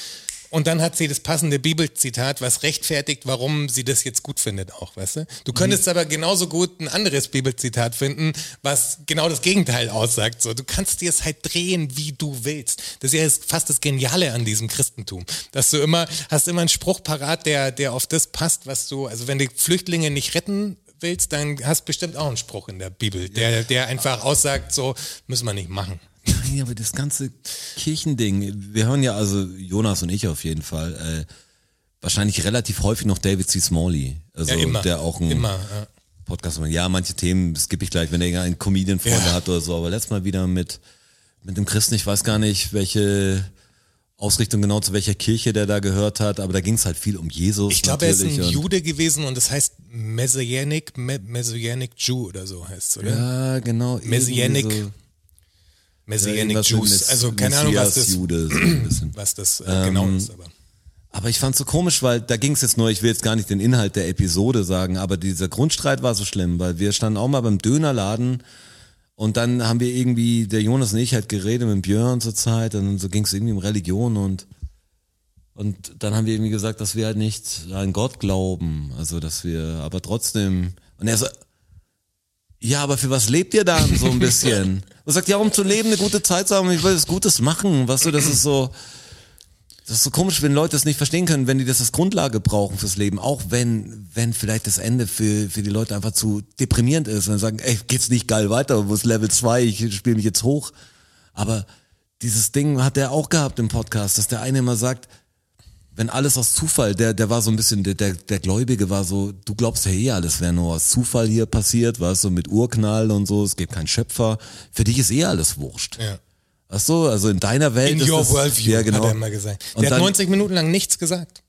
und dann hat sie das passende Bibelzitat, was rechtfertigt, warum sie das jetzt gut findet auch, weißt du? Du könntest aber genauso gut ein anderes Bibelzitat finden, was genau das Gegenteil aussagt. So, du kannst dir es halt drehen, wie du willst. Das ist ja das- fast das Geniale an diesem Christentum, dass du immer hast immer einen Spruch parat, der der auf das passt, was du, also wenn die Flüchtlinge nicht retten willst, dann hast bestimmt auch einen Spruch in der Bibel, der, der einfach aussagt, so müssen wir nicht machen. Ja, aber das ganze Kirchending, wir hören ja also, Jonas und ich auf jeden Fall, äh, wahrscheinlich relativ häufig noch David C. Smalley. Also Ja, immer. der auch ein immer, ja. Podcast macht. Ja, manche Themen skippe ich gleich, wenn er einen Comedian-Freund Ja. hat oder so, aber letztes Mal wieder mit, mit dem Christen, ich weiß gar nicht, welche Ausrichtung genau zu welcher Kirche der da gehört hat, aber da ging's halt viel um Jesus. Ich glaube, er ist ein natürlich und- Jude gewesen und das heißt Messianic, Me Messianic Jew oder so heißt es, oder? Ja, genau. irgendwie Messianic so. Messianic Irgendwas mit Jews. Mess- Also keine Ahnung, was das, Messias-Jude, so ein bisschen. was das äh, genau Ähm, ist. Aber. Aber ich fand's so komisch, weil da ging's jetzt nur, ich will jetzt gar nicht den Inhalt der Episode sagen, aber dieser Grundstreit war so schlimm, weil wir standen auch mal beim Dönerladen und dann haben wir irgendwie, der Jonas und ich halt geredet mit Björn zur Zeit und so ging's irgendwie um Religion und und dann haben wir irgendwie gesagt, dass wir halt nicht an Gott glauben, also dass wir aber trotzdem und er so ja, aber für was lebt ihr dann so ein bisschen? Und sagt, ja, um zu leben, eine gute Zeit zu haben, ich will was Gutes machen, weißt du, das ist so, das ist so komisch, wenn Leute das nicht verstehen können, wenn die das als Grundlage brauchen fürs Leben, auch wenn, wenn vielleicht das Ende für, für die Leute einfach zu deprimierend ist und dann sagen, ey, geht's nicht geil weiter, wo ist Level 2, ich spiele mich jetzt hoch. Aber dieses Ding hat er auch gehabt im Podcast, dass der eine immer sagt, wenn alles aus Zufall, der, der war so ein bisschen, der, der, der Gläubige war so, du glaubst ja eh, alles wäre nur aus Zufall hier passiert, weißt du, mit Urknall und so, es gibt keinen Schöpfer. Für dich ist eh alles wurscht. Ja. Ach so, also in deiner Welt. In ist your das, worldview, ja, genau. hat er immer gesagt. Und Der hat dann- 90 Minuten lang nichts gesagt.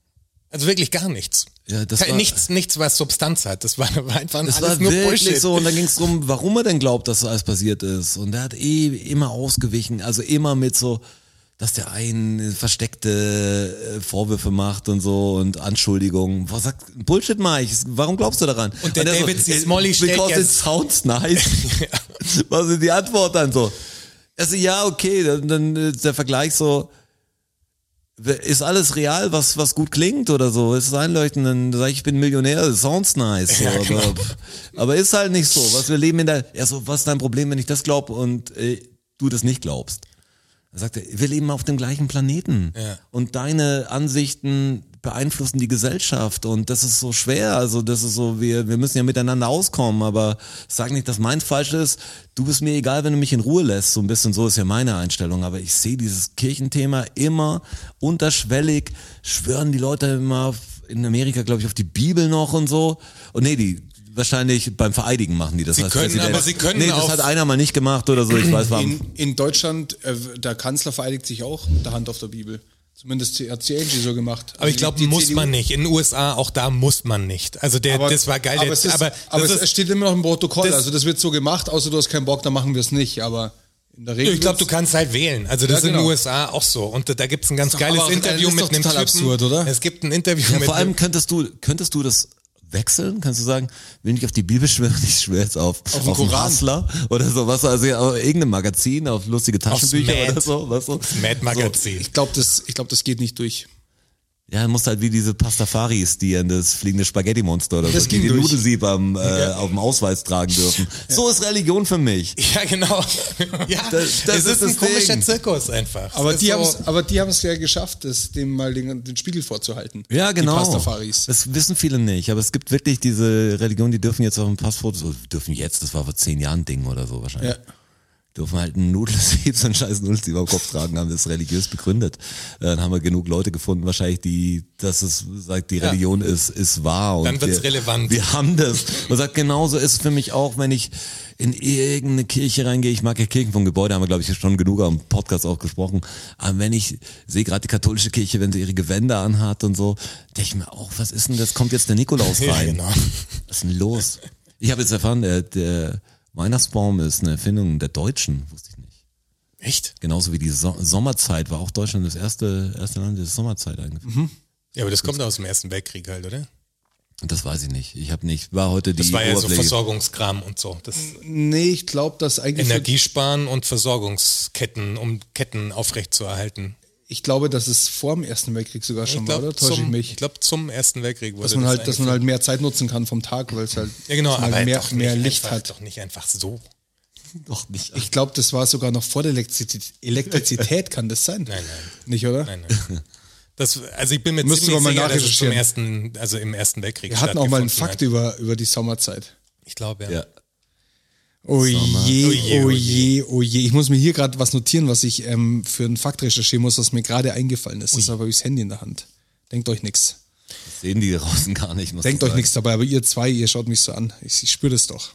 Also wirklich gar nichts. Ja, das Kein- war- nichts, nichts, was Substanz hat. Das war, war einfach Das alles war nur wirklich Bullshit. so. Und dann ging es darum, warum er denn glaubt, dass das alles passiert ist. Und er hat eh immer ausgewichen, also immer mit so, dass der einen versteckte äh, Vorwürfe macht und so und Anschuldigungen. Was sagt Bullshit Mike? Warum glaubst du daran? Und der er David C. äh, Smalley stellt Because jetzt- it sounds nice. Was ist die Antwort dann so? Also ja, okay, dann, dann äh, der Vergleich so, ist alles real, was, was gut klingt oder so. Ist es einleuchtend, dann sag ich, ich bin Millionär, sounds nice. So, Ja, aber- genau. Aber ist halt nicht so. Was wir leben in der, ja, so, was ist dein Problem, wenn ich das glaube und äh, du das nicht glaubst? Er sagte, wir leben auf dem gleichen Planeten. Ja. Und deine Ansichten beeinflussen die Gesellschaft und das ist so schwer. Also das ist so, wir, wir müssen ja miteinander auskommen, aber sag nicht, dass meins falsch ist. Du bist mir egal, wenn du mich in Ruhe lässt. So ein bisschen so ist ja meine Einstellung. Aber ich sehe dieses Kirchenthema immer unterschwellig, schwören die Leute immer auf- in Amerika, glaube ich, auf die Bibel noch und so. Und nee, die wahrscheinlich beim Vereidigen machen die das. Sie können, aber sie können Nee, das auf- hat einer mal nicht gemacht oder so. Ich weiß, war am In, in Deutschland, äh, der Kanzler vereidigt sich auch mit der Hand auf der Bibel. Zumindest hat die Angie so gemacht. Aber ich glaube, muss man nicht. In den USA, auch da muss man nicht. Also der, das war geil. Aber der, es, ist, aber aber, das es ist, steht immer noch im Protokoll. das- also das wird so gemacht, außer du hast keinen Bock, dann machen wir es nicht. Aber in der Regel. ich glaube, du wird's- kannst halt wählen. Also das Ja, ist in genau. den USA auch so. Und da, da gibt's ein ganz Ist doch geiles aber auch- Interview ist mit doch einem total Typen. absurd, oder? Es gibt ein Interview mit Vor allem könntest du, könntest du das wechseln? Kannst du sagen, will nicht auf die Bibel schwören, ich schwöre jetzt auf, auf, den einen Koran. Hustler oder sowas, also ja, auf irgendein Magazin, auf lustige Taschenbücher Mad. oder so, weißt du? Mad Magazin. Ich glaube, das, ich glaub, das geht nicht durch. Ja, musst halt wie diese Pastafaris, die in das fliegende Spaghetti-Monster oder Das so, die ging den durch. Nudelsieb am, äh, auf dem Ausweis tragen dürfen. So ist Religion für mich. Ja, genau. Ja, Das- das es ist ist, ein das komischer Ding. Zirkus einfach. Aber Es die ist haben's- Also, aber die haben es ja geschafft, das, dem mal den, den Spiegel vorzuhalten. Ja, genau. Die Pastafaris. Das wissen viele nicht, aber es gibt wirklich diese Religionen, die dürfen jetzt auf dem Passfoto, so, dürfen jetzt, das war vor zehn Jahren ein Ding oder so wahrscheinlich. Ja. dürfen halt einen Nudelsieb, so einen scheiß Nudelsieb am Kopf tragen, haben das religiös begründet. Äh, Dann haben wir genug Leute gefunden, wahrscheinlich, die, dass es sagt, die Religion ist, ist wahr. Und Dann wird's wir, relevant. Wir haben das. Und sagt, genauso ist es für mich auch, wenn ich in irgendeine Kirche reingehe, ich mag ja Kirchen vom Gebäude, haben wir, glaube ich, schon genug am Podcast auch gesprochen. Aber wenn ich sehe gerade die katholische Kirche, wenn sie ihre Gewänder anhat und so, denke ich mir auch, was ist denn das? Kommt jetzt der Nikolaus rein? Ja, genau. Was ist denn los? Ich habe jetzt erfahren, der, der Weihnachtsbaum ist eine Erfindung der Deutschen, wusste ich nicht. Echt? Genauso wie die so Sommerzeit war auch Deutschland das erste, erste Land, das Sommerzeit eingeführt. Ja, aber das kommt aus dem Ersten Weltkrieg halt, oder? Und Das weiß ich nicht. Ich habe nicht, war heute die Das war ja so Oberfläche. Versorgungskram und so. Das Nee, ich glaube, dass eigentlich. Energiesparen und Versorgungsketten, um Ketten aufrechtzuerhalten. Ich glaube, dass es vor dem Ersten Weltkrieg sogar schon Ich war, glaube, oder? Täusche ich zum, mich. ich glaub, zum Ersten Weltkrieg wurde dass man das halt, dass man eingeführt. halt mehr Zeit nutzen kann vom Tag, weil es halt, ja, genau, dass man aber halt mehr, doch mehr nicht Licht einfach, hat. Doch nicht einfach so. doch nicht. Ich glaube, das war sogar noch vor der Elektrizität. Elektrizität kann das sein? Nein, nein. Nicht, oder? Nein, nein. Das, also ich bin mir Müsste ziemlich man mal sicher, dass es zum nachrecherchieren. ersten, also im Ersten Weltkrieg Wir hatten auch mal einen stattgefunden Fakt über, über die Sommerzeit. hat. Ich glaube, ja. ja. Oh je, je, oh oh je, oh je. Ich muss mir hier gerade was notieren, was ich ähm, für einen Fakt recherchieren muss, was mir gerade eingefallen ist. Das ist aber das Handy in der Hand. Denkt euch nichts. Das sehen die draußen gar nicht. muss Denkt ich euch sagen. nichts dabei, aber ihr zwei, ihr schaut mich so an. Ich, ich spüre das doch.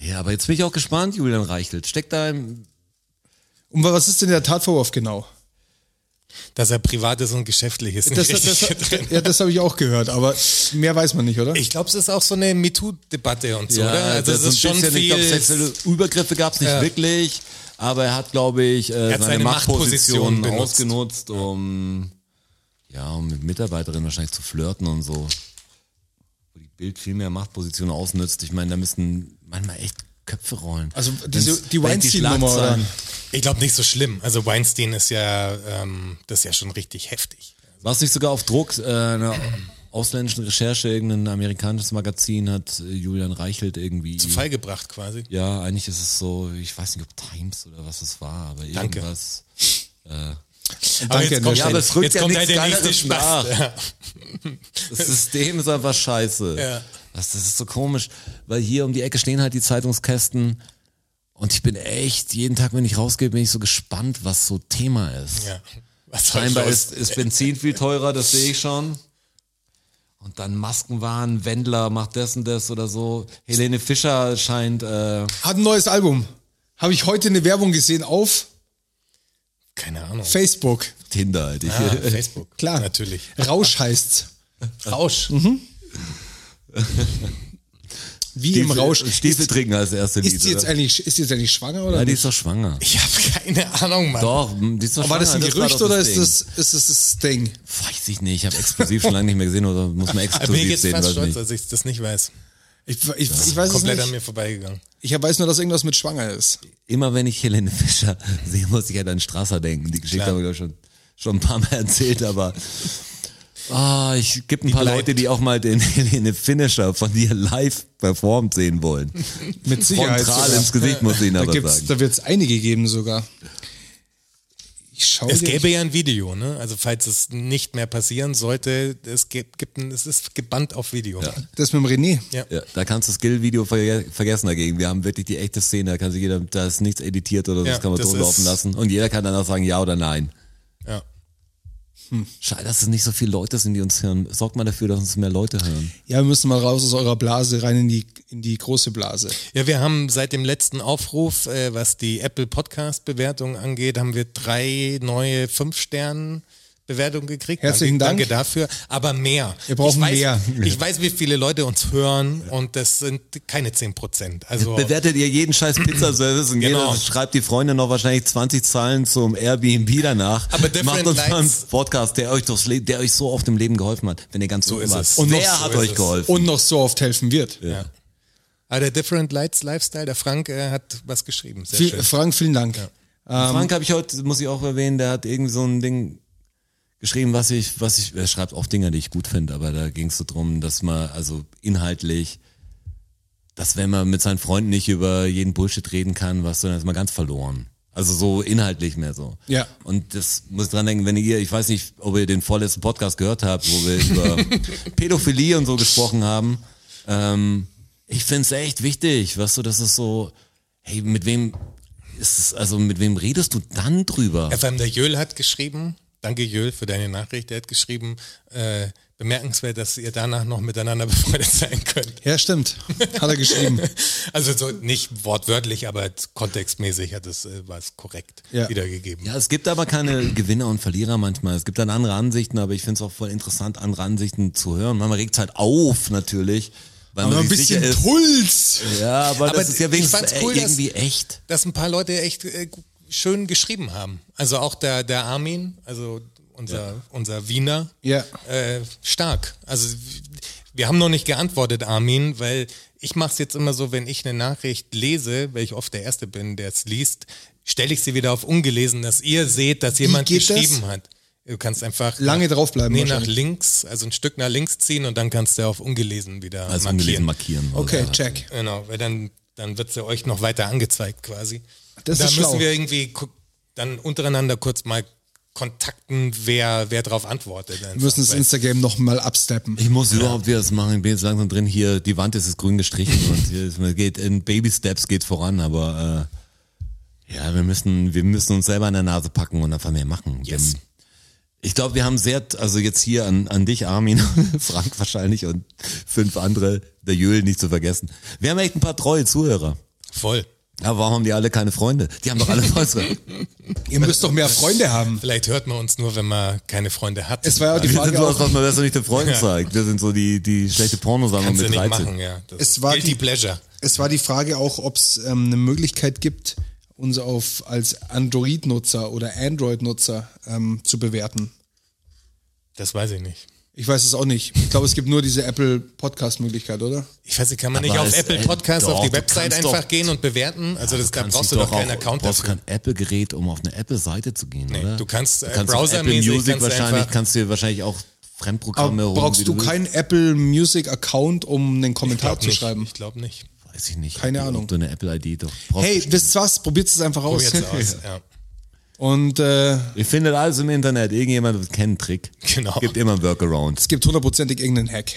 Ja, aber jetzt bin ich auch gespannt, Julian Reichelt. Steckt da im, Und wa- was ist denn der Tatvorwurf genau? Dass er privates und geschäftliches Das, nicht das, richtig das, ja, das habe ich auch gehört, aber mehr weiß man nicht, oder? Ich glaube, es ist auch so eine MeToo-Debatte und so, oder? Also das es so ein ist schon bisschen, ich viel. glaub, sexuelle Übergriffe gab es nicht Ja. wirklich, aber er hat, glaube ich, äh, hat seine, seine Machtposition, Machtposition benutzt. ausgenutzt, um ja, um mit Mitarbeiterinnen wahrscheinlich zu flirten und so. Wo die Bild viel mehr Machtposition ausnutzt. Ich meine, da müssen manchmal echt Köpfe rollen. Also Wenn's- diese, die wenn Weinstein-Nummer, oder? Schlagzeilen- Ich glaube nicht so schlimm. Also Weinstein ist ja, ähm, das ist ja schon richtig heftig. War es nicht sogar auf Druck äh, einer ausländischen Recherche, irgendein amerikanisches Magazin hat äh, Julian Reichelt irgendwie... Zu Fall gebracht Also quasi. Ja, eigentlich ist es so, ich weiß nicht, ob Times oder was es war, aber Danke. irgendwas. Aber Danke an jetzt der kommt, Stelle. aber es rückt jetzt ja kommt nichts halt der nächste Geileres Spaß. Ja. Das System ist einfach scheiße. Ja. Das, das ist so komisch, weil hier um die Ecke stehen halt die Zeitungskästen und ich bin echt, jeden Tag, wenn ich rausgehe, bin ich so gespannt, was so Thema ist. Ja. Was soll Scheinbar los? ist, ist Benzin viel teurer, das sehe ich schon. Und dann Maskenwaren, Wendler macht das und das oder so. Helene Fischer scheint, äh, Hat ein neues Album. Habe ich heute eine Werbung gesehen auf Keine Ahnung. Facebook. Tinder halt. Ich, Ah, Facebook. Klar. Natürlich. Mhm. Rausch heißt's. Äh, Rausch. Wie im Rausch. Stiefel äh, trinken als erste Ist die jetzt oder? eigentlich, ist die jetzt eigentlich schwanger oder? Ja, die nicht? ist doch schwanger. Ich habe keine Ahnung, Mann. Doch, m, die ist doch war das ein schwanger, war Gerücht doch oder ist Ding. das, ist das das Ding? Weiß ich nicht, ich habe exklusiv schon lange nicht mehr gesehen oder muss man Aber bin ich exklusiv jetzt sehen, fast weiß stolz, nicht. dass ich das nicht weiß. Ich, ich, ich weiß es Komplett an nicht. mir vorbeigegangen. Ich weiß nur, dass irgendwas mit schwanger ist. Immer wenn ich Helene Fischer sehe, muss ich halt an Strasser denken. Die Geschichte Klar. haben wir, glaube ich, schon schon ein paar Mal erzählt, aber ah, ich gibt ein paar bleibt. Leute, die auch mal den Helene Finisher von dir live performt sehen wollen. Mit Sicherheit. Frontal sogar. ins Gesicht, muss ich Ihnen Da, aber gibt's- sagen. da wird es einige geben sogar. Ich schaue Es gäbe ja ein Video, ne? Also falls es nicht mehr passieren sollte, es gibt, gibt ein, es ist gebannt auf Video. das mit dem René. Ja. Ja, da kannst du das Skill-Video verge vergessen dagegen. Wir haben wirklich die echte Szene, da kann sich jeder, da ist nichts editiert oder so, Ja, das kann man das so ist- laufen lassen. Und jeder kann danach sagen, ja oder nein. ja. Schade, dass es nicht so viele Leute sind, die uns hören. Sorgt mal dafür, dass uns mehr Leute hören. Ja, wir müssen mal raus aus eurer Blase, rein in die, in die große Blase. Ja, wir haben seit dem letzten Aufruf, äh, was die Apple Podcast Bewertung angeht, haben wir drei neue fünf Sternen Bewertungen gekriegt. Herzlichen danke, Dank. Danke dafür, aber mehr. Wir brauchen ich weiß, mehr. Ich weiß, wie viele Leute uns hören und das sind keine 10 Prozent. Also Bewertet ihr jeden scheiß Pizzaservice und Genau. jeder schreibt die Freundin noch wahrscheinlich 20 Zahlen zum Airbnb danach. Aber Different Macht uns mal einen Lights- Podcast, der euch, durchs Le der euch so auf dem Leben geholfen hat, wenn ihr ganz so ist wart. es. Und Und wer noch so hat ist euch es. geholfen? Und noch so oft helfen wird. ja. Aber uh, der Different Lights Lifestyle, der Frank äh, hat was geschrieben. Sehr Viel, schön. Frank, vielen Dank. Frank habe ich heute, muss ich auch erwähnen, der hat irgend so ein Ding geschrieben, was ich, was ich, er schreibt auch Dinger, die ich gut finde, aber da ging es so drum, dass man, also inhaltlich, dass wenn man mit seinen Freunden nicht über jeden Bullshit reden kann, was, dann ist man ganz verloren. Also so inhaltlich mehr so. Ja. Und das muss dran denken, wenn ihr, ich weiß nicht, ob ihr den vorletzten Podcast gehört habt, wo wir über Pädophilie und so gesprochen haben. Ähm, ich finde es echt wichtig, weißt du, das ist so, hey, mit wem ist es, also mit wem redest du dann drüber? FM der Jöl hat geschrieben, danke Jöl für deine Nachricht, der hat geschrieben, äh, bemerkenswert, dass ihr danach noch miteinander befreundet sein könnt. Ja, stimmt. Hat er geschrieben. Also so nicht wortwörtlich, aber kontextmäßig hat es äh, was korrekt Ja. wiedergegeben. Ja, es gibt aber keine Gewinner und Verlierer manchmal. Es gibt dann andere Ansichten, aber ich finde es auch voll interessant, andere Ansichten zu hören. Man regt halt auf natürlich, weil Aber man ein sich sicher bisschen ist. Puls. Ja, aber, Aber das ist ja ich wenigstens fand's cool, e- dass- irgendwie echt. Dass ein paar Leute echt äh, gu- schön geschrieben haben. Also auch der, der Armin, also unser, unser Wiener, Ja. äh, stark. Also wir haben noch nicht geantwortet, Armin, weil ich mache es jetzt immer so, wenn ich eine Nachricht lese, weil ich oft der Erste bin, der es liest, stelle ich sie wieder auf ungelesen, dass ihr seht, dass jemand geht das? geschrieben hat. Du kannst einfach Lange draufbleiben Nee, nach wahrscheinlich. links, also ein Stück nach links ziehen und dann kannst du auf ungelesen wieder Also markieren. ungelesen markieren. Okay, Oder- check. Genau, weil dann, dann wird's ja euch noch weiter angezeigt quasi. Das da ist müssen schlau. wir irgendwie ku- dann untereinander kurz mal kontakten, wer, wer drauf antwortet. Wir müssen das Instagram noch mal absteppen. Ich muss überhaupt wieder das machen. Ich bin jetzt langsam drin. Hier, die Wand ist jetzt grün gestrichen und hier ist, man geht in Baby Steps geht voran, aber äh, ja, wir müssen, wir müssen uns selber an der Nase packen und einfach mehr machen. Yes. Wir- Ich glaube, wir haben sehr, also jetzt hier an, an dich, Armin, Frank wahrscheinlich und fünf andere, der Jöhl nicht zu vergessen. Wir haben echt ein paar treue Zuhörer. Voll. Aber warum haben die alle keine Freunde? Die haben doch alle Freunde. Ihr müsst doch mehr Freunde haben. Vielleicht hört man uns nur, wenn man keine Freunde hat. Es war ja auch die Wir sind Frage sowas, auch, was man besser nicht den Freunden Ja. zeigt. Wir sind so die, die schlechte Pornosammlung Kannst du mit nicht 13. machen, ja. Das Es ist war Guilty die- Pleasure. es war die Frage auch, ob es ähm, eine Möglichkeit gibt, uns auf als Android-Nutzer oder Android-Nutzer ähm, zu bewerten. Das weiß ich nicht. Ich weiß es auch nicht. Ich glaube, es gibt nur diese Apple Podcast-Möglichkeit, oder? Ich weiß nicht, kann man Aber nicht auf es- Apple äh, Podcasts doch, auf die du Website kannst doch- einfach gehen und bewerten? Also das, da kannst brauchst du dich doch keinen auch- Account brauchst dafür. kein Apple-Gerät, um auf eine Apple-Seite zu gehen, oder? du kannst, äh, auf browsermäßig Apple Music kannst du wahrscheinlich, einfach- kannst du dir wahrscheinlich auch Fremdprogramme Aber holen, wie brauchst du willst. keinen Apple Music-Account, um einen Ich Kommentar glaub zu nicht. schreiben? Ich glaube nicht. Weiß ich nicht. Keine ob Ahnung. Du eine Apple-ID doch brauchst Hey, bestimmt. wisst ihr was? Probiert es einfach aus. Probier's aus. Ja. Und äh, Ihr findet alles im Internet. Irgendjemand kennt einen Trick. Oh. Genau. Gibt immer einen Workaround. es gibt hundertprozentig irgendeinen Hack.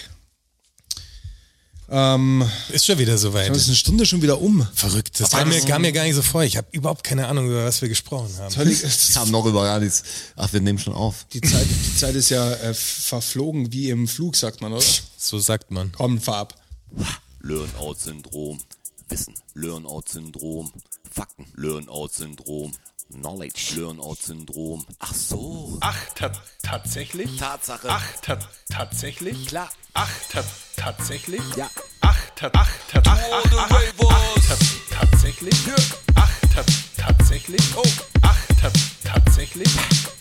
Ähm, Ist schon wieder soweit. das ist eine Stunde schon wieder um. Verrückt. Das kam mir, kam mir gar nicht so vor. Ich habe überhaupt keine Ahnung, über was wir gesprochen haben. Völlig, Ich habe noch über gar nichts. Ach, wir nehmen schon auf. die, Zeit, die Zeit ist ja äh, verflogen wie im Flug, sagt man, oder? So sagt man. Komm, fahr ab. Learn-out-Syndrom. Wissen. Learn-out-Syndrom. Fakten. Learn-out-Syndrom. Knowledge. Learn-out-Syndrom. Ach so. Ach, ta tatsächlich? Tatsache. Ach, ta tatsächlich? Klar. Ach, ta tatsächlich? Ja. Ach, ta ach, ta ach, ach, ach, ach, ta tatsächlich? Ach, ta tatsächlich? Oh. Ach, ta tatsächlich?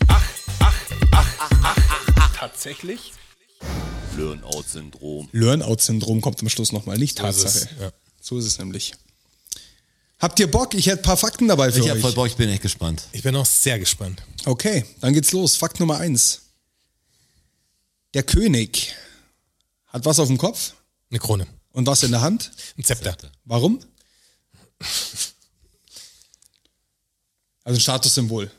Ach, ach, ach, ach, ach, tatsächlich? Learn-out-Syndrom. Learn-out-Syndrom kommt am Schluss nochmal, nicht ist Tatsache. es, ja. So ist es nämlich. Habt ihr Bock? Ich hätte ein paar Fakten dabei für Ich hab euch. voll Bock, ich bin echt gespannt. Ich bin auch sehr gespannt. Okay, dann geht's los. Fakt Nummer eins. Der König hat was auf dem Kopf Eine Krone. und was in der Hand. Ein Zepter. Warum? Also ein Statussymbol.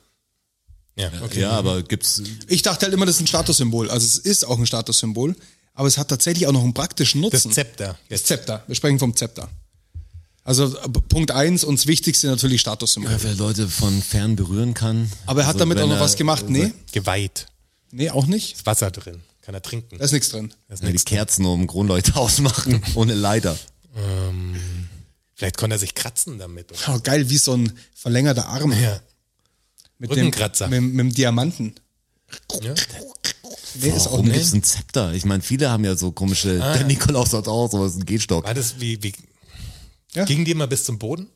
Ja, okay. Ja, aber gibt's. Ich dachte halt immer, das ist ein Statussymbol. Also es ist auch ein Statussymbol, aber es hat tatsächlich auch noch einen praktischen Das Nutzen. Zepter. Das Jetzt. Zepter. Wir sprechen vom Zepter. Also äh, Punkt eins und das Wichtigste natürlich Statussymbol. Wer Leute von fern berühren kann. Aber er hat Also, damit auch wenn noch er- was gemacht. Nee, Geweiht. nee, auch nicht. Ist Wasser drin. Kann er trinken. Da ist nichts drin. Das Ja, die Kerzen um Kronleuchter ausmachen, ohne Leiter. ähm, vielleicht konnte er sich kratzen damit. Oder? Oh, geil, wie so ein verlängerter Arm. Ja. Mit Rückenkratzer. Dem, mit, mit dem Diamanten. ja. Nee, ist auch Warum nicht. gibt's ein Zepter? Ich meine, viele haben ja so komische. Ah. Der Nikolaus hat auch sowas, ein Gehstock. War das wie, wie Ja. ging die immer bis zum Boden?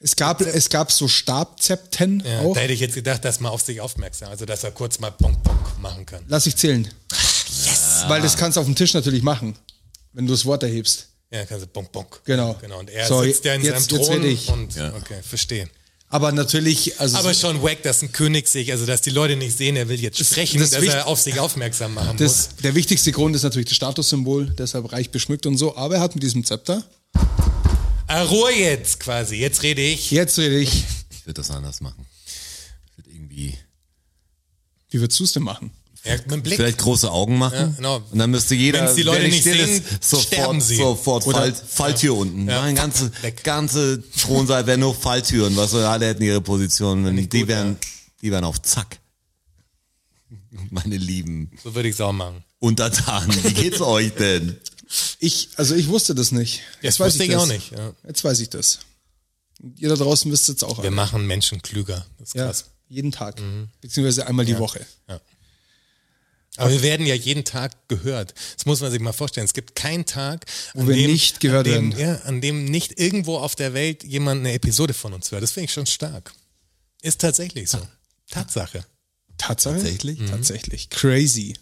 Es gab, es gab so Stabzepten Ja, auch. da hätte ich jetzt gedacht, dass man auf sich aufmerksam, also dass er kurz mal Bonk Bonk machen kann. Lass ich zählen. Weil das kannst du auf dem Tisch natürlich machen, wenn du das Wort erhebst. Ja, kann so Bonk Bonk. Genau. Genau. Und er So, sitzt ja in jetzt- seinem jetzt Thron werde ich. und okay, verstehe. Aber natürlich, also Aber schon wack, dass ein König sich, also dass die Leute nicht sehen, er will jetzt sprechen, das dass wichtig- er auf sich aufmerksam machen muss. das, der wichtigste Grund ist natürlich das Statussymbol, deshalb reich beschmückt und so. Aber er hat mit diesem Zepter, Ah, Ruhe jetzt quasi, jetzt rede ich. jetzt rede ich, Ich würde das anders machen. Ich würde irgendwie wie würdest du es denn machen? Ja, mit dem Blick. vielleicht große Augen machen. Ja, genau. Und dann müsste jeder, Wenn's die Leute wer nicht still sehen, sofort, sterben sie. sofort Fall, Falltür unten. Ja. Mein ganze, Weg. ganze Thronsaal wäre nur Falltüren. Was soll- alle hätten ihre Position. Wenn die gut, wären, die wären auf Zack. Meine lieben So würde ich es auch machen. Untertanen, wie geht's euch denn? Ich, also ich wusste das nicht. Jetzt weiß wusste ich das. auch nicht. Ja. Jetzt weiß ich das. Und ihr da draußen wisst jetzt auch. Wir alle. machen Menschen klüger. Das ist ja, krass. jeden Tag. Beziehungsweise einmal die Woche. Aber wir werden ja jeden Tag gehört. Das muss man sich mal vorstellen. Es gibt keinen Tag, wo wir nicht gehört an dem, werden. Ja, an dem nicht irgendwo auf der Welt jemand eine Episode von uns hört. Das finde ich schon stark. Ist tatsächlich so. Tatsache. Tatsache? Tatsächlich? Tatsächlich. Mhm. Crazy.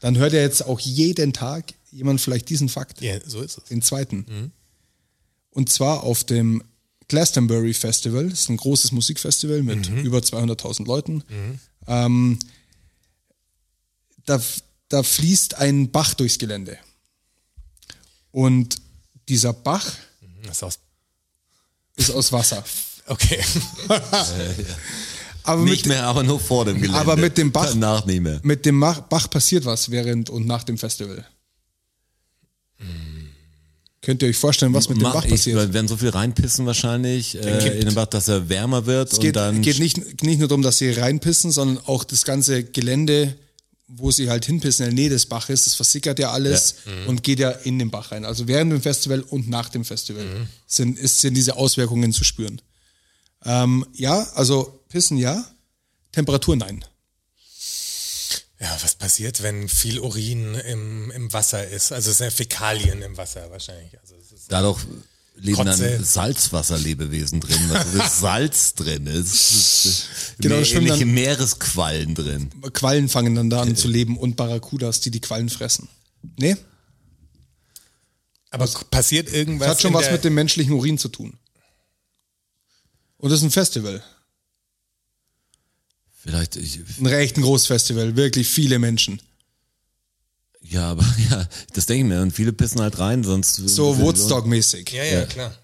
Dann hört ja jetzt auch jeden Tag jemand vielleicht diesen Fakt, Ja, so ist es. den zweiten. Mhm. Und zwar auf dem Glastonbury Festival, das ist ein großes Musikfestival mit Mhm. über 200.000 Leuten. Ähm, da, f- da fließt ein Bach durchs Gelände. Und dieser Bach Mhm, Das ist aus. ist aus Wasser. Okay. Aber Nicht mit, mehr, aber nur vor dem Gelände. Aber mit dem Bach- Danach nicht mehr. mit dem Mach- Bach passiert was während und nach dem Festival. Könnt ihr euch vorstellen, was mit dem Mhm. Mach Bach ich, passiert? weil werden so viel reinpissen wahrscheinlich äh, in den Bach, dass er wärmer wird. Es und geht, dann geht nicht, nicht nur darum, dass sie reinpissen, sondern auch das ganze Gelände, wo sie halt hinpissen, in der Nähe des Baches, das versickert ja alles Mhm. und geht ja in den Bach rein. Also während dem Festival und nach dem Festival sind, ist, sind diese Auswirkungen zu spüren. Ähm, ja, also pissen ja, Temperatur nein. Ja, was passiert, wenn viel Urin im, im Wasser ist? Also es sind ja Fäkalien im Wasser wahrscheinlich. Also es ist Dadurch leben Kotze. dann Salzwasserlebewesen drin, was das Salz drin ist. Genau, Genau, das Mehr, schwimmen ähnliche dann- Meeresquallen drin. Quallen fangen dann da an zu leben und Barracudas, die die Quallen fressen. Nee, Aber k- passiert irgendwas? das hat schon in was der, mit dem menschlichen Urin zu tun. Und das ist ein Festival. Vielleicht, ich, Ein recht ein großes Festival, wirklich viele Menschen. ja, aber ja, das denke ich mir. Und viele pissen halt rein, sonst. So Woodstock-mäßig. Ja, ja, klar.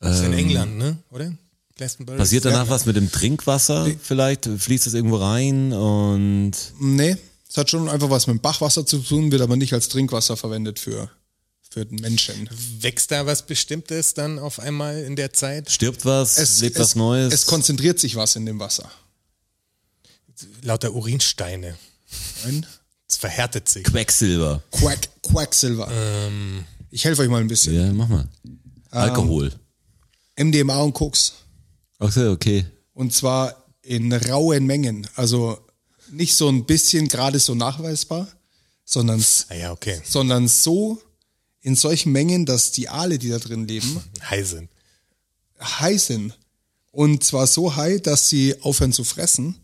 Das ist in England, ne? Oder? Glastonbury. Ähm, Passiert danach Ja. was mit dem Trinkwasser? Vielleicht fließt es irgendwo rein und Nee, es hat schon einfach was mit Bachwasser zu tun, wird aber nicht als Trinkwasser verwendet für, für den Menschen. Wächst da was Bestimmtes dann auf einmal in der Zeit? stirbt was, lebt was Neues. Es konzentriert sich was in dem Wasser. Lauter Urinsteine. Ein Es verhärtet sich. Quecksilber. Quack, Quacksilver. Ich helfe euch mal ein bisschen. Ähm. Ja, mach mal. Ähm. Alkohol. MDMA und Koks. Ach so, okay. Und zwar in rauen Mengen. Also nicht so ein bisschen gerade so nachweisbar, sondern, Ah ja, okay. sondern so in solchen Mengen, dass die Aale, die da drin leben, High sind. high sind. Und zwar so high, dass sie aufhören zu fressen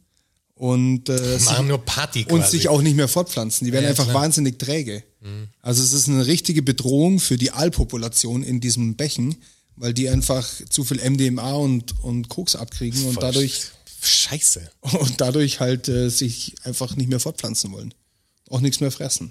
und, äh, sich, Machen nur Party quasi. und sich auch nicht mehr fortpflanzen. Die werden Ja, ja, einfach klar. Mhm. wahnsinnig träge. Also es ist eine richtige Bedrohung für die Aalpopulation in diesen Bächen, weil die einfach zu viel MDMA und, und Koks abkriegen und Voll dadurch, Scheiße. und dadurch halt äh, sich einfach nicht mehr fortpflanzen wollen. Auch nichts mehr fressen.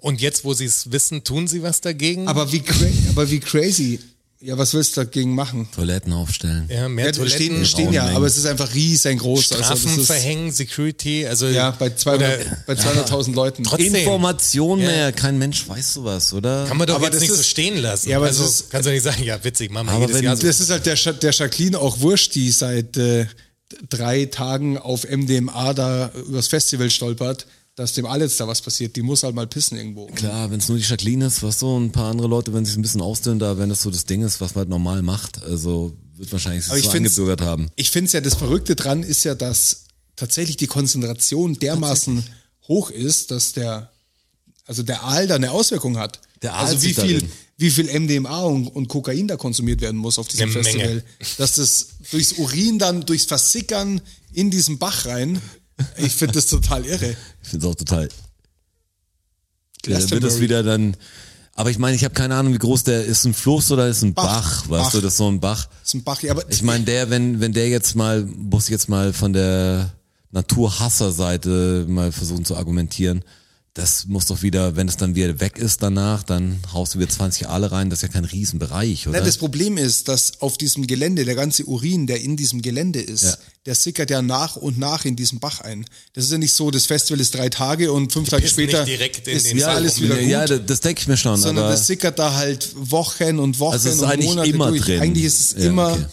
Und jetzt, wo sie es wissen, tun sie was dagegen? Aber wie, cra aber wie crazy. Ja, was willst du dagegen machen? Toiletten aufstellen. ja, mehr Ja, Toiletten, stehen, stehen ja, Raummengen. aber es ist einfach riesengroß. Strafen Also das ist, verhängen, Security, also ja, bei 200 oder- bei 200.000 Leuten. Trotzdem. Information Ja. mehr, kein Mensch weiß sowas, oder? kann man doch Aber jetzt das nicht so ist- stehen lassen. Ja, aber also, das ist- kannst du nicht sagen, ja, witzig, machen wir Aber jedes wenn Jahr so. Das ist halt der, Scha- der Jacqueline auch wurscht, die seit äh, drei Tagen auf MDMA da übers Festival stolpert, dass dem Alex da was passiert. Die muss halt mal pissen irgendwo. Klar, wenn es nur die Jacqueline ist, was so, und ein paar andere Leute, wenn sie es ein bisschen ausdünnen, da, wenn das so das Ding ist, was man halt normal macht, also wird wahrscheinlich Aber sich ich so find's- angebürgert haben. Ich finde es ja, das Verrückte dran ist ja, dass tatsächlich die Konzentration dermaßen hoch ist, dass der, also der Aal da eine Auswirkung hat. Der Aal also wie sieht viel, darin. wie viel MDMA und, und Kokain da konsumiert werden muss auf diesem Eine Festival. Menge. Dass das durchs Urin dann, durchs Versickern in diesen Bach rein, ich finde das total irre. Ich finde es auch total. Ja, dann wird Glastonbury. das wieder dann. Aber ich meine, ich habe keine Ahnung, wie groß der ist. Ein Fluss oder ist ein Bach. Bach? weißt Bach. du, das ist so ein Bach. Das ist ein Bach, ja, aber Ich meine, der, wenn, wenn der jetzt mal, muss ich jetzt mal von der Naturhasser-Seite mal versuchen zu argumentieren, das muss doch wieder, wenn es dann wieder weg ist danach, dann haust du wieder 20 Aale rein, das ist ja kein Riesenbereich, oder? Nein, Ne, das Problem ist, dass auf diesem Gelände, der ganze Urin, der in diesem Gelände ist, Ja. der sickert ja nach und nach in diesen Bach ein. Das ist ja nicht so, das Festival ist drei Tage und fünf Tage pissen später nicht direkt in ist den ja, Bach alles um. wieder gut. ja, das, das denke ich mir schon, sondern aber das sickert da halt Wochen und Wochen Also es ist und eigentlich Monate immer durch. drin. Eigentlich ist es Ja, immer, okay.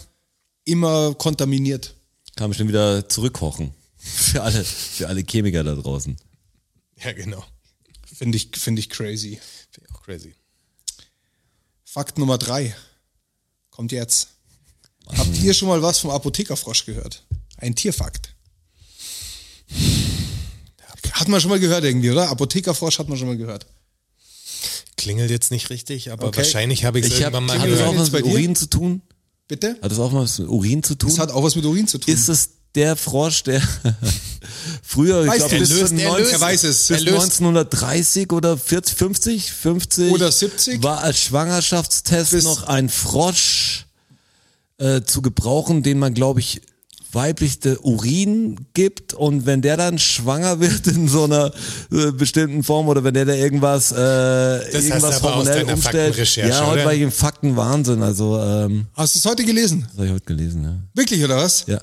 immer kontaminiert. kann bestimmt wieder zurückkochen. Für alle, für alle Chemiker da draußen. ja, genau. Finde ich, finde ich crazy. Finde ich Auch crazy. Fakt Nummer drei kommt jetzt. Habt ihr schon mal was vom Apothekerfrosch gehört? Ein Tierfakt. Hat man schon mal gehört irgendwie, oder? Apothekerfrosch hat man schon mal gehört. Klingelt jetzt nicht richtig, aber Okay. wahrscheinlich habe ich es Ich hab, irgendwann mal hat das gehört. auch Jetzt was bei mit dir? Urin zu tun? Bitte? Hat das auch was mit Urin zu tun? Das hat auch was mit Urin zu tun. ist es der Frosch, der früher, ich Weiß glaube, der bis, löst, zu der 19 löst. Er weiß es. bis Er löst. 1930 oder 40, 50, 50 Oder 70. war als Schwangerschaftstest Bis- noch ein Frosch äh, zu gebrauchen, den man, glaube ich, weiblich der Urin gibt und wenn der dann schwanger wird in so einer äh, bestimmten Form oder wenn der da irgendwas äh, hast du irgendwas aber aus hormonell deiner umstellt. Faktenrecherche, Ja, heute oder? war ich im Faktenwahnsinn, also ähm, Hast du es heute gelesen? das habe ich heute gelesen, ja. Wirklich, oder was? Ja.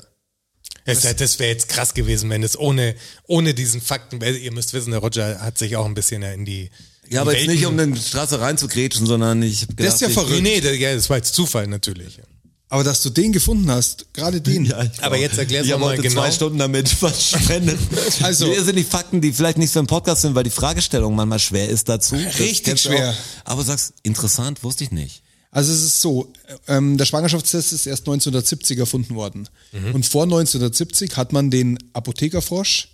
Es, das wäre jetzt krass gewesen, wenn es ohne, ohne diesen Fakten, weil ihr müsst wissen, der Roger hat sich auch ein bisschen ja in die Ja, aber jetzt Welten- nicht um den Straße reinzukretschen, sondern ich hab gedacht, Das ist ja ich- verrückt. Nee, nee, das, ja, das war jetzt Zufall natürlich. Aber dass du den gefunden hast, gerade den. Ja, ich Aber jetzt erklär's ich doch hab mal heute genau. zwei Stunden damit verschwendet. Also- also, Hier sind die Fakten, die vielleicht nicht für einen Podcast sind, weil die Fragestellung manchmal schwer ist dazu. Das Richtig kennst du schwer. Auch. Aber sagst, interessant, wusste ich nicht. Also es ist so, ähm, der Schwangerschaftstest ist erst 1970 erfunden worden. Und vor 1970 hat man den Apothekerfrosch,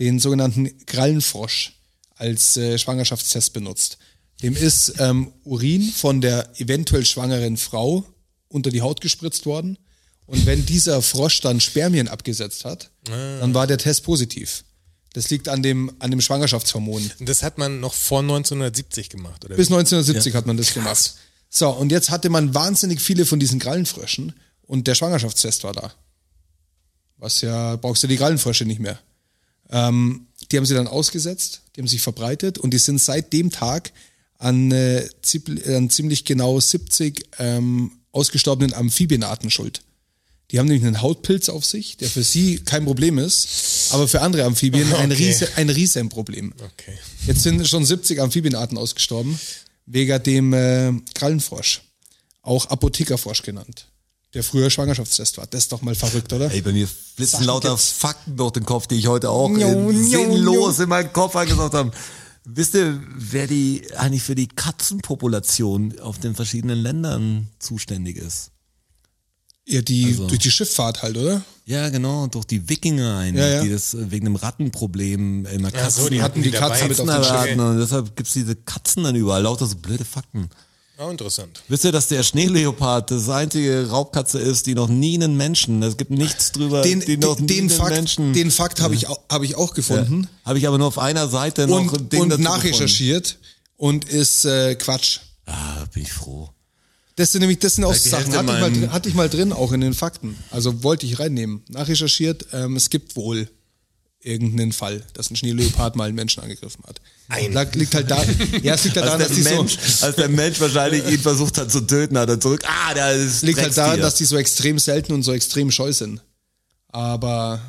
den sogenannten Krallenfrosch, als äh, Schwangerschaftstest benutzt. Dem ist ähm, Urin von der eventuell schwangeren Frau unter die Haut gespritzt worden. Und wenn dieser Frosch dann Spermien abgesetzt hat, dann war der Test positiv. Das liegt an dem, an dem Schwangerschaftshormon. Und Das hat man noch vor 1970 gemacht, oder? Bis 1970 hat man das gemacht. So, und jetzt hatte man wahnsinnig viele von diesen Krallenfröschen und der Schwangerschaftstest war da. Was ja, brauchst du die Krallenfrösche nicht mehr. Ähm, die haben sie dann ausgesetzt, die haben sich verbreitet und die sind seit dem Tag an, äh, zip- an ziemlich genau 70 ähm, ausgestorbenen Amphibienarten schuld. Die haben nämlich einen Hautpilz auf sich, der für sie kein Problem ist, aber für andere Amphibien ein, Okay. Riese, ein Riesenproblem. Okay. Jetzt sind schon 70 Amphibienarten ausgestorben, wegen dem äh, Krallenfrosch. Auch Apothekerfrosch genannt. Der früher Schwangerschaftstest war. Das ist doch mal verrückt, oder? Ey, bei mir flitzen Sachen lauter gibt's. Fakten durch den Kopf, die ich heute auch Jo, äh, jo, sinnlos in meinen Kopf angesagt habe. Wisst ihr, wer die eigentlich für die Katzenpopulation auf den verschiedenen Ländern zuständig ist? Ja, die, also durch die Schifffahrt halt, oder? Ja, genau, durch die Wikinger ein, Ja, ja. die das äh, wegen dem Rattenproblem immer Ja, Katzen so, die hatten die, die dabei. Katzen mit Katzen auf den alle Schiff. hatten und deshalb gibt's diese Katzen dann überall, lauter so blöde Fakten. Auch Ah, interessant. Wisst ihr, dass der Schneeleopard das einzige Raubkatze ist, die noch nie einen Menschen, es gibt nichts drüber, Den, die den, noch den, nie einen Fakt, Menschen. Hm? den Fakt habe ich, au- habe ich auch gefunden habe ich aber nur auf einer Seite noch und, den und dazu nachrecherchiert und ist äh, Quatsch. gefunden. Ah, bin ich froh. Das sind nämlich, das sind auch die Sachen, Hälfte hatte ich, mal, meinem- drin- hatte ich mal drin, auch in den Fakten. Also wollte ich reinnehmen. Nachrecherchiert, ähm, es gibt wohl irgendeinen Fall, dass ein Schneeleopard mal einen Menschen angegriffen hat. Ein. Da, liegt halt da, ja, es liegt halt daran, dass die so, als der Mensch wahrscheinlich ihn versucht hat zu töten, hat er zurück. Ah, da ist liegt halt daran, Dreckstier. dass die so extrem selten und so extrem scheu sind. Aber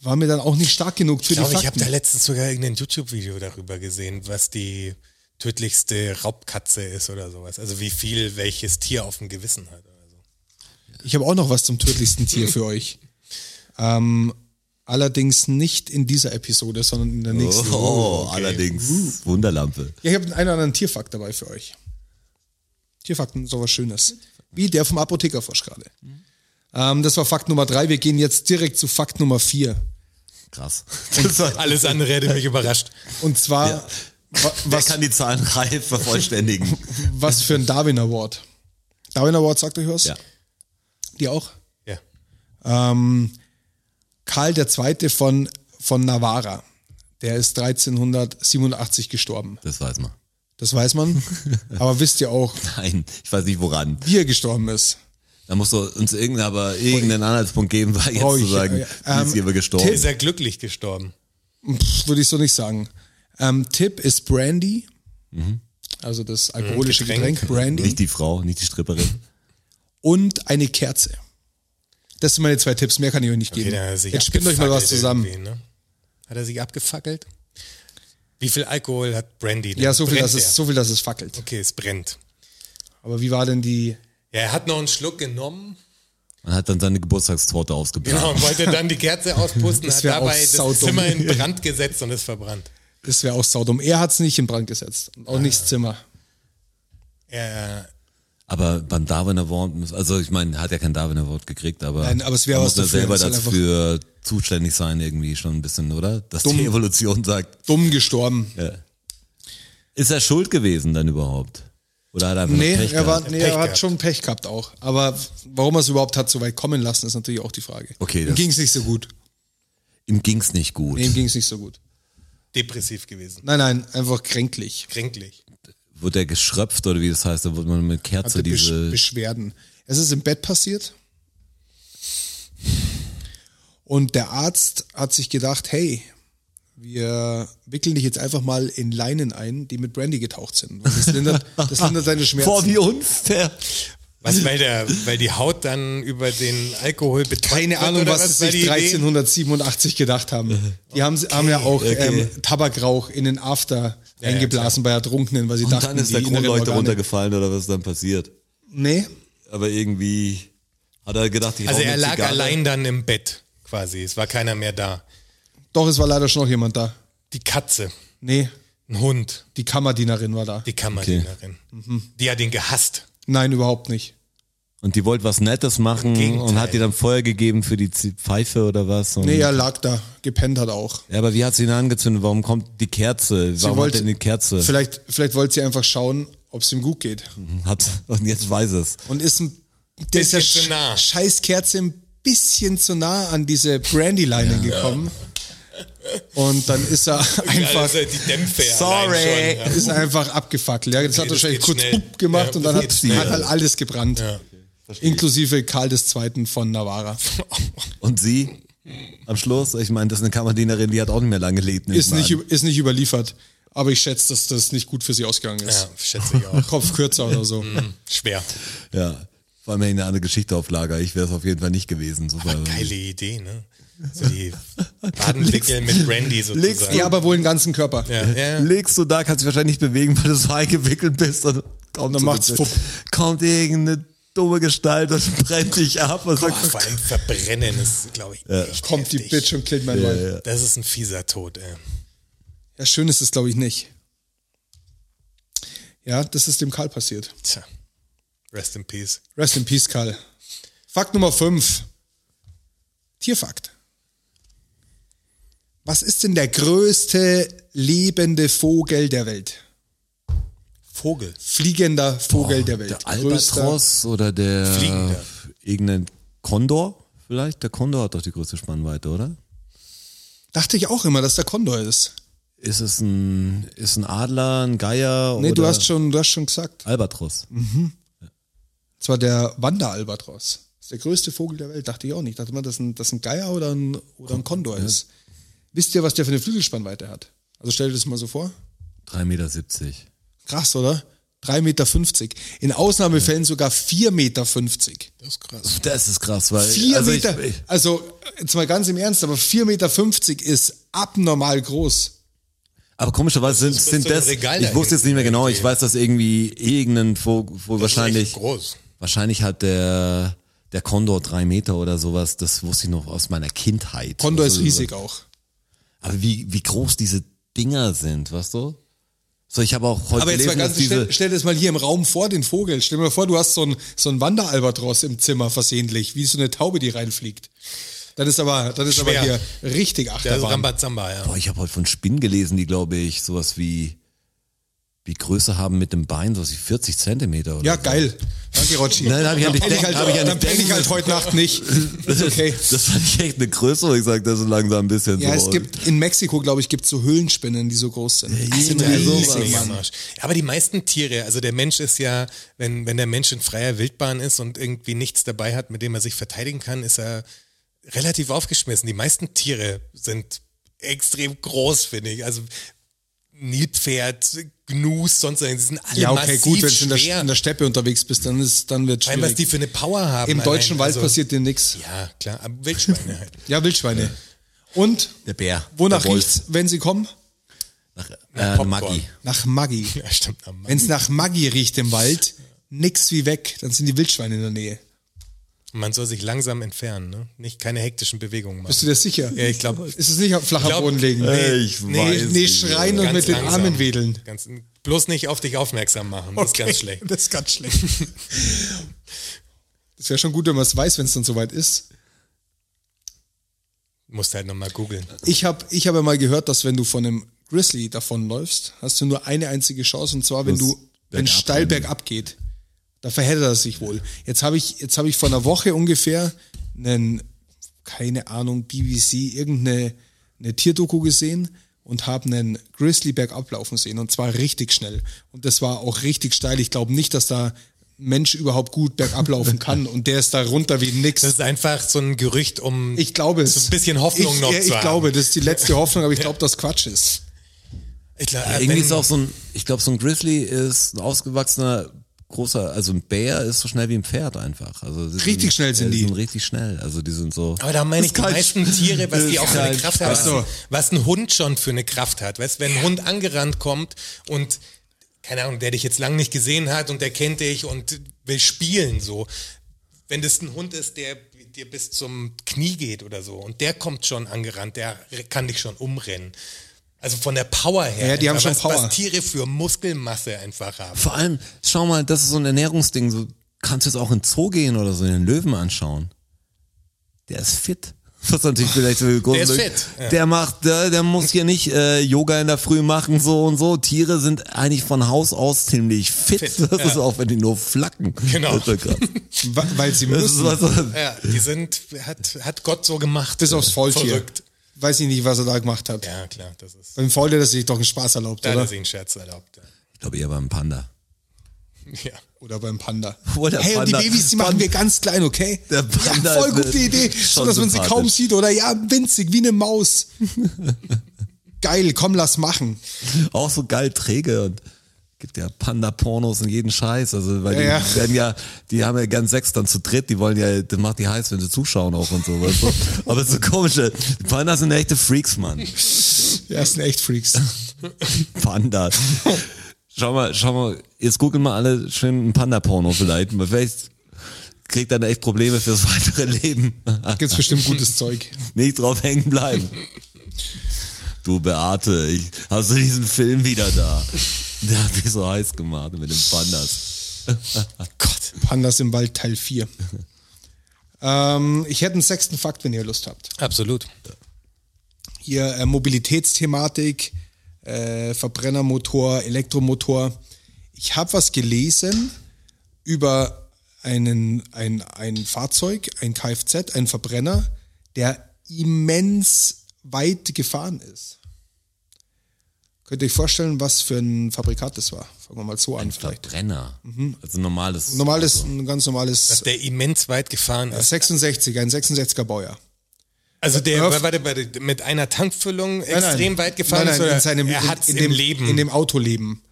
war mir dann auch nicht stark genug für Ich glaube, die ich habe Fakten. da letztens sogar irgendein YouTube-Video darüber gesehen, was die tödlichste Raubkatze ist oder sowas. Also wie viel welches Tier auf dem Gewissen hat. Ich habe auch noch was zum tödlichsten Tier für euch. Ähm, allerdings nicht in dieser Episode, sondern in der nächsten. Oh, okay. Uh. allerdings. Wunderlampe. Ja, ich habe einen oder anderen Tierfakt dabei für euch. Tierfakten, sowas Schönes. Wie der vom Apothekerfrosch gerade. Ähm, das war Fakt Nummer drei. Wir gehen jetzt direkt zu Fakt Nummer vier. Krass. Alles andere hätte mich überrascht. Und zwar, Ja. wa- Wer was, kann die Zahlen reif vervollständigen? was für ein Darwin Award. Darwin Award sagt euch was? ja. Die auch? Ja. Ähm, Karl II. von, von Navarra. Der ist 1387 gestorben. Das weiß man. Das weiß man. Aber wisst ihr auch, Nein, ich weiß nicht woran. wie er gestorben ist? Da musst du uns irgendeinen, aber irgendeinen Anhaltspunkt geben, weil jetzt Brauch zu ich, sagen, äh, die ist ähm, hier aber gestorben. Ist er glücklich gestorben? würde ich so nicht sagen. Ähm, Tipp ist Brandy. Mhm. Also das alkoholische Getränk. Getränk, Brandy. Nicht die Frau, nicht die Stripperin. Und eine Kerze. Das sind meine zwei Tipps, mehr kann ich euch nicht geben. Okay, dann hat er sich Jetzt spinnt euch mal was abgefackelt zusammen. irgendwie, Ne? Hat er sich abgefackelt? Wie viel Alkohol hat Brandy? denn? Ja, so viel, Brennt dass der? es, so viel, dass es fackelt. Okay, es brennt. Aber wie war denn die... Ja, er hat noch einen Schluck genommen. Man hat dann seine Geburtstagstorte ausgebracht. Genau, und wollte dann die Kerze auspusten, hat wär auch dabei das saudumm. Zimmer in Brand gesetzt und ist verbrannt. Das wäre auch saudum. Er hat es nicht in Brand gesetzt. Auch Ah. nicht das Zimmer. Er, Aber beim Darwin Award, muss- also ich meine, hat ja keinen Darwin Award gekriegt, aber, Nein, aber es wäre man was muss ja dafür, selber es soll einfach- dafür zuständig sein irgendwie schon ein bisschen, oder? Dass die Evolution sagt, Dumm gestorben. ist er schuld gewesen dann überhaupt? Oder hat er einfach Nee, nur Pech er, war, gehabt? nee Pech er hat gehabt. schon Pech gehabt auch. Aber warum er es überhaupt hat so weit kommen lassen, ist natürlich auch die Frage. Okay, Ihm das- ging es nicht so gut. Ihm ging's nicht gut. Nee, ihm ging es nicht so gut. depressiv gewesen. Nein, nein, einfach kränklich. Kränklich. Wird er geschröpft oder wie das heißt, da wird man mit Kerze hatte Besch diese Beschwerden. Es ist im Bett passiert. Und der Arzt hat sich gedacht, hey, wir wickeln dich jetzt einfach mal in Leinen ein, die mit Brandy getaucht sind. Weil Das lindert, das lindert seine Schmerzen. Boah, wie unfair. Was, weil, der, weil die Haut dann über den Alkohol betäubt Keine wird Ahnung, oder was sie sich war die Idee? 1387 gedacht haben. Die haben, haben ja auch ähm, Tabakrauch in den After ja, eingeblasen bei Ertrunkenen, weil sie Und dachten, dann ist die der inneren Kronleuchter Organe- runtergefallen oder was ist dann passiert? Nee, Aber irgendwie hat er gedacht, ich Also rauche er eine lag Zigarre. allein dann im Bett quasi. Es war keiner mehr da. doch, es war leider schon noch jemand da. Die Katze, Nee, ein Hund, die Kammerdienerin war da. die Kammerdienerin. Mhm. Die hat ihn gehasst. Nein, überhaupt nicht. Und die wollte was Nettes machen Gegenteil. und hat ihr dann Feuer gegeben für die Z- Pfeife oder was. Und Nee, er lag da, gepennt hat auch. Ja, aber wie hat sie ihn angezündet? Warum kommt die Kerze? Warum wollte- hat denn die Kerze? Vielleicht, vielleicht wollte sie einfach schauen, ob es ihm gut geht. Hat, und jetzt weiß es. Und ist ein der ist der Bisschen zu nah. Sch- Scheißkerze ein bisschen zu nah an diese Brandy-Leine gekommen. Und dann ist er einfach, Also die Dämpfe Sorry. allein schon. ist er einfach abgefackelt. Ja, das hat das wahrscheinlich geht kurz schnell. pup gemacht Ja, und dann das hat, geht schnell. hat halt alles gebrannt. Ja. Inklusive Karl II. von Navarra. Und sie am Schluss, ich meine, das ist eine Kammerdienerin, die hat auch nicht mehr lange gelebt. nehme ich Ist mal nicht, an. üb- ist nicht überliefert. Aber ich schätze, dass das nicht gut für sie ausgegangen Ja. Mhm. ist. ja, schätze ich auch. Kopf kürzer oder so. Schwer. Ja. Vor allem eine andere Geschichte auf Lager. Ich wäre es auf jeden Fall nicht gewesen. Super. Geile Idee, ne? So die Badenwickel mit Brandy sozusagen. Ja, aber wohl den ganzen Körper. ja, ja. Legst du da, kannst dich wahrscheinlich nicht bewegen, weil du so eingewickelt bist. Und kommt, Dann so macht's eine- fupp. kommt irgendeine dumme Gestalt und brennt dich ab. Und Boah, sagt, vor allem verbrennen ist, glaube ich, echt Kommt die heftig. Bitch und killt mein Mann. Das ist ein fieser Tod, ey. Ja, schön ist es, glaube ich, nicht. Ja, das ist dem Karl passiert. Tja. Rest in peace. Rest in peace, Karl. Fakt Nummer 5. Tierfakt. Was ist denn der größte lebende Vogel der Welt? Vogel. Fliegender Vogel der Welt. Der Albatros oder der Fliegender. irgendein Kondor vielleicht? Der Kondor hat doch die größte Spannweite, oder? Dachte ich auch immer, dass der Kondor ist. Ist es ein, ist ein Adler, ein Geier Nee, oder du hast, schon, du hast schon gesagt. Albatros? Das war der Wanderalbatros. Das ist der größte Vogel der Welt, dachte ich auch nicht. Dachte man, dass ein, dass ein Geier oder ein, oder ein Kondor ist. Wisst ihr, was der für eine Flügelspannweite hat? Also stell dir das mal so vor. 3,70 Meter. Krass, oder? 3,50 Meter. In Ausnahmefällen sogar 4,50 Meter. Das ist krass. Also Das ist krass, weil. Vier also ich- Meter, ich- also jetzt mal ganz im Ernst, aber 4,50 Meter ist abnormal groß. Aber komischerweise sind, ist sind so ein das, Regal ich dahinter wusste jetzt nicht mehr genau, ich weiß, dass irgendwie irgendein Vogel, Vogel Das ist echt wahrscheinlich, groß. wahrscheinlich hat der, der Kondor drei Meter oder sowas, das wusste ich noch aus meiner Kindheit. Kondor Also, ist riesig auch. Aber wie, wie groß diese Dinger sind, weißt du? So, ich habe auch heute Aber jetzt mal gelesen, dass ganz, diese, stell, stell dir das mal hier im Raum vor, den Vogel. Stell dir mal vor, du hast so einen so einen Wanderalbatros im Zimmer versehentlich, wie so eine Taube, die reinfliegt. Dann ist aber, dann ist aber Schwer. hier richtig Der ist Achterbahn. Rambazamba, ja. boah, Oh, ich habe heute von Spinnen gelesen, die glaube ich sowas wie, wie Größe haben mit dem Bein, sowas wie 40 Zentimeter oder Ja, so. geil. Danke, Rotschi. Nein, hab ich ja nicht Dann penne ich denken- halt, hab ich ja dann nicht penne ich denken halt heute Nacht nicht. Ist okay. Das fand ich echt eine Größe, wo ich sag, das ist langsam ein bisschen Ja, so. es gibt in Mexiko, glaube ich, gibt so Höhlenspinnen, die so groß sind. Die sind Alter, riesig, sowas. Mann. Mann. Aber die meisten Tiere, also der Mensch ist ja, wenn, wenn der Mensch in freier Wildbahn ist und irgendwie nichts dabei hat, mit dem er sich verteidigen kann, ist er relativ aufgeschmissen. Die meisten Tiere sind extrem groß, finde ich. Also Nilpferd, Gnus, sonst irgendwas, die sind alle Ja, okay, massiv gut, wenn du in der, schwer. in der Steppe unterwegs bist, dann ist, dann wird Vor allem, was die schwierig. für eine Power haben. Im allein. deutschen Wald Also- passiert dir nichts. Ja, klar, aber Wildschweine halt. Ja, Wildschweine. Und der Bär. wonach der Wolf. riecht's, wenn sie kommen? Nach, äh, Popcorn. Maggi. Nach Maggi. Ja, stimmt. am Mann. Wenn's nach Maggi riecht im Wald, nix wie weg, dann sind die Wildschweine in der Nähe. Man soll sich langsam entfernen, ne? Nicht keine hektischen Bewegungen machen. Bist du dir sicher? Ja, ich glaub- Ist es nicht auf flacher glaub- Boden legen? Äh, ich weiß nee, nicht. schreien und Ganz mit den langsam. Armen wedeln. Ganz, bloß nicht auf dich aufmerksam machen. Das ist ganz schlecht. Das ist ganz schlecht. Das wäre schon gut, wenn man es weiß, wenn es dann soweit ist. Musst halt nochmal googeln. Ich habe ich hab ja mal gehört, dass wenn du von einem Grizzly davonläufst, hast du nur eine einzige Chance und zwar, wenn Das du wenn bergab steil rennen. bergab geht. Da verheddert er sich wohl. Jetzt habe ich, jetzt hab ich vor einer Woche ungefähr einen, keine Ahnung, BBC, irgendeine eine Tierdoku gesehen und habe einen Grizzly bergab laufen sehen und zwar richtig schnell. Und das war auch richtig steil. Ich glaube nicht, dass da ein Mensch überhaupt gut bergab laufen kann und der ist da runter wie nix. Das ist einfach so ein Gerücht um. Ich glaube es. So ein bisschen Hoffnung ich, noch ja, zu Ich haben. glaube, das ist die letzte Hoffnung, aber ich glaube, dass Quatsch ist. Ich glaub, Ja, äh, irgendwie wenn- ist auch so ein, ich glaube, so ein Grizzly ist ein ausgewachsener großer, also ein Bär ist so schnell wie ein Pferd einfach. Also die Richtig schnell sind die. sind richtig schnell. Also die sind so. aber da meine ich die kein- meisten Tiere, was das die ist auch für eine kein Kraft haben. Spaß. Was ein Hund schon für eine Kraft hat. Weißt, wenn ein Hund angerannt kommt und, keine Ahnung, der dich jetzt lang nicht gesehen hat und der kennt dich und will spielen so. Wenn das ein Hund ist, der dir bis zum Knie geht oder so und der kommt schon angerannt, der kann dich schon umrennen. Also von der Power her. Ja, die haben einfach, schon was, Power. Was Tiere für Muskelmasse einfach haben. Vor allem, schau mal, das ist so ein Ernährungsding. So kannst du jetzt auch in den Zoo gehen oder so den Löwen anschauen. Der ist fit. Was natürlich vielleicht so eine große Der ist Lücke- fit, ja. Der macht, der, der muss hier nicht äh, Yoga in der Früh machen so und so. Tiere sind eigentlich von Haus aus ziemlich fit. Fit, das ist auch, wenn die nur flacken. Genau. Das ist ja krass. Wa- Weil sie Das ist müssen. was, Ja, die sind, hat, hat Gott so gemacht. Bis aufs Faultier. Verrückt. Weiß ich nicht, was er da gemacht hat. Ja, klar, das ist. Beim Faultier, dass sich doch einen Spaß erlaubt, Da hat er oder? sich einen Scherz erlaubt. ich glaube eher beim Panda. Ja. Oder beim Panda. Oder hey, und Panda. die Babys, die machen wir ganz klein, okay? Der Panda ja, voll ist gute ne- Idee, so schon dass man sie sympathisch. kaum sieht, oder? Ja, winzig, wie eine Maus. Geil, komm, lass machen. auch so geil träge und gibt ja Panda-Pornos in jeden Scheiß. Also weil Ja, die ja. werden ja, die haben ja ganz Sex dann zu dritt, die wollen ja, das macht die heiß, wenn sie zuschauen auch und so. Weißt du? Aber so komische, die Pandas sind echte Freaks, Mann. Ja, das sind echt Freaks. Panda. Schau mal, schau mal, jetzt googeln mal alle schön ein Panda-Porno vielleicht. weil Vielleicht kriegt dann echt Probleme fürs weitere Leben. Gibt's bestimmt gutes Zeug. Nicht drauf hängen bleiben. Du Beate, ich, hast du diesen Film wieder da? Der hat mich so heiß gemacht mit den Pandas. Gott. Pandas im Wald Teil 4. ähm, ich hätte einen sechsten Fakt, wenn ihr Lust habt. Absolut. hier äh, Mobilitätsthematik, äh, Verbrennermotor, Elektromotor. Ich habe was gelesen über einen, ein, ein Fahrzeug, ein Kfz, ein Verbrenner, der immens weit gefahren ist. Könnt ihr euch vorstellen, was für ein Fabrikat das war? Fangen wir mal so an vielleicht. Verbrenner. Also normales. Mhm. Normal ist ein ganz normales Der immens weit gefahren ist. 66er, ein 66er Baujahr. Also der Öff- war warte, warte, mit einer Tankfüllung Nein, nein. extrem weit gefahren Nein, ist. nein, Oder in seinem, er in- hat in im dem, Leben, In dem Autoleben.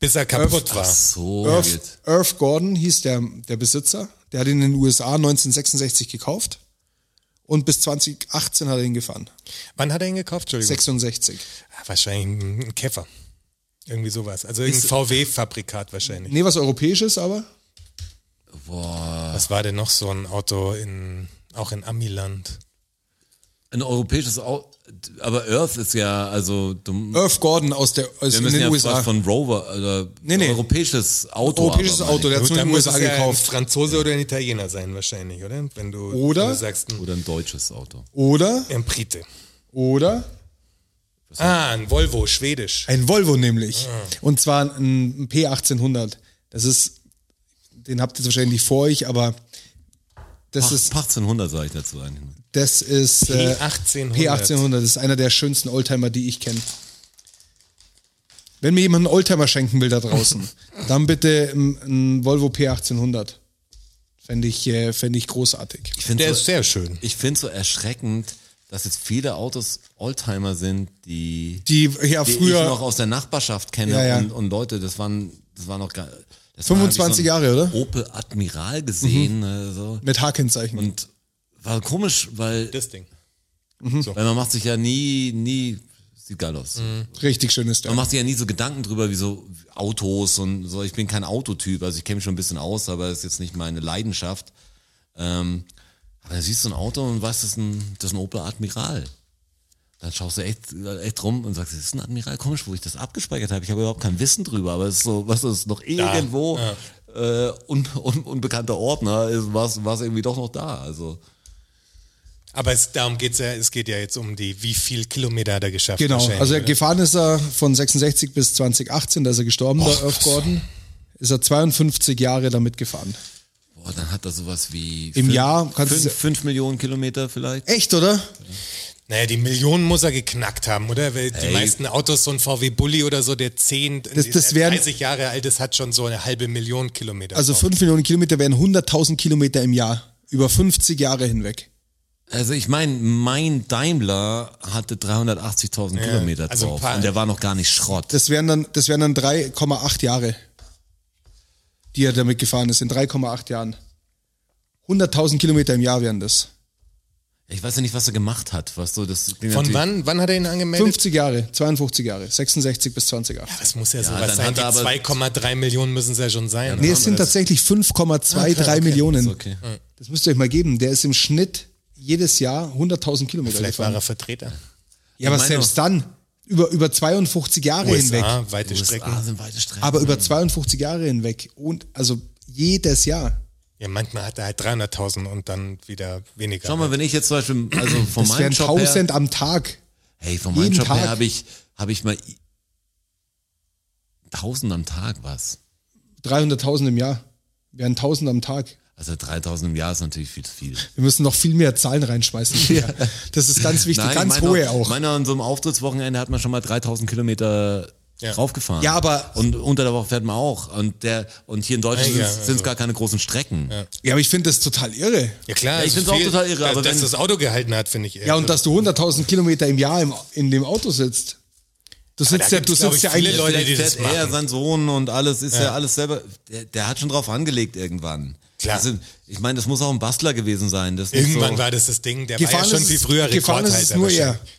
bis er kaputt war. So. Irv, geht. Irv Gordon hieß der, der Besitzer. Der hat ihn in den USA 1966 gekauft und bis 2018 hat er ihn gefahren. Genau. Wann hat er ihn gekauft? Entschuldigung. 66. Ah, Wahrscheinlich ein Käfer. Irgendwie sowas. Also irgendein VW-Fabrikat wahrscheinlich. Nee, was europäisches aber. Boah. Was war denn noch so ein Auto in auch in Amiland? Ein europäisches Auto. Aber Earth ist ja, also, du, Irv Gordon aus, der, aus wir in müssen den ja USA. fast von Rover, oder Nee, nee. europäisches Auto. Europäisches aber, Auto, der hat es Gut, nur in dann den muss USA es ja ein gekauft. Franzose oder ein Italiener sein wahrscheinlich, oder? Wenn du, Oder? wenn du sagst, ein, Oder ein deutsches Auto. Oder, ein Brite. oder Ah, ein Volvo, schwedisch. ein Volvo nämlich. Und zwar ein P1800. Das ist, den habt ihr jetzt wahrscheinlich nicht vor euch, aber das Ach, ist 1800 sage ich dazu eigentlich. nur. Das ist äh, P1800. P1800. Das ist einer der schönsten Oldtimer, die ich kenne. Wenn mir jemand einen Oldtimer schenken will da draußen, dann bitte ein, ein Volvo P1800. Fände ich, äh, fänd ich großartig. Ich finde Der so, ist sehr schön. ich find's so erschreckend, dass jetzt viele Autos Oldtimer sind, die, Die ja die ich noch früher aus der Nachbarschaft kenne Ja, ja. und, und Leute, das waren, das war noch gar, das 25 war, hab ich Jahre, so einen oder? Mhm. Opel Admiral gesehen, äh, so. mit H-Kennzeichen. Und war komisch, weil, Das Ding. weil man macht sich ja nie, nie, sieht geil aus. Richtig schönes Man Teil. macht sich ja nie so Gedanken drüber, wie so Autos und so. Ich bin kein Autotyp, also ich kenne mich schon ein bisschen aus, aber das ist jetzt nicht meine Leidenschaft. Ähm, aber dann siehst du ein Auto und weißt, das ist ein, das ist ein Opel Admiral. Dann schaust du echt, echt rum und sagst, das ist ein Admiral, komisch, wo ich das abgespeichert habe. Ich habe überhaupt kein Wissen drüber, aber es ist so, was ist noch irgendwo Äh, un, un, unbekannter Ordner, war es irgendwie doch noch da. Also Aber es, darum geht's ja, es geht ja jetzt um die, wie viel Kilometer hat er geschafft. Genau. wahrscheinlich, Also er oder? gefahren ist er von 66 bis 2018, da ist er gestorben, der Irv Gordon. Ist er 52 Jahre damit gefahren. boah, dann hat er sowas wie Im fünf- Jahr kannst du- fünf, fünf Millionen Kilometer vielleicht. Echt, oder? Naja, die Millionen muss er geknackt haben, oder? Weil die Ey. meisten Autos, so ein VW Bulli oder so, der 10, Das- das der wären- 30 Jahre alt ist, hat schon so eine halbe Million Kilometer. Also drauf. 5 Millionen Kilometer wären 100.000 Kilometer im Jahr. Über 50 Jahre hinweg. Also ich meine, mein Daimler hatte 380.000 Kilometer also ein drauf paar- und der war noch gar nicht Schrott. Das wären dann, das wären dann 3,8 Jahre, die er damit gefahren ist, in 3,8 Jahren. 100.000 Kilometer im Jahr wären das. Ich weiß ja nicht, was er gemacht hat, was so das klingt Von natürlich- wann, wann hat er ihn angemeldet? 50 Jahre, 52 Jahre, 66 bis 2018. Das muss ja, dann sowas hat sein. Die er aber- 2,3 Millionen müssen es ja schon sein. Nee, oder? es sind tatsächlich 5,23 Millionen. Ist Ah, okay. Das müsst ihr euch mal geben. Der ist im Schnitt jedes Jahr 100.000 Kilometer Vielleicht war gefahren. er Vertreter. Ja, aber Ich meine selbst dann, über, über 52 Jahre hinweg. USA, weite USA Strecken. Ah, sind weite Strecken. Aber über 52 Jahre hinweg. Und, also jedes Jahr. Ja, manchmal hat er halt 300.000 und dann wieder weniger. Schau mal, wenn ich jetzt zum Beispiel, also von Das meinem wären Job 1000 her, am Tag. hey, von meinem jeden Job Tag. her habe ich, habe ich mal i- 1000 am Tag was. 300.000 im Jahr. Wären 1000 am Tag. Also 3000 im Jahr ist natürlich viel zu viel. Wir müssen noch viel mehr Zahlen reinschmeißen. Das ist ganz wichtig, ganz meiner- hohe auch. Meiner an so einem Auftrittswochenende hat man schon mal 3000 Kilometer Ja. draufgefahren. Ja, aber- Und unter der Woche fährt man auch. Und, der, und hier in Deutschland Ja, sind es ja, gar keine großen Strecken. ja, aber ich finde das total irre. ja Ja, klar, ich es ist find's auch viel- total irre, dass, aber dass wenn- das Auto gehalten hat, finde ich irre. Ja, und dass du 100.000 Kilometer im Jahr im, in dem Auto sitzt. Du sitzt ja, gibt's, du glaub sitzt ich, ja viele eigentlich. Leute, die Vielleicht das fährt er, machen. sein Sohn und alles, ist ja, alles selber, der, der hat schon drauf angelegt irgendwann. Klar. Das sind, ich meine, das muss auch ein Bastler gewesen sein. Das ist nicht Irgendwann so. war das das Ding, der war Gefahren ja schon ist viel es- früher gefahren ist es Rekordhalter nur er. wahrscheinlich.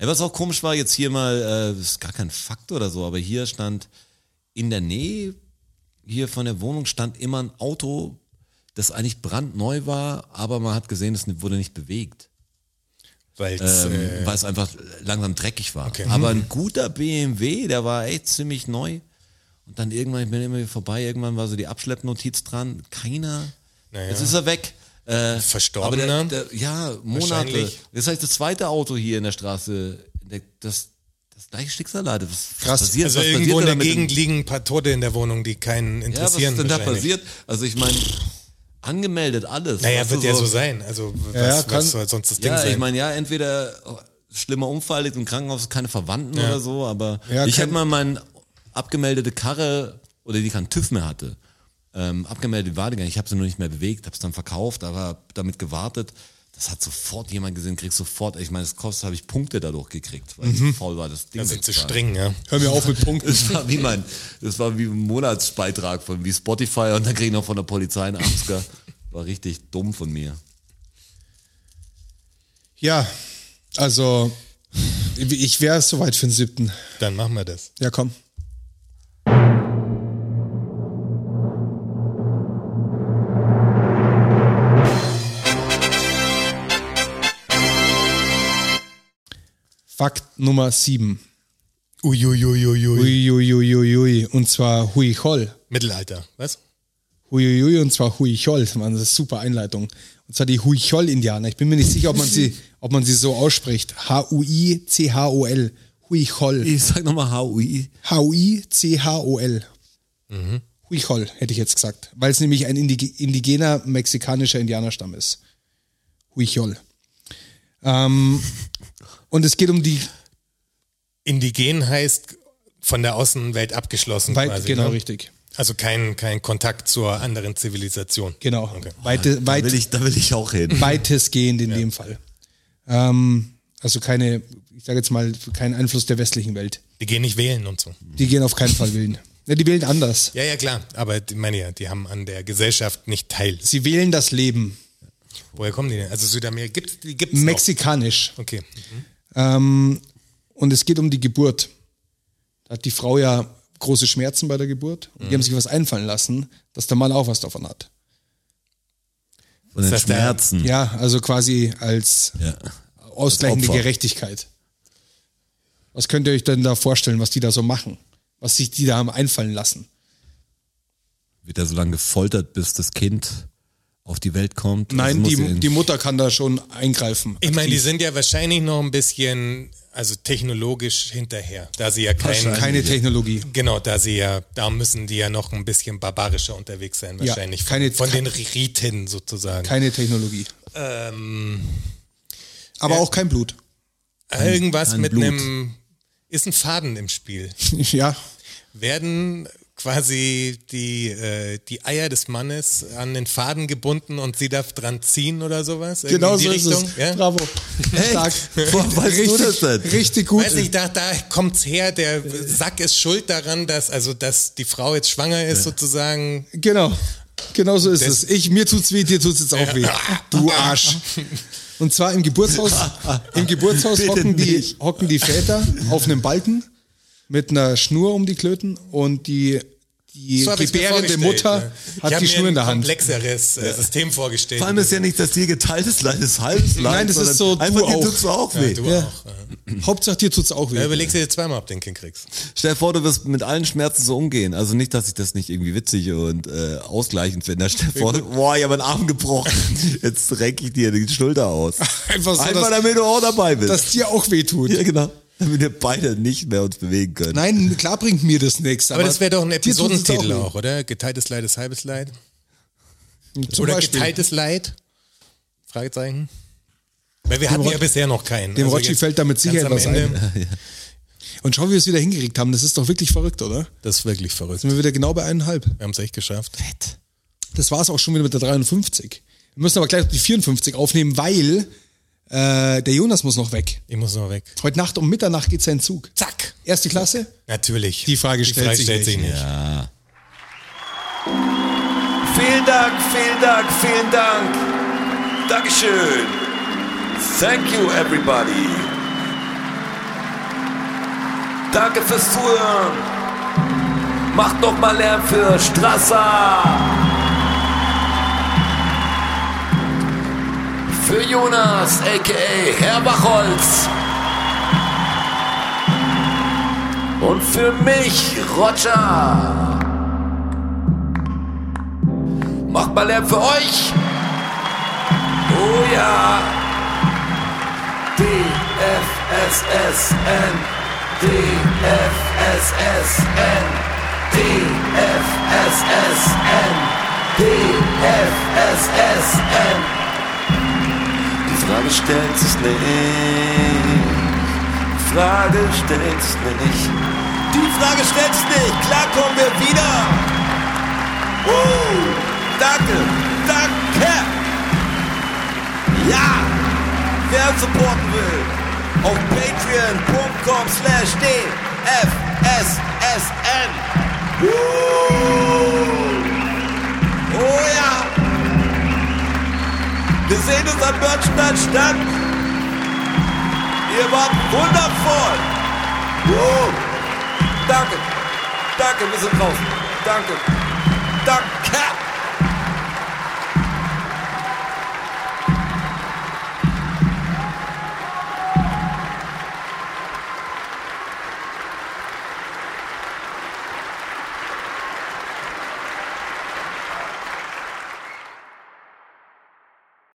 Ey, was auch komisch war, jetzt hier mal, äh, ist gar kein Fakt oder so, aber hier stand in der Nähe, hier von der Wohnung stand immer ein Auto, das eigentlich brandneu war, aber man hat gesehen, es wurde nicht bewegt, Weil's, ähm, äh, weil es einfach langsam dreckig war. Aber ein guter BMW, der war echt ziemlich neu. Und dann irgendwann, ich bin immer hier vorbei, irgendwann war so die Abschleppnotiz dran, keiner, Naja. jetzt ist er weg. Äh, Verstorbener. Aber der, der, ja, Monate. ne? Wahrscheinlich. Das heißt, das zweite Auto hier in der Straße, der, das, das gleiche Schicksal leider. Was, Krass. was passiert? Also was irgendwo passiert in der denn damit? Gegend liegen ein paar Tote in der Wohnung, die keinen Ja, was interessieren. ist denn da wahrscheinlich. passiert? Also ich meine, angemeldet alles. Naja, Weißt wird du, ja so sein. Also was, Ja, kann- was soll sonst das Ding Ja, sein? ich meine, ja, entweder schlimmer Unfall, liegt im Krankenhaus, keine Verwandten oder so, aber Ja, ich kein- habe mal meine abgemeldete Karre, oder die keinen TÜV mehr hatte, ähm, abgemeldet war die gar nicht, ich habe sie nur nicht mehr bewegt, habe es dann verkauft, aber hab damit gewartet. Das hat sofort jemand gesehen, kriegst sofort, ich meine, das kostet, habe ich Punkte dadurch gekriegt, weil ich so faul war, das Ding Da sind sie wegzufahren. streng, ja. Hör mir auf mit Punkten. Das war wie mein, das war wie ein Monatsbeitrag von wie Spotify und dann krieg ich noch von der Polizei einen Amsker. War richtig dumm von mir. Ja, also ich wäre soweit für den siebten. Dann machen wir das. Ja, komm. Fakt Nummer sieben. Uiuiuiui. Uiuiuiui. Und zwar Hui Chol. Mittelalter, was? Huiuiui und zwar Huichol. Mann, das ist super Einleitung. Und zwar die Huichol-Indianer. Ich bin mir nicht sicher, ob man sie, ob man sie so ausspricht. H-U-I-C-H-O-L. Huichol. Ich sag nochmal HUI. H-U-I-C-H-O-L. Mhm. Huichol, hätte ich jetzt gesagt. Weil es nämlich ein indige- indigener mexikanischer Indianerstamm ist. Huichol. Ähm, und es geht um die Indigen heißt von der Außenwelt abgeschlossen weit, quasi. genau ne? richtig. Also kein, kein Kontakt zur anderen Zivilisation. Genau. Okay. Weite, Da weit, will ich, da will ich auch hin. weitestgehend in dem Fall. Ähm, also keine, ich sage jetzt mal, kein Einfluss der westlichen Welt. Die gehen nicht wählen und so. Die gehen auf keinen Fall wählen. Ja, die wählen anders. Ja, ja, klar. Aber die- meine ja, die haben an der Gesellschaft nicht teil. Sie wählen das Leben. Woher kommen die denn? Also Südamerika gibt's, die gibt's Mexikanisch. Noch. Okay. Ähm, und es geht um die Geburt. Da hat die Frau ja große Schmerzen bei der Geburt. Und die haben sich was einfallen lassen, dass der Mann auch was davon hat. Von den das der- Schmerzen. Ja, also quasi als Ja. ausgleichende Opfer. Gerechtigkeit. Was könnt ihr euch denn da vorstellen, was die da so machen? Was sich die da haben einfallen lassen? Wird er so lange gefoltert, bis das Kind auf die Welt kommt? Nein, Also muss die, ihn- die Mutter kann da schon eingreifen. Ich meine, die sind ja wahrscheinlich noch ein bisschen, also technologisch hinterher, da sie ja kein, keine Technologie. Genau, da sie ja, da müssen die ja noch ein bisschen barbarischer unterwegs sein, Ja, wahrscheinlich. keine- von, von den Riten sozusagen. Keine Technologie. Ähm, Aber auch kein Blut. Ah, Irgendwas kein mit Blut. einem, ist ein Faden im Spiel. ja. Werden quasi die, äh, die Eier des Mannes an den Faden gebunden und sie darf dran ziehen oder sowas? Irgendwie Genau in die so ist Richtung? es. Ja? Bravo. Stark. Boah, weißt du das denn? richtig gut. Weiß ich, da, da kommt's her, der Sack ist schuld daran, dass, also, dass die Frau jetzt schwanger ist sozusagen. Genau. Genau so ist es. Ich, mir tut's weh, dir tut's jetzt auch weh. Du Arsch. Und zwar im Geburtshaus, im Geburtshaus Bitte hocken die, nicht. hocken die Väter auf einem Balken mit einer Schnur um die Klöten und die, die So hab ich's mir gebärende vorgestellt, Mutter ne? Ich hat hab die mir Schnur in der ein Hand. komplexeres äh, System vorgestellt. Vor allem ist ja nicht das dir geteiltes Leid, das halbes Leid. Nein, das ist sondern so, du Einfach dir auch. tut's auch weh. du Ja. auch. Ja. Hauptsache dir tut's auch Da weh. überlegst du dir zweimal, ob du den Kind kriegst. Stell dir vor, du wirst mit allen Schmerzen so umgehen. Also nicht, dass ich das nicht irgendwie witzig und äh, ausgleichend finde. Da Stell dir vor, boah, ich habe meinen Arm gebrochen. Jetzt renk ich dir die Schulter aus. Einfach so, Einfach dass- damit du auch dabei bist. Dass dir auch weh tut. ja, genau. Damit wir beide nicht mehr uns bewegen können. Nein, klar bringt mir das nichts. Aber das wäre doch ein dir tut's jetzt Episodentitel weh. auch, oder? Geteiltes Leid ist halbes Leid. Zum oder Beispiel. geteiltes Leid? Fragezeichen. Weil wir hatten Rod- ja bisher noch keinen. Also dem Rotschi jetzt fällt damit ganz sicher am etwas Ende. Und schau, wie wir es wieder hingekriegt haben. Das ist doch wirklich verrückt, oder? Das ist wirklich verrückt. Sind wir wieder genau bei eineinhalb. Wir haben es echt geschafft. Fett. Das war es auch schon wieder mit der 53. Wir müssen aber gleich die 54 aufnehmen, weil äh, der Jonas muss noch weg. Ich muss noch weg. Heute Nacht um Mitternacht geht sein Zug. Zack. Erste Klasse? Natürlich. Die Frage stellt sich nicht. Ja. Vielen Dank, vielen Dank, vielen Dank. Dankeschön. Thank you, everybody. Danke fürs Zuhören. Macht noch mal Lärm für Strasser. Für Jonas, a.k.a. Herr Bachholz. Und für mich, Roger. Macht mal Lärm für euch. Oh ja. DFSSN. DFSSN. DFSSN. DFSSN. Diese Frage stellt sich nicht. Frage stellt sich nicht. Die Frage stellt sich nicht. Klar kommen wir wieder. Uh, danke, danke. Ja, wer uns supporten will, auf patreon.com slash dfssn. Uh, oh ja. Wir sehen uns am Börnstein statt. Ihr wart wundervoll. Uh, danke. Danke, wir sind draußen. Danke. Danke.